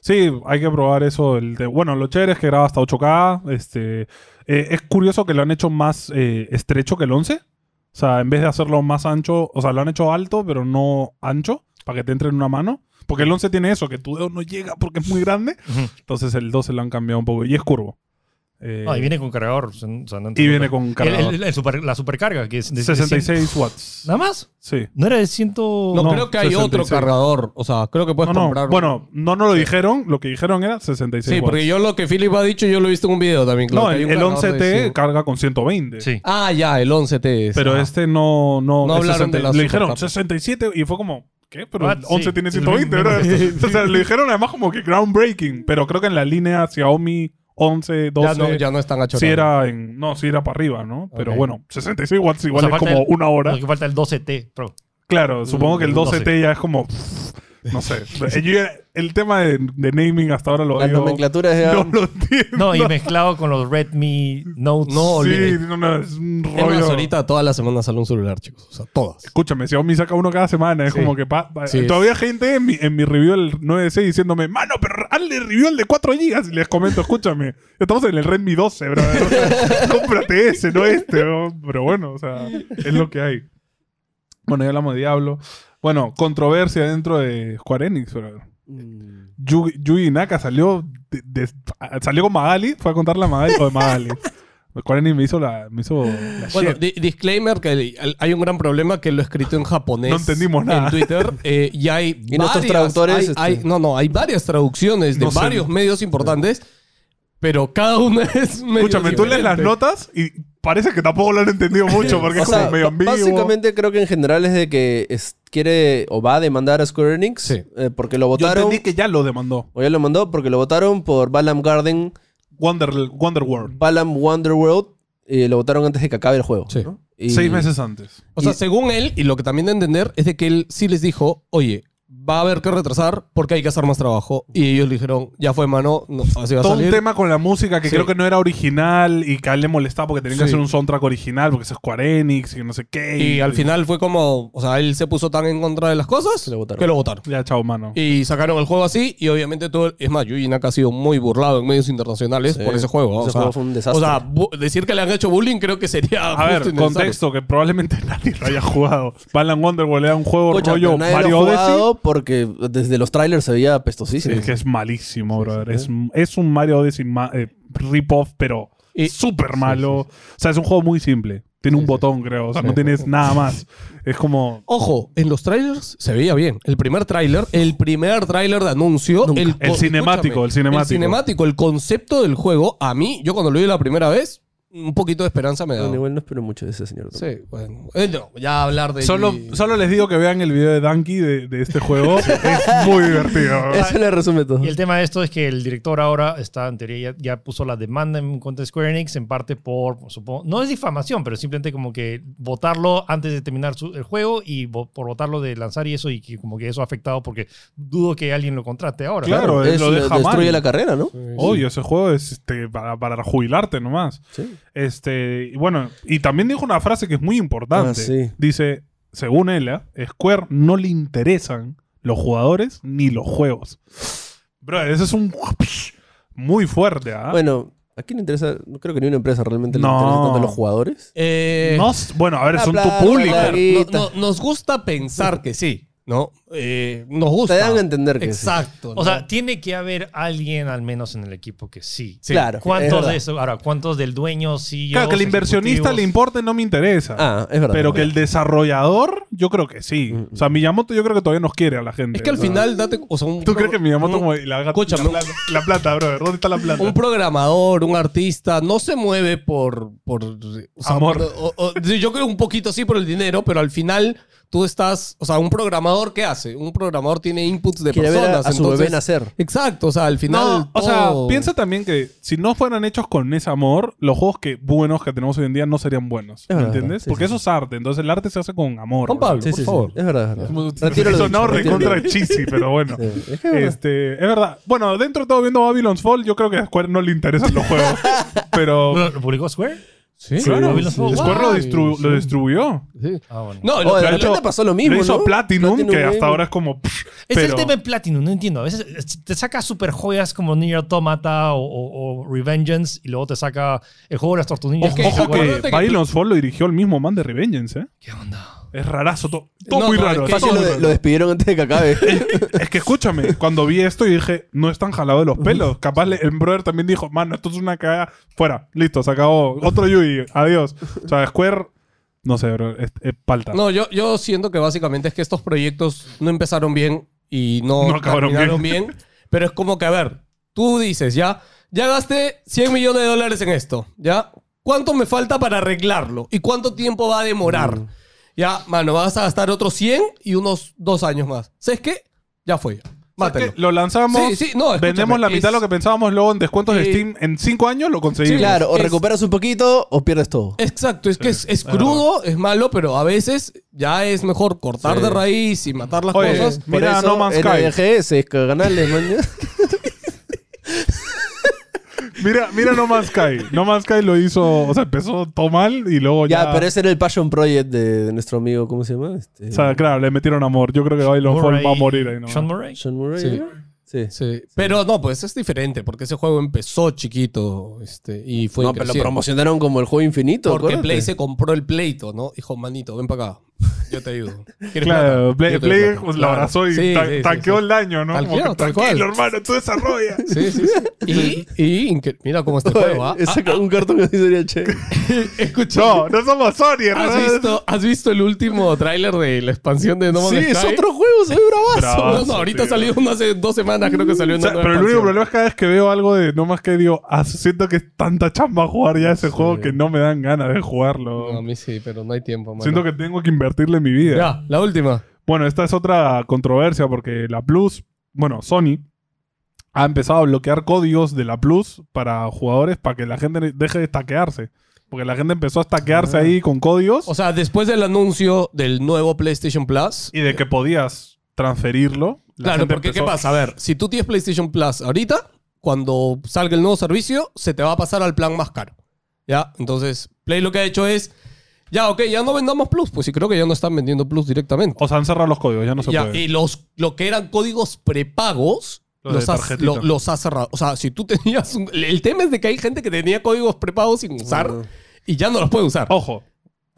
Speaker 1: Sí, hay que probar eso. El de- bueno, lo chévere es que graba hasta 8K. Este, eh, es curioso que lo han hecho más eh, estrecho que el 11. O sea, en vez de hacerlo más ancho, o sea, lo han hecho alto, pero no ancho, para que te entre en una mano. Porque el 11 tiene eso, que tu dedo no llega porque es muy grande.
Speaker 2: Ujú.
Speaker 1: Entonces el 12 lo han cambiado un poco. Y es curvo. Eh,
Speaker 2: Ah, y viene con cargador. o sea, no- o sea,
Speaker 1: y
Speaker 2: no entiendo.
Speaker 1: viene con
Speaker 2: El- el-
Speaker 1: cargador.
Speaker 2: el super- la supercarga, que es de 100.
Speaker 1: 66 watts.
Speaker 2: ¿Nada más?
Speaker 1: Sí.
Speaker 2: ¿No era de 100? No,
Speaker 5: No,
Speaker 1: No,
Speaker 5: creo que hay otro
Speaker 1: 66.
Speaker 5: cargador. O sea, creo que puedes
Speaker 1: No, no.
Speaker 5: comprar.
Speaker 1: Bueno, no nos lo dijeron. Lo que dijeron era 66
Speaker 5: Sí,
Speaker 1: watts.
Speaker 5: porque yo lo que Philip ha dicho, yo lo he visto en un video también. claro,
Speaker 1: no,
Speaker 5: que hay
Speaker 1: el,
Speaker 5: un
Speaker 1: el
Speaker 5: cargador de 100.
Speaker 1: 11T carga con 120.
Speaker 2: Sí.
Speaker 5: Ah, ya, el 11T. es,
Speaker 1: Pero
Speaker 5: ajá.
Speaker 1: este no. No,
Speaker 5: No
Speaker 1: es
Speaker 5: hablaron de la
Speaker 1: Le dijeron
Speaker 5: supercapa.
Speaker 1: 67 y fue como. ¿Qué? Pero
Speaker 2: What?
Speaker 1: el 11
Speaker 2: Sí,
Speaker 1: tiene
Speaker 2: es
Speaker 1: 120,
Speaker 2: lo
Speaker 1: ¿verdad?
Speaker 2: mismo.
Speaker 1: o sea, le dijeron además como que groundbreaking. Pero creo que en la línea Xiaomi 11, 12.
Speaker 5: Ya no, ya no están
Speaker 1: Sí
Speaker 5: achorados.
Speaker 1: era, en, no, sí era para arriba, ¿no? Pero
Speaker 5: Ok.
Speaker 1: bueno, 66 watts igual
Speaker 2: O sea,
Speaker 1: es
Speaker 2: falta
Speaker 1: como
Speaker 2: el-
Speaker 1: una hora.
Speaker 2: Lo que falta el 12T, Pro.
Speaker 1: Claro, supongo que el
Speaker 2: Mm,
Speaker 1: 12T
Speaker 2: 12.
Speaker 1: ya es como... pff, No sé. Yo ya- el tema de, de naming hasta ahora lo
Speaker 3: Las
Speaker 1: digo,
Speaker 3: nomenclaturas de...
Speaker 1: No lo entiendo.
Speaker 2: No, y mezclado con los Redmi Notes.
Speaker 5: No,
Speaker 1: sí,
Speaker 5: olvidé.
Speaker 1: no, no, es un
Speaker 5: Es
Speaker 1: rollo.
Speaker 5: más, ahorita todas las semanas sale un celular, chicos. O sea, todas.
Speaker 1: Escúchame, Xiaomi saca uno cada semana. Es
Speaker 5: Sí.
Speaker 1: como que. pa- pa-
Speaker 5: Sí,
Speaker 1: todavía gente en mi, en mi review del 9C diciéndome, mano, pero hazle review al de 4 GB. Y les comento, escúchame, estamos en el Redmi 12, bro. O sea, Cómprate ese, no este. bro. Pero bueno, o sea, es lo que hay. Bueno, ya hablamos de Diablo. Bueno, controversia dentro de Square Enix, bro.
Speaker 3: Mm.
Speaker 1: Yu- Yuji Naka salió, de- de- salió con Magali, fue a contarle a Magali o de Magali. Square Enix me hizo la. Me hizo la
Speaker 5: Bueno,
Speaker 1: shit.
Speaker 5: di- disclaimer que el- al- hay un gran problema que lo he escrito en japonés.
Speaker 1: No entendimos nada.
Speaker 5: En Twitter. eh, y hay
Speaker 3: Y nuestros
Speaker 5: varias-
Speaker 3: traductores,
Speaker 5: hay-
Speaker 3: este-
Speaker 5: hay- no, no, hay varias traducciones de
Speaker 1: No sé.
Speaker 5: varios medios importantes, pero cada una es medio
Speaker 1: Escúchame, tú lees las
Speaker 5: diferente.
Speaker 1: notas y parece que tampoco lo han entendido mucho porque
Speaker 3: O
Speaker 1: es como
Speaker 3: sea,
Speaker 1: medio
Speaker 3: ba-
Speaker 1: ambiguo.
Speaker 3: Básicamente creo que en general es de que es- quiere o va a demandar a Square Enix
Speaker 5: Sí.
Speaker 3: eh, porque lo
Speaker 1: Yo
Speaker 3: votaron.
Speaker 1: entendí que ya lo demandó.
Speaker 3: O ya lo mandó porque lo votaron por Balam Garden,
Speaker 1: Wonder, Wonder World.
Speaker 3: Balam Wonderworld y lo votaron antes de que acabe el juego.
Speaker 5: Sí.
Speaker 3: ¿no? Y-
Speaker 1: Seis meses antes.
Speaker 5: O sea,
Speaker 3: Y-
Speaker 5: según él, y lo que también de entender es de que él sí les dijo, oye, va a haber que retrasar porque hay que hacer más trabajo. Y ellos le dijeron, ya fue, mano, no, así va a
Speaker 1: Todo
Speaker 5: salir.
Speaker 1: un tema con la música que
Speaker 5: Sí.
Speaker 1: creo que no era original y que a él le molestaba porque tenía que
Speaker 5: Sí.
Speaker 1: hacer un soundtrack original porque eso es Square Enix y no sé qué.
Speaker 5: Y al final fue como, o sea, él se puso tan en contra de las cosas
Speaker 3: Que lo votaron.
Speaker 5: que lo votaron.
Speaker 1: Ya, chao, mano.
Speaker 5: Y sacaron el juego así y obviamente todo... el- Es más, Yuji Naka ha sido muy burlado en medios internacionales
Speaker 3: Sí.
Speaker 5: por ese juego.
Speaker 3: Ese
Speaker 5: o sea,
Speaker 3: juego fue un desastre.
Speaker 5: O sea, bu- decir que le han hecho bullying creo que sería
Speaker 1: A ver,
Speaker 5: justo y necesario.
Speaker 1: contexto que probablemente nadie lo haya jugado. Balan Wonderworld era un juego
Speaker 3: Cocha,
Speaker 1: rollo
Speaker 3: pero nadie lo ha
Speaker 1: Mario Odyssey.
Speaker 3: jugado porque desde los trailers se veía pestosísimo.
Speaker 1: Es que es malísimo, brother. Es, es un Mario Odyssey ma- eh, rip-off, pero
Speaker 5: Y-
Speaker 1: súper malo. O sea, es un juego muy simple. Tiene un botón, creo. O sea, no tienes nada más. Es como...
Speaker 5: Ojo, en los trailers se veía bien. El primer tráiler, el primer tráiler de anuncio,
Speaker 3: Nunca.
Speaker 1: El
Speaker 5: co-
Speaker 1: cinemático, el cinemático.
Speaker 5: el cinemático, el concepto del juego, a mí, yo cuando lo vi la primera vez, un poquito de esperanza me
Speaker 3: Bueno,
Speaker 5: da.
Speaker 3: igual no espero mucho de ese señor. tampoco.
Speaker 5: Sí, bueno, Eh, no, ya hablar de
Speaker 1: Solo, solo les digo que vean el video de Danky de, de este juego. es muy divertido.
Speaker 3: Eso le resume todo.
Speaker 2: Y el tema de esto es que el director ahora está, en teoría, ya, ya puso la demanda en contra de Square Enix, en parte por, supongo, no es difamación, pero simplemente como que votarlo antes de terminar su- el juego y vo- por votarlo de lanzar y eso, y que como que eso ha afectado porque dudo que alguien lo contrate ahora.
Speaker 1: Claro. él
Speaker 3: Eso
Speaker 1: eh, lo
Speaker 3: le-
Speaker 1: deja mal.
Speaker 3: destruye la carrera, ¿no?
Speaker 1: Odio ese juego es este, para, para jubilarte nomás.
Speaker 3: Sí.
Speaker 1: Este, y bueno, y también dijo una frase que es muy importante.
Speaker 3: Ah, sí.
Speaker 1: Dice, según él, ¿ah? Square no le interesan los jugadores ni los juegos. Bro, ese es un muy fuerte, ¿ah?
Speaker 3: Bueno, aquí le interesa, no creo que ni una empresa realmente le
Speaker 1: No.
Speaker 3: interesa tanto a los jugadores.
Speaker 5: Eh,
Speaker 1: No s- bueno, a ver,
Speaker 3: la
Speaker 1: son tu
Speaker 3: plata,
Speaker 1: público.
Speaker 3: la-
Speaker 5: no- no- nos gusta pensar que sí, ¿no? Eh, nos gusta.
Speaker 3: Te dan a entender que sí.
Speaker 5: Exacto.
Speaker 2: O sea, tiene que haber alguien al menos en el equipo que sí.
Speaker 3: Claro. es
Speaker 2: ¿Cuántos
Speaker 3: verdad.
Speaker 2: de eso? Ahora, ¿cuántos del dueño E sí?
Speaker 1: Claro, que al inversionista le importe no me interesa.
Speaker 3: Ah, es verdad.
Speaker 1: pero que el desarrollador, yo creo que sí. O sea, Miyamoto yo creo que todavía nos quiere a la gente.
Speaker 5: Mm, es que al
Speaker 1: ¿no?
Speaker 5: final, date. O sea, un
Speaker 1: ¿Tú
Speaker 5: pro-
Speaker 1: crees que Miyamoto
Speaker 5: un-
Speaker 1: como la, la,
Speaker 5: Escúchame.
Speaker 1: la, la plata, brother? ¿Dónde está la plata?
Speaker 5: un programador, un artista, no se mueve por, por o sea,
Speaker 1: Amor.
Speaker 5: por- o- o- sí, yo creo un poquito sí por el dinero, pero al final tú estás, o sea, un programador qué hace? Un programador tiene inputs de
Speaker 3: Quiere ver a-
Speaker 5: personas,
Speaker 3: a su
Speaker 5: entonces-
Speaker 3: bebé nacer.
Speaker 5: Exacto, o sea, al final.
Speaker 1: No, o sea,
Speaker 5: todo-
Speaker 1: piensa también que si no fueran hechos con ese amor, los juegos que buenos que tenemos hoy en día no serían buenos.
Speaker 3: Es
Speaker 1: ¿Me
Speaker 3: verdad,
Speaker 1: entiendes?
Speaker 3: sí,
Speaker 1: Porque
Speaker 3: sí.
Speaker 1: eso es arte. Entonces el arte se hace con amor.
Speaker 5: Juan
Speaker 1: bro.
Speaker 5: Pablo,
Speaker 3: Sí,
Speaker 5: por
Speaker 3: sí, sí.
Speaker 5: favor.
Speaker 3: Es verdad, es verdad. Retiro lo
Speaker 1: Eso
Speaker 3: dicho,
Speaker 1: no
Speaker 3: retiro lo
Speaker 1: recontra
Speaker 3: dicho.
Speaker 1: chisi, pero bueno.
Speaker 3: Sí, es que es verdad.
Speaker 1: Este, es verdad. Bueno, dentro de todo, viendo Babylon's Fall, yo creo que a Square no le interesan los juegos. Pero.
Speaker 2: ¿Lo publicó Square?
Speaker 5: Sí,
Speaker 1: Claro,
Speaker 2: Babylon's Fall,
Speaker 1: Square lo,
Speaker 5: guay.
Speaker 1: distru- lo distribuyó.
Speaker 5: Sí.
Speaker 2: Ah, bueno.
Speaker 5: No, lo-
Speaker 3: Oh, de
Speaker 5: lo-
Speaker 3: repente pasó lo mismo.
Speaker 1: Lo hizo
Speaker 3: ¿no?
Speaker 1: Platinum, que
Speaker 3: Platinum
Speaker 1: hasta
Speaker 3: Game.
Speaker 1: ahora es como. pff,
Speaker 2: Es
Speaker 1: pero-
Speaker 2: el tema de Platinum, no entiendo. A veces eh, te saca super joyas como Nier Automata o, o- o Revengeance y luego te saca el juego de las Tortugas Ninja.
Speaker 1: Ojo,
Speaker 5: que-
Speaker 2: ¿Te
Speaker 1: ojo
Speaker 2: acuerdas?
Speaker 1: que,
Speaker 5: acuérdate que-
Speaker 1: Babylon's Fall lo dirigió el mismo man de Revengeance, ¿eh?
Speaker 2: ¿Qué onda?
Speaker 1: Es rarazo. to- todo
Speaker 5: No,
Speaker 1: muy
Speaker 5: no,
Speaker 1: raro.
Speaker 5: es que-
Speaker 1: está
Speaker 3: Fácil
Speaker 1: todo
Speaker 3: lo,
Speaker 1: muy
Speaker 3: de-
Speaker 1: raro.
Speaker 3: lo despidieron antes de que acabe.
Speaker 1: Es que escúchame, cuando vi esto y dije, no están jalado de los pelos. Capaz le- el brother también dijo, mano, esto es una cagada. Fuera, listo, se acabó. Otro Yui, adiós. O sea, Square, no sé, bro, es, es palta.
Speaker 5: No, yo, yo siento que básicamente es que estos proyectos no empezaron bien y no,
Speaker 1: No acabaron
Speaker 5: terminaron bien. Pero es como que, a ver, tú dices, ya, ya gasté 100 millones de dólares en esto, ¿ya? ¿Cuánto me falta para arreglarlo? ¿Y cuánto tiempo va a demorar?
Speaker 1: Mm.
Speaker 5: Ya, mano, vas a gastar otros 100 y unos dos años más. ¿Sabes qué? Ya fue.
Speaker 1: ¿Sabes qué?
Speaker 5: Mátalo.
Speaker 1: Lo lanzamos,
Speaker 5: Sí, sí, no, escúchame,
Speaker 1: vendemos la mitad de
Speaker 5: es-
Speaker 1: lo que pensábamos, luego en descuentos de
Speaker 5: Sí.
Speaker 1: Steam, en cinco años lo conseguimos.
Speaker 3: claro, o
Speaker 5: es-
Speaker 3: recuperas un poquito o pierdes todo.
Speaker 5: Exacto, es que es,
Speaker 1: Sí,
Speaker 5: es
Speaker 1: es
Speaker 5: crudo, es malo, pero a veces ya es mejor cortar
Speaker 3: Sí.
Speaker 5: de raíz y matar las
Speaker 1: Oye,
Speaker 5: cosas.
Speaker 3: Por
Speaker 1: mira,
Speaker 3: eso,
Speaker 1: No Man's Sky.
Speaker 3: NDG, se canales, man.
Speaker 1: Mira, mira No Man's Sky. No Man's Sky lo hizo, o sea, empezó todo mal y luego ya...
Speaker 3: Ya, pero ese era el passion project de, de nuestro amigo, ¿cómo se llama? Este,
Speaker 1: O sea, claro, le metieron amor. Yo creo que Babylon Fall va a morir ahí, ¿no?
Speaker 2: Sean Murray.
Speaker 3: Sean Murray.
Speaker 5: Sí.
Speaker 3: ¿no? Sí.
Speaker 5: Sí. Pero no, pues es diferente, porque ese juego empezó chiquito este, y fue
Speaker 3: No, pero lo
Speaker 5: creciendo.
Speaker 3: promocionaron como el juego infinito.
Speaker 5: Porque
Speaker 3: acuérdate.
Speaker 5: Play se compró el pleito, ¿no? Hijo, manito, ven para acá. Yo te ayudo. ¿Quieres
Speaker 1: Claro,
Speaker 5: plata?
Speaker 1: Play,
Speaker 5: Yo te
Speaker 1: Play pues,
Speaker 5: doy
Speaker 1: la
Speaker 5: plata. Claro.
Speaker 1: abrazó y
Speaker 5: Sí,
Speaker 1: ta-
Speaker 5: sí, sí,
Speaker 1: tanqueó
Speaker 5: sí.
Speaker 1: el daño, ¿no?
Speaker 5: Tal
Speaker 1: Como que,
Speaker 5: cual, tal
Speaker 1: tranquilo,
Speaker 5: cual.
Speaker 1: hermano, tú desarrolla.
Speaker 5: Sí, sí, sí. Y, y inque- mira cómo este
Speaker 3: Oye,
Speaker 5: juego ¿ah?
Speaker 3: ese ca- un cartón así sería che.
Speaker 5: Escucha.
Speaker 1: No, no somos Sony,
Speaker 5: ¿Has
Speaker 1: hermano.
Speaker 5: visto, ¿Has visto el último tráiler de la expansión de No Man's
Speaker 3: sí, es
Speaker 5: Sky?
Speaker 3: otro juego, se ve bravazo.
Speaker 1: Bravazo,
Speaker 5: No, no, ahorita
Speaker 1: tío.
Speaker 5: ha salido uno hace dos semanas, creo que salió
Speaker 1: O
Speaker 5: una
Speaker 1: sea,
Speaker 5: nueva
Speaker 1: pero el único
Speaker 5: expansión.
Speaker 1: problema es cada vez que veo algo de no más que digo, "Ah, siento que es tanta chamba jugar ya ese juego que no me dan ganas de jugarlo.
Speaker 5: No, a mí sí, pero no hay tiempo, mano.
Speaker 1: siento que tengo que invertirle mi vida.
Speaker 5: Ya, la última.
Speaker 1: Bueno, esta es otra controversia porque la Plus, bueno, Sony ha empezado a bloquear códigos de la Plus para jugadores para que la gente deje de estaquearse. Porque la gente empezó a
Speaker 5: Ah.
Speaker 1: estaquearse ahí con códigos
Speaker 5: O sea, después del anuncio del nuevo PlayStation Plus,
Speaker 1: y de que podías transferirlo. La
Speaker 5: Claro,
Speaker 1: gente
Speaker 5: porque ¿qué
Speaker 1: empezó-
Speaker 5: pasa? A ver, si tú tienes PlayStation Plus ahorita, cuando salga el nuevo servicio, se te va a pasar al plan más caro. ¿Ya? Entonces, Play lo que ha hecho es, ya, ok, ya no vendamos Plus, pues sí creo que ya no están vendiendo Plus directamente.
Speaker 1: O sea, han cerrado los códigos, ya no se
Speaker 5: Ya,
Speaker 1: puede.
Speaker 5: y los, lo que eran códigos prepagos,
Speaker 1: Los
Speaker 5: los,
Speaker 1: de
Speaker 5: ha,
Speaker 1: tarjetita.
Speaker 5: lo- los ha cerrado. O sea, si tú tenías... un- el tema es de que hay gente que tenía códigos prepagos
Speaker 1: Ah.
Speaker 5: sin usar
Speaker 3: Ujú.
Speaker 5: y ya no los puede usar.
Speaker 1: Ojo,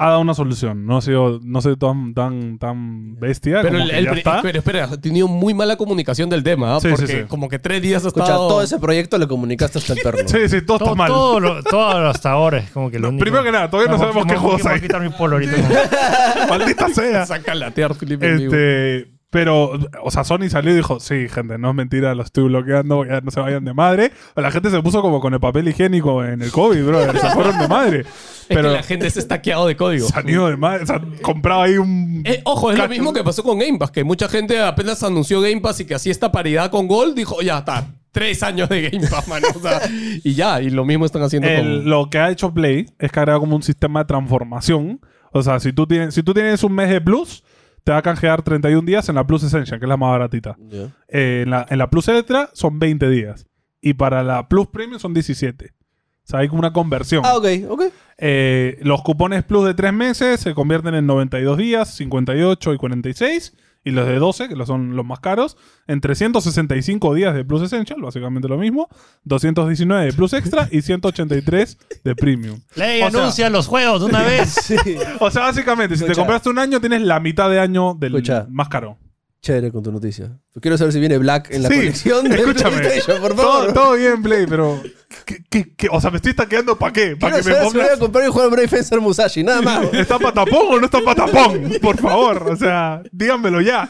Speaker 1: ha dado una solución. No ha sido, no sé, tan, tan, tan bestia.
Speaker 5: Pero,
Speaker 1: como
Speaker 5: el-
Speaker 1: que
Speaker 5: el
Speaker 1: ya
Speaker 5: pre-
Speaker 1: está.
Speaker 5: pero espera, ha tenido muy mala comunicación del tema, ¿ah?
Speaker 1: Sí, sí,
Speaker 5: porque
Speaker 1: sí.
Speaker 5: como que tres días ha
Speaker 3: Escucha,
Speaker 5: estado-
Speaker 3: todo ese proyecto le comunicaste hasta el perro.
Speaker 1: Sí, sí, todo,
Speaker 2: Todo,
Speaker 1: está mal.
Speaker 2: todo lo- todo lo hasta ahora es como que lo
Speaker 1: No,
Speaker 2: único-
Speaker 1: primero que nada, todavía no
Speaker 2: Me voy a-
Speaker 1: sabemos
Speaker 2: me
Speaker 1: qué
Speaker 2: voy a-
Speaker 1: juegos
Speaker 2: me voy
Speaker 1: hay.
Speaker 2: a quitar mi polo ahorita.
Speaker 1: Maldita sea.
Speaker 5: Saca la tierra, Felipe. en vivo.
Speaker 1: Este, pero, o sea, Sony salió y dijo, sí, gente, no es mentira, lo estoy bloqueando, ya no se vayan de madre. La gente se puso como con el papel higiénico en el COVID, bro, se fueron de madre.
Speaker 5: es
Speaker 1: Pero
Speaker 5: que la gente se está queado de código.
Speaker 1: se han ido de madre, se han comprado ahí un...
Speaker 5: Eh, ojo, es
Speaker 1: Cacho.
Speaker 5: lo mismo que pasó con Game Pass, que mucha gente apenas anunció Game Pass y que hacía esta paridad con Gold, dijo, ya está, tres años de Game Pass, mano. O sea, y ya, y lo mismo están haciendo
Speaker 1: El-
Speaker 5: con...
Speaker 1: lo que ha hecho Play es que ha creado como un sistema de transformación. O sea, si tú tienes, si tú tienes un mes de Plus, te va a canjear 31 días en la Plus Essential, que es la más baratita.
Speaker 3: Ya.
Speaker 1: Eh, en, la, en la Plus Extra son 20 días. Y para la Plus Premium son 17. O sea, hay como una conversión.
Speaker 3: Ah, ok, ok.
Speaker 1: Eh, los cupones Plus de 3 meses se convierten en 92 días, 58 y 46. Y los de 12, que los son los más caros, en 365 días de Plus Essential, básicamente lo mismo, 219 de Plus Extra y 183 de Premium.
Speaker 2: Play
Speaker 1: O sea-
Speaker 2: anuncia los juegos de una vez.
Speaker 1: O sea, básicamente, si te
Speaker 3: Escucha.
Speaker 1: compraste un año, tienes la mitad de año del
Speaker 3: Escucha.
Speaker 1: más caro.
Speaker 3: Chévere con tu noticia. Yo quiero saber si viene Black en la
Speaker 1: Sí,
Speaker 3: colección de
Speaker 1: escúchame.
Speaker 3: PlayStation, por
Speaker 1: Todo,
Speaker 3: favor.
Speaker 1: todo bien, Play, pero. ¿qué- qué- qué? O sea, me estoy taqueando para qué? ¿Para
Speaker 3: Quiero
Speaker 1: que me
Speaker 3: saber si me voy a
Speaker 1: pongas?
Speaker 3: comprar y jugar Brave Fencer Musashi, nada más.
Speaker 1: ¿Está para tapón o no está para tapón? Por favor, o sea, díganmelo ya.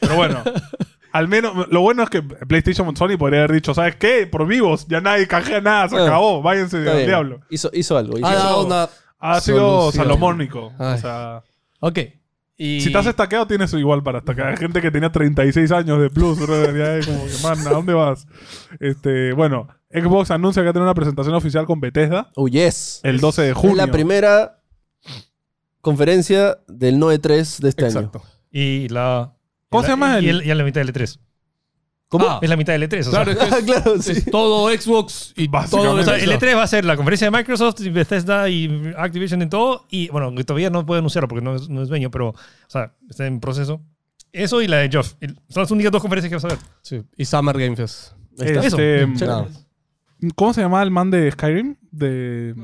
Speaker 1: Pero bueno, al menos lo bueno es que PlayStation Sony podría haber dicho, ¿sabes qué? Por vivos, ya nadie canjea nada, se
Speaker 3: Ah,
Speaker 1: acabó, váyanse
Speaker 3: Está
Speaker 1: al
Speaker 3: bien.
Speaker 1: diablo.
Speaker 3: Hizo, hizo algo. hizo
Speaker 5: Ha
Speaker 3: algo.
Speaker 5: dado una...
Speaker 1: Ha sido
Speaker 5: Solución.
Speaker 1: salomónico. O
Speaker 5: Ay.
Speaker 1: sea,
Speaker 5: Ok. Y...
Speaker 1: si te has estaqueado, tienes igual para estaquear. Hay gente que tenía 36 años de plus, brother, ya es como que, man, ¿a dónde vas? Este, bueno, Xbox anuncia que va a tener una presentación oficial con Bethesda
Speaker 3: Oh, yes.
Speaker 1: el 12 de
Speaker 3: Es
Speaker 1: junio.
Speaker 3: la primera conferencia del Noe 3 de este año.
Speaker 5: Exacto.
Speaker 2: Y la.
Speaker 1: ¿Cómo
Speaker 2: y
Speaker 1: se
Speaker 2: la-
Speaker 1: llama el- Ah.
Speaker 2: Y, el- y a la mitad del E3.
Speaker 5: ¿Cómo?
Speaker 2: Es la mitad del E3. O sea,
Speaker 5: claro, es que
Speaker 3: Ah,
Speaker 5: es-
Speaker 3: claro, sí.
Speaker 5: es todo Xbox y
Speaker 1: Básicamente.
Speaker 5: todo...
Speaker 2: O sea, el
Speaker 5: eso.
Speaker 2: E3 va a ser la conferencia de Microsoft, y Bethesda y Activision y todo. Y bueno, que todavía no puedo anunciarlo porque no es, no es dueño, pero o sea, está en proceso. Eso y la de Geoff. El- Son las únicas dos conferencias que vas a ver.
Speaker 5: Sí, Y Summer Game Fest.
Speaker 3: Ahí
Speaker 1: Este,
Speaker 3: está.
Speaker 2: Eso.
Speaker 3: Eh, Chévere.
Speaker 1: ¿Cómo se llamaba el man de Skyrim? De,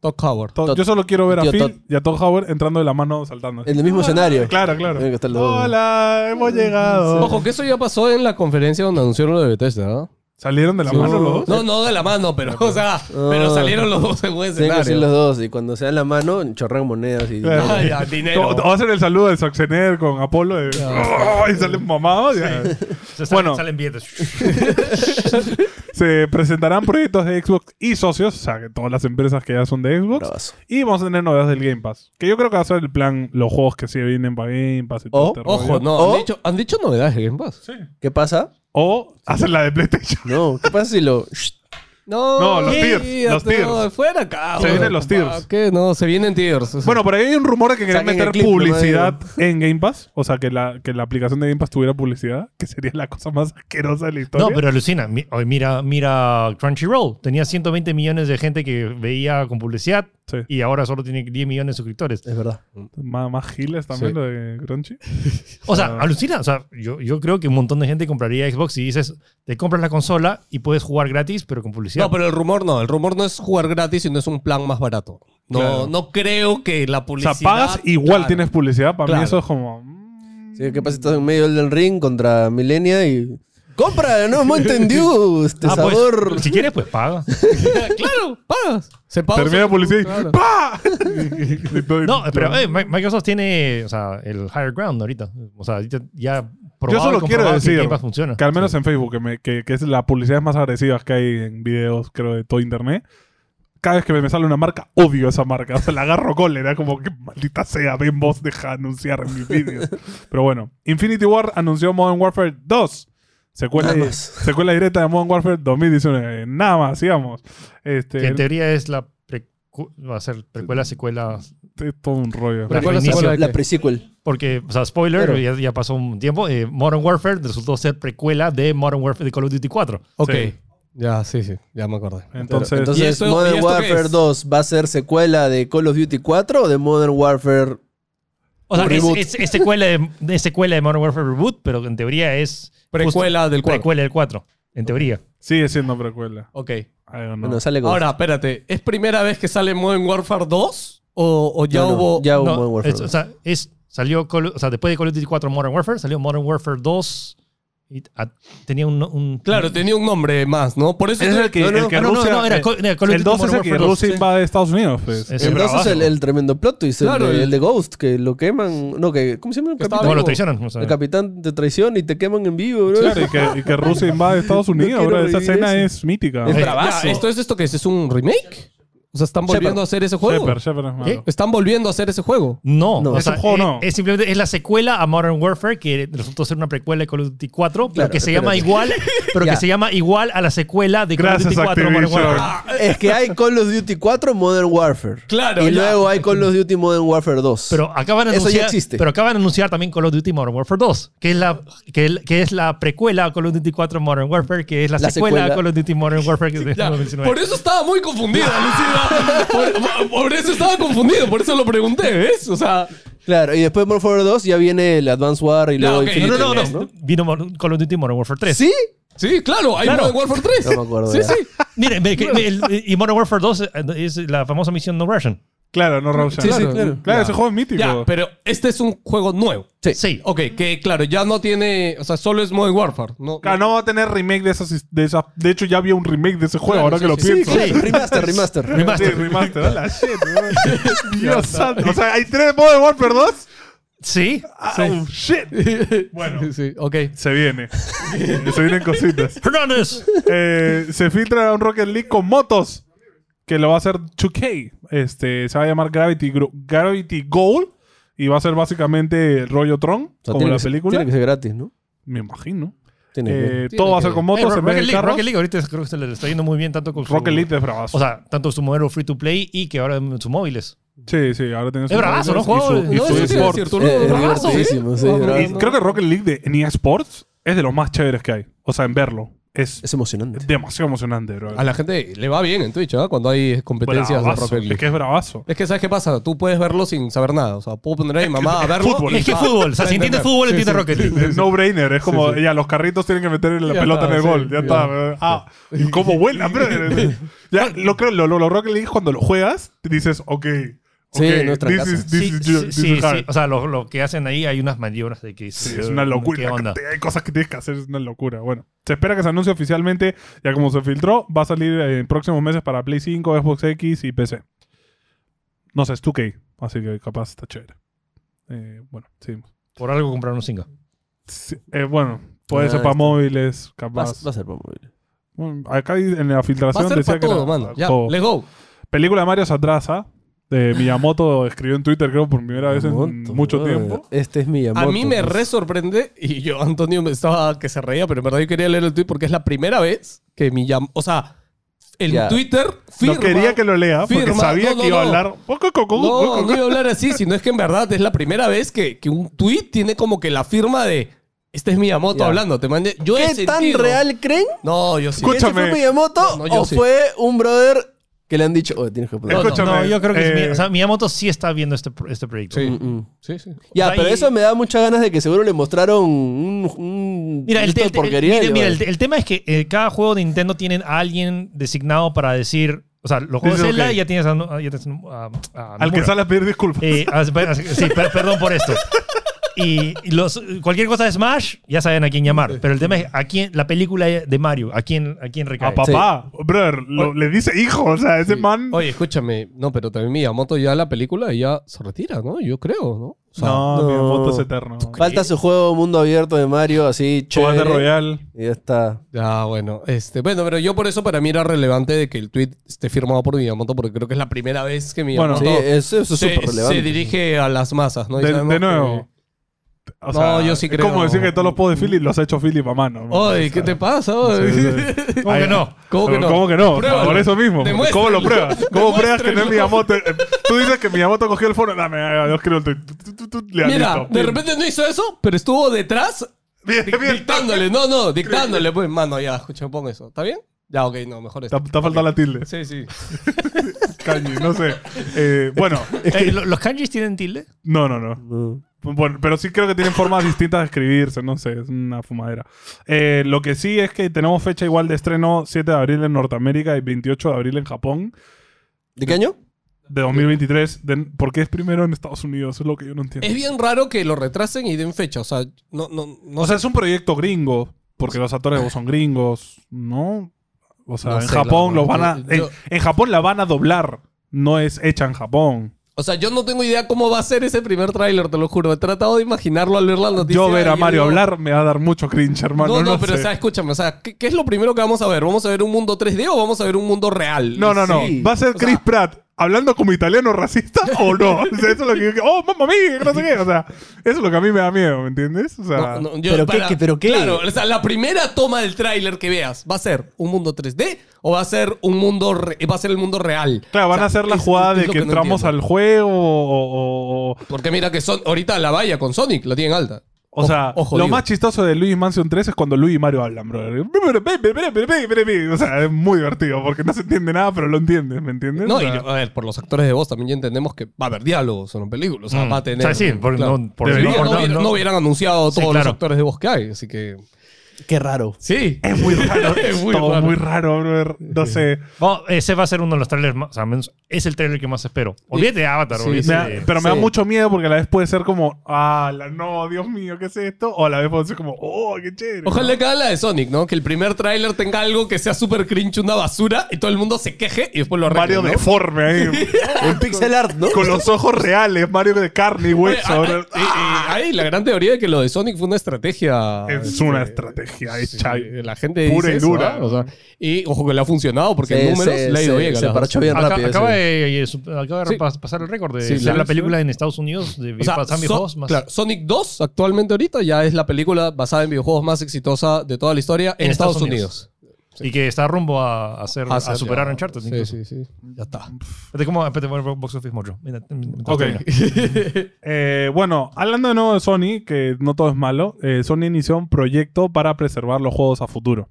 Speaker 5: Todd Howard.
Speaker 1: To-
Speaker 3: Todd.
Speaker 1: yo solo quiero ver a
Speaker 3: Tío
Speaker 1: Phil
Speaker 3: Todd.
Speaker 1: y a Todd Howard entrando de la mano saltando.
Speaker 3: En el mismo escenario.
Speaker 1: Claro, claro.
Speaker 3: Tiene que estar los dos.
Speaker 1: Hola, hemos llegado.
Speaker 5: Ojo, que eso ya pasó en la conferencia donde anunciaron lo de Bethesda, ¿no?
Speaker 1: Salieron de la
Speaker 3: Sí.
Speaker 1: mano los dos.
Speaker 5: No, no de la mano, pero, o sea, pero salieron los dos en buen
Speaker 3: Tienen Ah. que ser
Speaker 5: escenario.
Speaker 3: los dos. Y cuando se dan la mano, chorran monedas. Y...
Speaker 1: Claro.
Speaker 5: Ay, ya,
Speaker 1: O-
Speaker 5: dinero.
Speaker 1: o hacen el saludo de Schwarzenegger con Apolo de- y salen mamados. ya.
Speaker 2: Se salen,
Speaker 1: Bueno.
Speaker 2: salen billetes.
Speaker 1: Se presentarán proyectos de Xbox y socios, o sea, que todas las empresas que ya son de Xbox.
Speaker 3: Bravazo.
Speaker 1: Y vamos a tener novedades del Game Pass. Que yo creo que va a ser el plan, los juegos que sí vienen para Game Pass y todo
Speaker 3: O,
Speaker 1: este rollo.
Speaker 5: Ojo, no,
Speaker 3: ¿O?
Speaker 5: han dicho, han dicho novedades de Game Pass.
Speaker 3: ¿Qué pasa?
Speaker 1: O hacen la de PlayStation.
Speaker 3: No, ¿qué pasa si lo...
Speaker 5: No,
Speaker 1: No, los tiers,
Speaker 5: olvídate,
Speaker 1: los tiers.
Speaker 5: no, fuera acá.
Speaker 1: Se vienen los tiers.
Speaker 5: ¿Para ¿Qué? No, se vienen tiers. O sea,
Speaker 1: Bueno, por ahí hay un rumor de que querían
Speaker 3: Saquen el
Speaker 1: meter
Speaker 3: clip,
Speaker 1: publicidad en Game Pass. O sea, que la, que la aplicación de Game Pass tuviera publicidad, que sería la cosa más asquerosa de la historia.
Speaker 2: No, pero alucina. Mi- oye, Mira, mira Crunchyroll. Tenía 120 millones de gente que veía con publicidad
Speaker 1: Sí.
Speaker 2: y ahora solo tiene 10 millones de suscriptores.
Speaker 3: Es verdad.
Speaker 1: Má- Más, giles también
Speaker 5: Sí.
Speaker 1: lo de Crunchy.
Speaker 2: O sea, alucina. O sea, yo, yo creo que un montón de gente compraría Xbox y dices, te compras la consola y puedes jugar gratis, pero con publicidad.
Speaker 5: no, pero el rumor no. El rumor no es jugar gratis, sino es un plan más barato. No,
Speaker 1: Claro.
Speaker 5: no creo que la
Speaker 1: O
Speaker 5: publicidad...
Speaker 1: sea, pagas igual
Speaker 5: Claro.
Speaker 1: tienes publicidad. Para mí
Speaker 5: Claro.
Speaker 1: eso es como... mm,
Speaker 3: Sí, ¿Qué pasa si estás en medio del ring contra Milenia y... ¡Compra! ¡No hemos entendido! Este
Speaker 2: Ah, pues,
Speaker 3: sabor...
Speaker 2: si quieres, pues paga.
Speaker 5: claro, pagas. Se paga.
Speaker 1: Termina la publicidad y
Speaker 5: Claro.
Speaker 1: ¡pa!
Speaker 2: No, pero eh, Mi- Microsoft tiene o sea, el higher ground ahorita. O sea, ahorita ya probado
Speaker 1: Yo solo
Speaker 2: y comprobado
Speaker 1: quiero
Speaker 2: que
Speaker 1: decir
Speaker 2: Game Pass funciona.
Speaker 1: Que al menos en Facebook, que, me- que, que es la publicidad más agresiva que hay en videos, creo, de todo internet. Cada vez que me sale una marca, odio esa marca. O sea, la agarro cólera, como que maldita sea, ven vos, deja anunciar en mis vídeos. Pero bueno, Infinity War anunció Modern Warfare 2. Secuela,
Speaker 3: Nada más.
Speaker 1: secuela directa de Modern Warfare 2019. Nada más, sigamos.
Speaker 2: Que en
Speaker 1: Este,
Speaker 2: teoría es la precu- va a ser precuela, secuela.
Speaker 1: es todo un rollo.
Speaker 5: Precuela,
Speaker 2: Reinicio.
Speaker 5: secuela de
Speaker 3: La
Speaker 5: qué?
Speaker 3: pre-sequel.
Speaker 2: Porque, o sea, spoiler,
Speaker 3: Claro.
Speaker 2: ya, ya pasó un tiempo, eh, Modern Warfare resultó ser precuela de Modern Warfare de Call of Duty 4.
Speaker 5: Ok.
Speaker 1: Sí.
Speaker 5: Ya, sí, sí. Ya me acordé.
Speaker 1: Entonces,
Speaker 3: Entonces,
Speaker 5: ¿y esto- y
Speaker 3: Modern
Speaker 5: esto qué
Speaker 3: Warfare
Speaker 5: es?
Speaker 3: 2 va a ser secuela de Call of Duty 4 o de Modern Warfare.
Speaker 2: O sea,
Speaker 3: Un
Speaker 2: es,
Speaker 3: reboot.
Speaker 2: es- es secuela de, es secuela de Modern Warfare Reboot, pero en teoría es
Speaker 5: Precuela del
Speaker 2: justo-
Speaker 5: cuarto.
Speaker 2: precuela del 4. En teoría.
Speaker 1: sigue siendo precuela.
Speaker 5: Ok.
Speaker 1: I don't know.
Speaker 3: Bueno, sale con.
Speaker 5: Ahora, espérate. ¿Es primera vez que sale Modern Warfare 2? ¿O, o ya
Speaker 3: No, no,
Speaker 5: hubo...?
Speaker 3: ya hubo
Speaker 2: No,
Speaker 3: Modern Warfare.
Speaker 2: es- o
Speaker 3: 2.
Speaker 2: sea, es, salió, Call- o sea, después de Call of Duty 4 Modern Warfare, salió Modern Warfare 2. Y, a- tenía un, un-
Speaker 5: Claro, tenía un nombre más, ¿no? Por eso...
Speaker 1: Es el que,
Speaker 5: No, no,
Speaker 1: el que
Speaker 2: ah, no, no,
Speaker 1: Rusia-
Speaker 2: no, era
Speaker 1: eh,
Speaker 2: Call- era Call of
Speaker 1: el
Speaker 2: Duty
Speaker 1: 2 es el
Speaker 2: Modern
Speaker 1: que
Speaker 2: Warfare 2,
Speaker 1: Rusia
Speaker 2: sí.
Speaker 1: invade Estados Unidos. pues.
Speaker 2: Es-
Speaker 3: el 2 es
Speaker 2: bravazo.
Speaker 3: el, el tremendo plot twist, el
Speaker 5: Claro,
Speaker 3: de- el,
Speaker 5: el-
Speaker 3: de Ghost, que lo queman. No, que. ¿Cómo se llama el
Speaker 5: Que estaba
Speaker 3: capitán?
Speaker 2: Bueno, lo
Speaker 5: vivo.
Speaker 2: traicionan. o sea.
Speaker 3: El capitán te traiciona y te queman en vivo, bro.
Speaker 1: Claro, y que, y que Rusia invade Estados Unidos,
Speaker 3: quiero
Speaker 1: bro. Esa
Speaker 3: revivir
Speaker 1: escena
Speaker 3: eso.
Speaker 1: es mítica.
Speaker 3: Es
Speaker 5: Eh,
Speaker 3: bravazo.
Speaker 5: ya, ¿Esto es esto que es? ¿Es un remake? O sea, ¿están volviendo
Speaker 3: Shepard.
Speaker 5: a hacer ese juego?
Speaker 1: Shepard, Shepard es malo.
Speaker 5: ¿Están volviendo a hacer ese juego?
Speaker 2: No,
Speaker 3: No.
Speaker 2: o
Speaker 1: Es un
Speaker 2: sea,
Speaker 1: juego,
Speaker 2: es,
Speaker 1: no.
Speaker 2: es simplemente es la secuela a Modern Warfare que resultó ser una precuela de Call of Duty 4, pero
Speaker 3: Claro,
Speaker 2: que se llama
Speaker 3: espérate.
Speaker 2: igual, pero que
Speaker 3: Ya.
Speaker 2: se llama igual a la secuela de Call
Speaker 1: Gracias,
Speaker 2: of Duty 4 Modern
Speaker 1: Activision.
Speaker 2: Warfare.
Speaker 3: Es que hay Call of Duty 4 Modern Warfare.
Speaker 5: Claro,
Speaker 3: Y
Speaker 5: ya.
Speaker 3: luego hay Call of Duty Modern Warfare 2.
Speaker 2: Pero acaban de
Speaker 3: Eso ya
Speaker 2: anunciar,
Speaker 3: existe.
Speaker 2: pero acaban de anunciar también Call of Duty Modern Warfare 2, que es la que, el- que es la precuela a Call of Duty 4 Modern Warfare, que es la,
Speaker 3: La
Speaker 2: secuela, a
Speaker 3: secuela.
Speaker 2: Call of Duty Modern Warfare que es de
Speaker 1: Este
Speaker 5: Ya,
Speaker 2: 2019.
Speaker 5: Por eso estaba muy confundida, Lucida. Por, por eso estaba confundido, por eso lo pregunté, ¿ves? O sea,
Speaker 3: Claro, y después Modern Warfare 2 ya viene el Advanced War y
Speaker 5: Ya,
Speaker 3: luego
Speaker 5: ok.
Speaker 3: Infinity
Speaker 5: No, no, no,
Speaker 3: War,
Speaker 5: no.
Speaker 2: Vino Modern- Call of Duty Modern Warfare 3.
Speaker 3: ¿Sí?
Speaker 5: sí, claro, hay
Speaker 2: Claro.
Speaker 5: Modern Warfare 3.
Speaker 3: No me acuerdo
Speaker 5: Sí,
Speaker 3: ya.
Speaker 5: sí.
Speaker 2: Miren, ve que- el- y Modern Warfare 2 es la famosa misión No Russian.
Speaker 1: Claro, no Russian.
Speaker 5: Sí, sí,
Speaker 1: claro,
Speaker 5: claro.
Speaker 1: Claro,
Speaker 5: Ya.
Speaker 1: ese juego es mítico.
Speaker 5: Ya, pero este es un juego nuevo.
Speaker 3: Sí.
Speaker 2: Sí.
Speaker 5: Ok, que claro, ya no tiene. O sea, solo es Modern Warfare. No,
Speaker 1: Claro, Ah, no va a tener remake de esas. De, esas- de hecho, ya había un remake de ese juego,
Speaker 5: Claro,
Speaker 1: ahora
Speaker 5: sí,
Speaker 1: que lo
Speaker 5: sí, sí.
Speaker 1: pienso.
Speaker 3: Claro, Remaster, remaster.
Speaker 1: Sí,
Speaker 2: Remaster.
Speaker 1: remaster. Hola, shit, bro. Dios santo. O sea, hay tres Modern Warfare 2.
Speaker 2: Sí.
Speaker 1: Ah, oh, shit. Bueno,
Speaker 5: Sí, sí, ok.
Speaker 1: se viene. se vienen cositas.
Speaker 2: Hernández.
Speaker 1: Eh, se filtra un Rocket League con motos. Que lo va a hacer 2K. Este, se va a llamar Gravity, Gro- Gravity Goal. Y va a ser básicamente el rollo Tron,
Speaker 3: O sea,
Speaker 1: como
Speaker 3: tiene
Speaker 1: la
Speaker 3: que ser-
Speaker 1: película.
Speaker 3: Tiene que ser gratis, ¿no?
Speaker 1: Me imagino.
Speaker 3: Tiene que-
Speaker 1: Eh, todo va a ser
Speaker 5: que-
Speaker 1: con
Speaker 2: Hey,
Speaker 1: motos
Speaker 2: Ro-
Speaker 1: en vez
Speaker 2: Rocket
Speaker 1: de
Speaker 2: League,
Speaker 1: carros.
Speaker 2: Rocket League ahorita creo que se le está yendo muy bien tanto con su,
Speaker 1: Rocket League es bravazo.
Speaker 2: O sea, tanto su modelo free to play y que ahora en sus móviles.
Speaker 1: sí, sí, ahora tienes
Speaker 2: es
Speaker 1: un
Speaker 2: bravazo,
Speaker 1: Raiders
Speaker 2: ¿no?
Speaker 1: y su-
Speaker 2: Juego-
Speaker 1: y
Speaker 5: No,
Speaker 1: su
Speaker 5: eso te iba a
Speaker 1: eSports.
Speaker 5: decir, tú
Speaker 3: Eh, es
Speaker 5: lo bravazo, ¿eh?
Speaker 3: divertidísimo, sí,
Speaker 5: Ah,
Speaker 3: bravazo.
Speaker 5: bueno.
Speaker 1: Creo que Rocket League de en EA Sports es de los más chéveres que hay. O sea, en verlo. Es
Speaker 3: Es emocionante.
Speaker 1: demasiado emocionante, bro.
Speaker 5: A la gente le va bien en Twitch, ¿ah? Cuando hay competencias de
Speaker 1: Bravazo.
Speaker 5: Rocket League.
Speaker 1: Es que es bravazo.
Speaker 5: Es que, ¿sabes qué pasa? Tú puedes verlo sin saber nada. O sea, puedo poner a mi mamá a verlo.
Speaker 1: fútbol.
Speaker 5: y
Speaker 2: Es que es
Speaker 5: va-
Speaker 2: fútbol. O sea,
Speaker 5: va a
Speaker 2: si entiendes
Speaker 5: entender.
Speaker 2: fútbol,
Speaker 5: Sí,
Speaker 2: entiendes
Speaker 5: sí.
Speaker 2: Rocket League.
Speaker 1: Es no-brainer. Es como, ya, los carritos tienen que meter la
Speaker 5: Ya
Speaker 1: pelota
Speaker 5: está,
Speaker 1: en el
Speaker 5: sí,
Speaker 1: gol. Ya,
Speaker 5: ya.
Speaker 1: está. bro. Ah, y cómo vuela, bro. ya, lo creo, lo, lo, lo Rocket League es cuando lo juegas, te dices, ok.
Speaker 3: Sí,
Speaker 1: ok,
Speaker 3: no es
Speaker 1: this
Speaker 3: trancazo.
Speaker 1: is, this
Speaker 2: Sí,
Speaker 1: is
Speaker 2: sí,
Speaker 1: your- this
Speaker 2: sí,
Speaker 1: is hard.
Speaker 2: sí. O sea, lo, lo que hacen ahí hay unas maniobras de que
Speaker 1: Sí, es una locura.
Speaker 2: ¿Qué onda?
Speaker 1: Hay cosas que tienes que hacer, es una locura. Bueno, se espera que se anuncie oficialmente. Ya como se filtró, va a salir en próximos meses para Play 5, Xbox X y PC. No sé, es 2K, así que capaz está chévere. Eh, bueno, sí.
Speaker 2: Por algo compraron un 5.
Speaker 1: Sí, eh, bueno, puede
Speaker 3: Ah,
Speaker 1: ser para
Speaker 3: está.
Speaker 1: móviles,
Speaker 3: Va, a-
Speaker 1: capaz.
Speaker 3: va a ser para móvil.
Speaker 1: Bueno, acá en la
Speaker 5: Va
Speaker 1: filtración
Speaker 5: a ser
Speaker 1: decía
Speaker 5: para
Speaker 1: que
Speaker 5: todo,
Speaker 1: era-
Speaker 5: mano. Ya,
Speaker 1: todo.
Speaker 5: let's go.
Speaker 1: Película de Mario se atrasa. Eh, Miyamoto escribió en Twitter, creo, por primera vez en
Speaker 3: Miyamoto,
Speaker 1: mucho
Speaker 3: brother.
Speaker 1: tiempo.
Speaker 3: Este es
Speaker 5: A
Speaker 3: Miyamoto.
Speaker 5: mí me
Speaker 3: pues.
Speaker 5: re sorprende, y yo, Antonio, me estaba que se reía, pero en verdad yo quería leer el tweet porque es la primera vez que mi llam- O sea, el
Speaker 3: Ya.
Speaker 5: Twitter firma.
Speaker 1: No quería que lo lea porque
Speaker 5: firma.
Speaker 1: sabía
Speaker 5: No, no,
Speaker 1: que iba a
Speaker 5: no.
Speaker 1: hablar.
Speaker 5: No, no iba a hablar así, sino es que en verdad es la primera vez que, que un tweet tiene como que la firma de. Este es Miyamoto
Speaker 3: Ya.
Speaker 5: hablando, te mandé. Yo he
Speaker 3: ¿Qué tan
Speaker 5: sentido-
Speaker 3: real creen?
Speaker 5: No, yo sí.
Speaker 3: ¿Que este
Speaker 1: Escúchame.
Speaker 3: fue Miyamoto
Speaker 5: No, no, yo
Speaker 3: o
Speaker 5: sí.
Speaker 3: fue un brother que le han dicho, oye, tienes que poner.
Speaker 5: No, no,
Speaker 1: Escúchame.
Speaker 2: No, yo creo que es
Speaker 1: eh,
Speaker 2: mi- o sea, Miyamoto sí está viendo este, pro- este proyecto.
Speaker 5: Sí.
Speaker 3: Mm, mm.
Speaker 5: Sí, sí.
Speaker 3: Ya,
Speaker 2: O sea,
Speaker 3: pero
Speaker 2: y-
Speaker 3: eso me da muchas ganas de que seguro le mostraron un, un
Speaker 2: Mira, el,
Speaker 3: esto
Speaker 2: te-
Speaker 3: de
Speaker 2: el-
Speaker 3: porquería.
Speaker 2: mira,
Speaker 3: y
Speaker 2: mira,
Speaker 3: vale.
Speaker 2: el- el tema es que eh, cada juego de Nintendo tienen a alguien designado para decir. O sea, los juegos
Speaker 1: Dice,
Speaker 2: de Zelda
Speaker 1: ok.
Speaker 2: ya tienes a, a- ya tienes a- a
Speaker 1: Al que
Speaker 2: Nomura.
Speaker 1: sale a pedir disculpas.
Speaker 2: Eh, as- per- as- sí, per- perdón por esto. Y y los, cualquier cosa de Smash, ya saben a quién llamar. Pero el tema es a quién, la película de Mario, a quién, a quién recae.
Speaker 1: a papá. Brother, lo- le dice hijo. O sea, ese man.
Speaker 5: Oye, escúchame. No, pero también Miyamoto ya la película ya se retira, ¿no? Yo creo, ¿no? O sea,
Speaker 1: no,
Speaker 3: no.
Speaker 1: Miyamoto es eterno.
Speaker 3: Falta su juego mundo abierto de Mario, así
Speaker 1: Battle
Speaker 3: chévere.
Speaker 1: Royale.
Speaker 3: Y ya está.
Speaker 5: Ya, bueno, este, bueno, pero yo por eso para mí era relevante de que el tweet esté firmado por Miyamoto, porque creo que es la primera vez que Miyamoto
Speaker 1: Bueno,
Speaker 3: Sí, eh, eso, eso es
Speaker 5: se,
Speaker 3: súper
Speaker 5: se
Speaker 3: relevante.
Speaker 5: dirige a las masas, ¿no? Y
Speaker 1: De,
Speaker 5: sabemos
Speaker 1: de nuevo. O
Speaker 5: No,
Speaker 1: sea,
Speaker 5: yo sí
Speaker 1: es
Speaker 5: creo.
Speaker 1: como decir que todos los pods de Philip los ha hecho Philip a mano. ¿no?
Speaker 5: Oye, ¿qué te pasa? oy?
Speaker 1: Sí, sí.
Speaker 2: ¿Cómo
Speaker 1: Ay,
Speaker 2: que no?
Speaker 5: ¿Cómo que no?
Speaker 1: ¿Cómo que no?
Speaker 5: Pruébalo.
Speaker 1: Por eso mismo. ¿Cómo
Speaker 5: Demuéstralo.
Speaker 1: lo pruebas? ¿Cómo pruebas que no es
Speaker 5: Demuéstralo.
Speaker 1: Miyamoto? Eh, Tú dices que Miyamoto cogió el foro. Dame, ah, yo escribo el tweet. Tu, tu, tu, tu, ya,
Speaker 5: Mira,
Speaker 1: listo.
Speaker 5: de repente no hizo eso, pero estuvo detrás
Speaker 1: Bien,
Speaker 5: dic-
Speaker 1: bien.
Speaker 5: dictándole. No, no, dictándole. Pues, mano, ya, escucha, pon eso. ¿Está bien? Ya, ok, no, mejor
Speaker 1: Te ha
Speaker 5: esto.
Speaker 1: te ha faltado la tilde.
Speaker 5: Sí, sí.
Speaker 1: Kanji, no sé. Eh, bueno,
Speaker 2: Eh, ¿lo- ¿Los kanjis tienen tilde?
Speaker 1: no, no, no.
Speaker 3: No.
Speaker 1: Bueno, pero sí creo que tienen formas distintas de escribirse, no sé, es una fumadera. Eh, lo que sí es que tenemos fecha igual de estreno 7 de abril en Norteamérica y 28 de abril en Japón
Speaker 3: ¿De qué año?
Speaker 1: de 2023. De- ¿Por qué es primero en Estados Unidos? Es lo que yo no entiendo.
Speaker 5: Es bien raro que lo retrasen y den fecha. O sea, no, no, no
Speaker 1: O sea, es un proyecto gringo, porque los actores son gringos, ¿no? O sea,
Speaker 5: No
Speaker 1: en
Speaker 5: sé,
Speaker 1: Japón
Speaker 5: la
Speaker 1: los van
Speaker 5: verdad.
Speaker 1: a... En,
Speaker 5: Yo-
Speaker 1: en Japón la van a doblar, no es hecha en Japón.
Speaker 5: O sea, yo no tengo idea cómo va a ser ese primer tráiler, te lo juro. He tratado de imaginarlo al ver la noticia.
Speaker 1: yo ver a
Speaker 5: y
Speaker 1: Mario
Speaker 5: digo,
Speaker 1: hablar me va a dar mucho cringe, hermano.
Speaker 5: No,
Speaker 1: No,
Speaker 5: no, pero o
Speaker 1: sé.
Speaker 5: sea, escúchame, o sea, ¿qué, qué es lo primero que vamos a ver? ¿Vamos a ver un mundo 3D o vamos a ver un mundo real?
Speaker 1: No, no, no.
Speaker 3: Sí.
Speaker 1: ¿Va a ser
Speaker 5: O sea-
Speaker 1: Chris Pratt hablando como italiano racista o no? O sea, eso es lo que yo- ¡Oh, mamá mía! que No sé qué. O sea, eso es lo que a mí me da miedo, ¿me entiendes? O sea,
Speaker 5: No, no, yo
Speaker 3: ¿Pero qué, qué, pero qué?
Speaker 5: Claro, o sea, la primera toma del tráiler que veas, ¿va a ser un mundo 3D o va a ser un mundo re- va a ser el mundo real?
Speaker 1: claro, van
Speaker 5: O sea,
Speaker 1: a hacer la
Speaker 5: es-
Speaker 1: jugada
Speaker 5: es
Speaker 1: de
Speaker 5: lo
Speaker 1: que,
Speaker 5: no
Speaker 1: entramos
Speaker 5: entiendo.
Speaker 1: al juego o. o- o-
Speaker 5: Porque mira que son ahorita la valla con Sonic la tienen alta.
Speaker 1: o sea,
Speaker 5: Ojo,
Speaker 1: lo
Speaker 5: digo.
Speaker 1: más chistoso de Luis Mansion 3 es cuando Luis y Mario hablan, brother. O sea, es muy divertido porque no se entiende nada, pero lo entiendes, ¿me entiendes? O
Speaker 5: No, y
Speaker 1: sea,
Speaker 5: a ver, por los actores de voz también ya entendemos que va a haber diálogos en la película, o sea,
Speaker 2: Mm.
Speaker 5: va a tener
Speaker 2: O sea, sí, porque
Speaker 5: claro.
Speaker 2: no, por-
Speaker 1: Debería,
Speaker 5: No, no hubiera-
Speaker 2: no-
Speaker 5: no hubieran anunciado todos
Speaker 2: Sí, claro.
Speaker 5: los actores de voz que hay, así que
Speaker 3: Qué raro.
Speaker 5: sí.
Speaker 1: es muy raro. es
Speaker 5: Es muy
Speaker 1: todo
Speaker 5: raro.
Speaker 1: muy raro, brother. No sé.
Speaker 2: Bueno, ese va a ser uno de los trailers más. O sea, menos- es el trailer que más espero. Olvídate de Avatar,
Speaker 5: Sí,
Speaker 2: olvídate
Speaker 1: Me da-
Speaker 2: de-
Speaker 1: pero me da
Speaker 3: sí.
Speaker 1: mucho miedo porque a la vez puede ser como, ah, la- no, Dios mío, ¿qué es esto? O a la vez puede ser como, oh, qué chévere.
Speaker 5: Ojalá que haga la de Sonic, ¿no? Que el primer tráiler tenga algo que sea súper cringe, una basura, y todo el mundo se queje y después lo
Speaker 1: ¿no? Mario
Speaker 5: arreglen, ¿no?
Speaker 1: deforme ahí.
Speaker 3: En pixel art, ¿no?
Speaker 1: con los ojos reales, Mario de carne y
Speaker 5: Oye,
Speaker 1: hueso.
Speaker 5: hay- hay- hay- hay la gran teoría de que lo de Sonic fue una estrategia.
Speaker 1: es
Speaker 5: este,
Speaker 1: una estrategia hecha.
Speaker 5: sí, La gente
Speaker 1: pura
Speaker 5: dice
Speaker 1: y
Speaker 5: eso,
Speaker 1: dura.
Speaker 5: ¿ah? O sea, y ojo que le ha funcionado porque
Speaker 3: Sí,
Speaker 5: en números
Speaker 3: sí,
Speaker 5: le ha ido
Speaker 3: sí,
Speaker 5: bien. a
Speaker 3: se
Speaker 5: las
Speaker 3: parachó
Speaker 5: dos.
Speaker 3: bien
Speaker 2: Acá-
Speaker 3: rápido.
Speaker 2: acaba,
Speaker 3: sí.
Speaker 2: de, eh, acaba de
Speaker 5: Sí.
Speaker 2: pas- pasar el récord de
Speaker 5: Sí,
Speaker 2: ser
Speaker 5: la-
Speaker 2: la película en Estados Unidos de
Speaker 5: O sea,
Speaker 2: basada en
Speaker 5: Son-
Speaker 2: videojuegos más.
Speaker 5: claro, Sonic 2 actualmente ahorita ya es la película basada en videojuegos más exitosa de toda la historia en, Estados, Unidos.
Speaker 2: Y que está rumbo a, hacer, a,
Speaker 5: Hacer
Speaker 2: superar
Speaker 5: ya-
Speaker 2: Uncharted.
Speaker 5: Sí,
Speaker 2: incluso.
Speaker 5: sí, sí. Ya está.
Speaker 2: Espérate, ¿cómo? Espérate, voy a ver Box Office Mojo. Mira, mm, mientras
Speaker 1: Ok.
Speaker 2: termino.
Speaker 1: Eh, bueno, hablando de nuevo de Sony, que no todo es malo, eh, Sony inició un proyecto para preservar los juegos a futuro.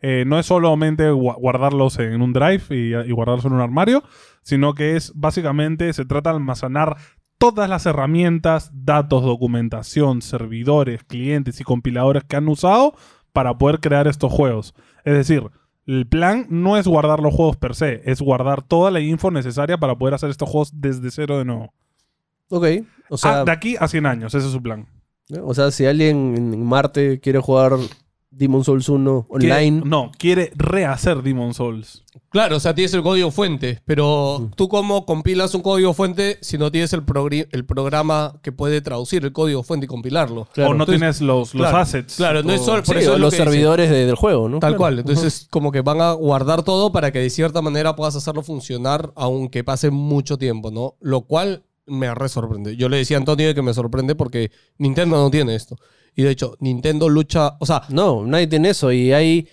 Speaker 1: Eh, no es solamente gua- guardarlos en un drive y, y guardarlos en un armario, sino que es básicamente se trata de almacenar todas las herramientas, datos, documentación, servidores, clientes y compiladores que han usado para poder crear estos juegos. Es decir, el plan no es guardar los juegos per se, es guardar toda la info necesaria para poder hacer estos juegos desde cero de nuevo.
Speaker 3: Ok. O sea,
Speaker 1: Ah, de aquí a 100 años, ese es su plan.
Speaker 3: ¿no? o sea, si alguien en Marte quiere jugar Demon Souls 1
Speaker 1: Quiere-
Speaker 3: online.
Speaker 1: no, quiere rehacer Demon Souls.
Speaker 5: Claro, o sea, tienes el código fuente,
Speaker 3: Mm.
Speaker 5: pero tú cómo compilas un código fuente si no tienes el, progri- el programa que puede traducir el código fuente y compilarlo.
Speaker 3: Claro,
Speaker 1: o no
Speaker 5: entonces-
Speaker 1: tienes los, los
Speaker 5: Claro,
Speaker 1: assets.
Speaker 5: Claro, no es solo por
Speaker 3: Sí,
Speaker 5: eso
Speaker 3: o
Speaker 5: es lo
Speaker 3: los
Speaker 5: que dice.
Speaker 3: servidores de- del juego, ¿no?
Speaker 5: Tal
Speaker 3: Claro.
Speaker 5: cual, entonces como que van a guardar todo para que de cierta manera puedas hacerlo funcionar aunque pase mucho tiempo, ¿no? Lo cual me re sorprende. Yo le decía a Antonio que me sorprende porque Nintendo no tiene esto. Y de hecho, Nintendo lucha, o sea,
Speaker 3: No, nadie tiene eso. Y hay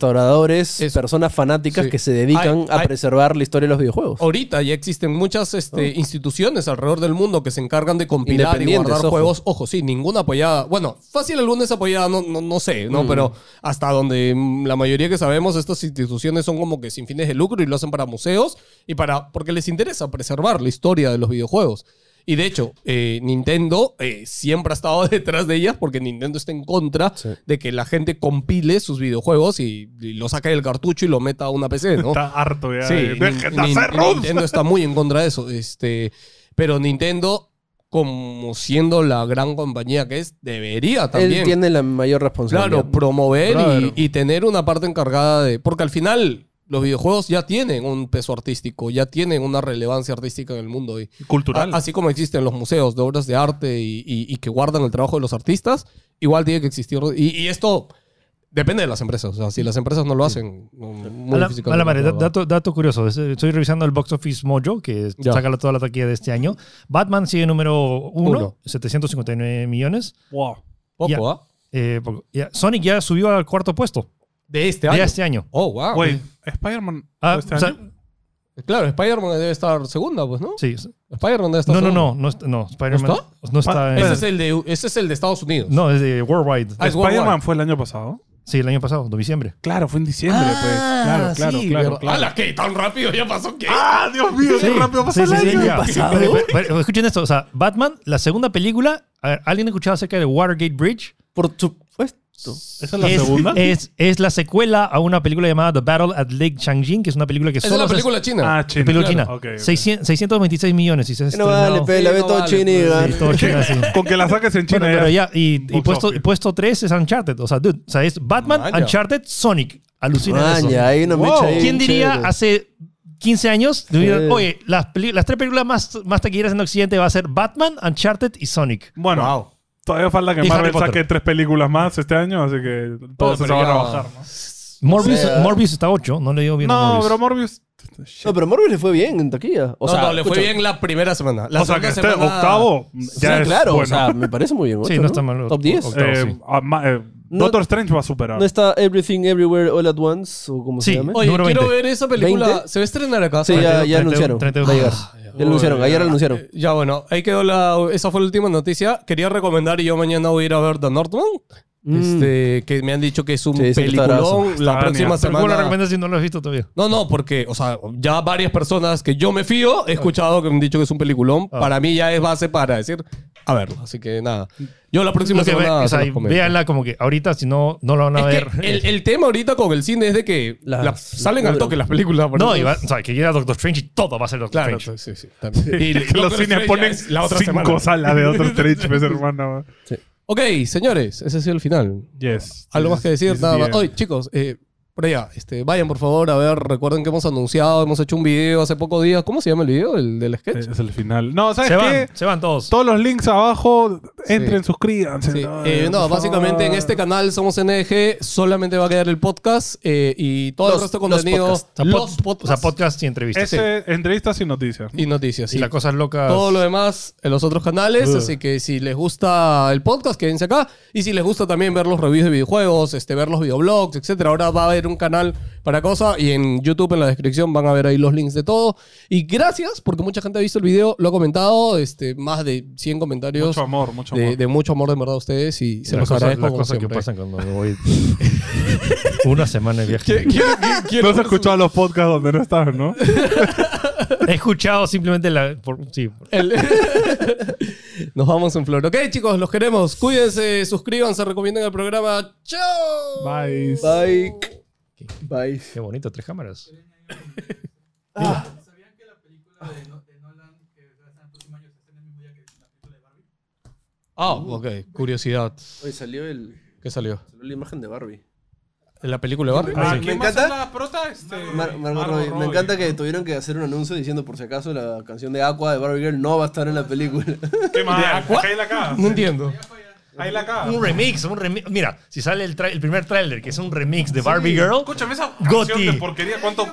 Speaker 3: restauradores,
Speaker 5: Eso.
Speaker 3: personas fanáticas
Speaker 5: Sí.
Speaker 3: que se dedican
Speaker 5: Hay-
Speaker 3: a
Speaker 5: hay-
Speaker 3: preservar la historia de los videojuegos.
Speaker 5: Ahorita ya existen muchas este, instituciones alrededor del mundo que se encargan de compilar y
Speaker 3: Oh. Independientes,
Speaker 5: guardar
Speaker 3: ojo.
Speaker 5: juegos. Ojo, sí, ninguna apoyada. Bueno, fácil alguna es apoyada, no, no, no sé,
Speaker 3: Mm.
Speaker 5: ¿no? Pero hasta donde mm, la mayoría que sabemos, estas instituciones son como que sin fines de lucro y lo hacen para museos y para. porque les interesa preservar la historia de los videojuegos. Y de hecho, eh, Nintendo eh, siempre ha estado detrás de ellas porque Nintendo está en contra
Speaker 3: Sí.
Speaker 5: de que la gente compile sus videojuegos y, y lo saque del cartucho y lo meta a una PC, ¿no?
Speaker 1: Está harto ya.
Speaker 5: Sí,
Speaker 1: de- ¡Dejen de
Speaker 5: Nin-
Speaker 1: hacer
Speaker 5: Nin-
Speaker 1: ROMs!
Speaker 5: Nintendo está muy en contra de eso. Este, pero Nintendo, como siendo la gran compañía que es, debería
Speaker 3: Él
Speaker 5: también.
Speaker 3: tiene la mayor responsabilidad.
Speaker 5: Claro, promover
Speaker 1: Brother.
Speaker 5: y, y tener una parte encargada de. Porque al final. Los videojuegos ya tienen un peso artístico, ya tienen una relevancia artística en el mundo. Y
Speaker 1: Cultural.
Speaker 5: a- así como existen los museos de obras de arte y, y- y que guardan el trabajo de los artistas, igual tiene que existir. Y, y esto Depende de las empresas. O sea, si las empresas no lo hacen, no- muy
Speaker 2: A la,
Speaker 5: difícil que
Speaker 2: a la
Speaker 5: lo
Speaker 2: madre,
Speaker 5: hagan.
Speaker 2: da- dato, dato curioso. Es- eh, Estoy revisando el Box Office Mojo, que es-
Speaker 5: Ya.
Speaker 2: saca la- toda la taquilla de este año. Batman sigue número
Speaker 5: Uno.
Speaker 2: 1, 759 millones.
Speaker 1: ah, Wow.
Speaker 5: Poco,
Speaker 2: Ya.
Speaker 5: ¿ah?
Speaker 2: Eh, poco. Ya, Sonic ya subió al cuarto puesto
Speaker 5: De este
Speaker 2: de
Speaker 5: año.
Speaker 2: este año.
Speaker 5: Oh, wow.
Speaker 1: Wait, Spider-Man.
Speaker 2: Ah,
Speaker 1: este
Speaker 2: o sea,
Speaker 1: año?
Speaker 5: Claro, Spider-Man debe estar segunda, pues, ¿no?
Speaker 2: sí.
Speaker 5: Spider-Man debe estar
Speaker 2: No, no,
Speaker 5: segunda.
Speaker 2: no, no, está- no, Spider-Man
Speaker 5: ¿No
Speaker 2: no está en-
Speaker 5: Ese es el de, ese es el de Estados Unidos.
Speaker 2: no, es de Worldwide.
Speaker 5: Ah, es
Speaker 1: Spider-Man
Speaker 5: worldwide.
Speaker 1: fue el año pasado.
Speaker 2: Sí, el año pasado, de diciembre.
Speaker 1: Claro, fue en diciembre,
Speaker 5: Ah,
Speaker 1: pues. Claro, claro,
Speaker 5: sí,
Speaker 1: claro,
Speaker 5: verdad.
Speaker 1: claro.
Speaker 5: ¡Hala, qué! ¿Tan rápido ya pasó que
Speaker 1: ¡Ah, Dios mío! ¡Qué rápido pasó el año!
Speaker 2: ya.
Speaker 3: pasado.
Speaker 2: Pero- pero- pero escuchen esto, o sea, Batman, la segunda película, a ver, ¿alguien ha escuchado acerca de Watergate Bridge?
Speaker 3: Por supuesto.
Speaker 1: ¿Esa es la segunda?
Speaker 2: Es, es la secuela a una película llamada The Battle at Lake Changjin, que es una película que
Speaker 5: Esa es
Speaker 2: solo
Speaker 5: la
Speaker 2: se-
Speaker 5: película china.
Speaker 1: ah, china.
Speaker 2: película
Speaker 1: Claro.
Speaker 2: china.
Speaker 1: Ok, ok.
Speaker 2: 600 626 millones y se ha
Speaker 3: No vale,
Speaker 2: estrenado
Speaker 3: pe, la
Speaker 5: Sí,
Speaker 3: ve
Speaker 5: no
Speaker 3: todo
Speaker 5: vale,
Speaker 3: chini.
Speaker 5: pues,
Speaker 3: gan.
Speaker 5: sí.
Speaker 2: todo China, sí.
Speaker 1: Con que la saques en
Speaker 2: Bueno,
Speaker 1: China.
Speaker 2: pero
Speaker 1: ya.
Speaker 2: ya, y, y
Speaker 1: Box
Speaker 2: puesto,
Speaker 1: office.
Speaker 2: puesto 3 es Uncharted. O sea, dude, o sea, es Batman,
Speaker 5: Vaya.
Speaker 2: Uncharted, Sonic. Alucina eso.
Speaker 3: Maña, hay una
Speaker 1: Wow.
Speaker 3: mecha ahí.
Speaker 2: ¿Quién diría
Speaker 3: eh, chévere.
Speaker 2: hace 15 años?
Speaker 3: Sí.
Speaker 2: Oye, las, peli- las tres películas más, más taquilleras en Occidente va a ser Batman, Uncharted y Sonic.
Speaker 1: Bueno,
Speaker 5: Wow.
Speaker 1: todavía falta que
Speaker 2: Y
Speaker 1: Marvel
Speaker 2: Harry Potter.
Speaker 1: saque tres películas más este año, así que todo
Speaker 5: Bueno,
Speaker 1: se
Speaker 5: pero
Speaker 1: va a
Speaker 5: ya-
Speaker 1: trabajar, ¿no?
Speaker 2: Morbius,
Speaker 3: sea-
Speaker 2: Morbius está 8, no le dio bien a
Speaker 1: No,
Speaker 2: Morbius.
Speaker 1: pero Morbius.
Speaker 3: No, pero Morbius le fue bien en taquilla. O
Speaker 5: No,
Speaker 3: sea,
Speaker 5: no, le fue
Speaker 3: escucha,
Speaker 5: bien la primera semana. La
Speaker 1: o sea, que
Speaker 5: segunda
Speaker 1: esté
Speaker 5: semana-
Speaker 1: octavo.
Speaker 3: Sí,
Speaker 1: Ya es
Speaker 3: claro.
Speaker 1: bueno.
Speaker 3: O sea, me parece muy bien.
Speaker 2: Sí,
Speaker 3: ocho,
Speaker 2: no está mal.
Speaker 3: Top 10.
Speaker 2: Octavo,
Speaker 1: Eh,
Speaker 2: sí.
Speaker 1: a- ma- eh,
Speaker 3: No-
Speaker 1: Doctor Strange va a superar.
Speaker 3: ¿No está Everything Everywhere All at Once? ¿O cómo
Speaker 2: Sí.
Speaker 3: se llama?
Speaker 5: Oye,
Speaker 2: Número
Speaker 5: quiero
Speaker 2: 20.
Speaker 5: ver esa película.
Speaker 3: ¿Veinte?
Speaker 5: ¿Se va a estrenar acá?
Speaker 3: Sí, ya, ya
Speaker 2: 31,
Speaker 3: anunciaron.
Speaker 2: 32.
Speaker 3: Va a llegar.
Speaker 2: Ah,
Speaker 3: Ya anunciaron, ayer anunciaron.
Speaker 5: Eh, Ya bueno, ahí quedó la... Esa fue la última noticia. Quería recomendar y yo mañana voy a ir a ver The Northman.
Speaker 3: Mm.
Speaker 5: Este, que me han dicho que es un
Speaker 3: Sí, dicen que está
Speaker 5: peliculón.
Speaker 1: brazo.
Speaker 5: La
Speaker 1: Está genial.
Speaker 5: próxima
Speaker 2: Pero ¿Cómo la
Speaker 5: semana...
Speaker 2: recomiendas si no lo has visto todavía?
Speaker 5: No, no, porque, o sea, ya varias personas que yo me fío he escuchado que me han dicho que es un peliculón.
Speaker 2: Ah.
Speaker 5: Para mí ya es base para decir, a ver, así que nada. Yo la próxima
Speaker 2: Lo que ve-
Speaker 5: semana.
Speaker 2: o sea,
Speaker 5: se los comento.
Speaker 2: véanla como que ahorita, si no, no la van a
Speaker 5: Es
Speaker 2: ver.
Speaker 5: que el, el tema ahorita con el cine es de que
Speaker 3: Las-
Speaker 5: la- salen al toque las películas. por
Speaker 2: no,
Speaker 5: eso-
Speaker 2: y va- o sea, que llega Doctor Strange y todo va a ser Doctor
Speaker 5: Claro,
Speaker 2: Strange.
Speaker 5: sí, sí, también.
Speaker 1: Y
Speaker 5: Doctor
Speaker 1: los
Speaker 5: Strange
Speaker 1: cines
Speaker 5: ya
Speaker 1: ponen
Speaker 5: es la otra
Speaker 1: cinco
Speaker 5: semana.
Speaker 1: salas de Doctor Strange, pues, hermano.
Speaker 5: Ok, señores, ese ha sido el final.
Speaker 1: Yes.
Speaker 5: Algo
Speaker 1: Yes,
Speaker 5: más que decir,
Speaker 1: yes,
Speaker 5: nada más.
Speaker 1: bien.
Speaker 5: Oye, chicos, eh, por allá, este, vayan por favor a ver, recuerden que hemos anunciado, hemos hecho un video hace pocos días. ¿Cómo se llama el video? ¿El del sketch?
Speaker 1: Es el final. No, ¿sabes
Speaker 2: Se
Speaker 1: qué?
Speaker 2: van, se van todos.
Speaker 1: Todos los links abajo, entren,
Speaker 5: Sí.
Speaker 1: suscríbanse.
Speaker 5: Sí, eh, no,
Speaker 1: por
Speaker 5: básicamente en
Speaker 1: favor.
Speaker 5: este canal somos NG, solamente va a quedar el podcast eh, y todo
Speaker 3: Los-
Speaker 5: el resto de
Speaker 3: los
Speaker 5: contenido.
Speaker 3: podcasts.
Speaker 2: O sea,
Speaker 5: los
Speaker 2: pod-
Speaker 5: podcasts
Speaker 2: o sea, podcast y entrevistas.
Speaker 1: Ese, entrevistas y noticias.
Speaker 5: y noticias.
Speaker 2: Y
Speaker 5: sí.
Speaker 2: las cosas locas.
Speaker 5: Todo lo demás en los otros canales. Así que si les gusta el podcast, quédense acá. Y si les gusta también ver los reviews de videojuegos, este, ver los videoblogs, etcétera. Ahora va a haber un canal para cosa. Y en YouTube, en la descripción, van a ver ahí los links de todo. Y gracias, porque mucha gente ha visto el video, lo ha comentado. Este, más de 100 comentarios.
Speaker 1: Mucho amor, mucho
Speaker 5: de,
Speaker 1: amor.
Speaker 5: de mucho amor de verdad a ustedes. Y se
Speaker 2: Las
Speaker 5: los
Speaker 2: cosas,
Speaker 5: agradezco
Speaker 2: las
Speaker 5: como
Speaker 2: cosas que
Speaker 5: siempre.
Speaker 2: pasan cuando me voy una semana de viaje.
Speaker 5: Quiero- quiero- quiero-
Speaker 1: no has escuchado los podcasts donde no estás, ¿no?
Speaker 2: He escuchado simplemente la. por- sí, por-
Speaker 5: El- Nos vamos en flor. Ok, chicos, los queremos. Cuídense, suscríbanse, recomienden el programa. ¡Chao!
Speaker 1: Bye.
Speaker 3: Bye. Bye.
Speaker 2: qué bonito, tres cámaras.
Speaker 6: ¿Sabían que la película de, No- de Nolan que va a estar el próximo año se estrena el mismo día que la película de Barbie?
Speaker 5: Ah, ok. Curiosidad.
Speaker 3: Hoy salió, el,
Speaker 5: ¿Qué salió?
Speaker 3: salió la imagen de Barbie.
Speaker 5: ¿En la película de Barbie?
Speaker 1: Ah,
Speaker 3: Me
Speaker 1: ¿quién va a
Speaker 3: encanta-
Speaker 1: ser la prota? Este,
Speaker 3: Mar- Margot
Speaker 1: Margot
Speaker 3: Robbie. Me
Speaker 1: Robbie.
Speaker 3: encanta que tuvieron que hacer un anuncio diciendo por si acaso la canción de Aqua de Barbie Girl no va a estar en la película.
Speaker 1: ¿Qué más?
Speaker 5: Aqua?
Speaker 1: Ahí la cagas.
Speaker 5: No entiendo.
Speaker 1: Ahí la cagas.
Speaker 2: Ah, Un remix, un remix. Mira, si sale el, tra- el primer tráiler que es un remix de Barbie Girl.
Speaker 1: Escúchame esa
Speaker 2: Gotti.
Speaker 1: canción de porquería. ¿Cuánto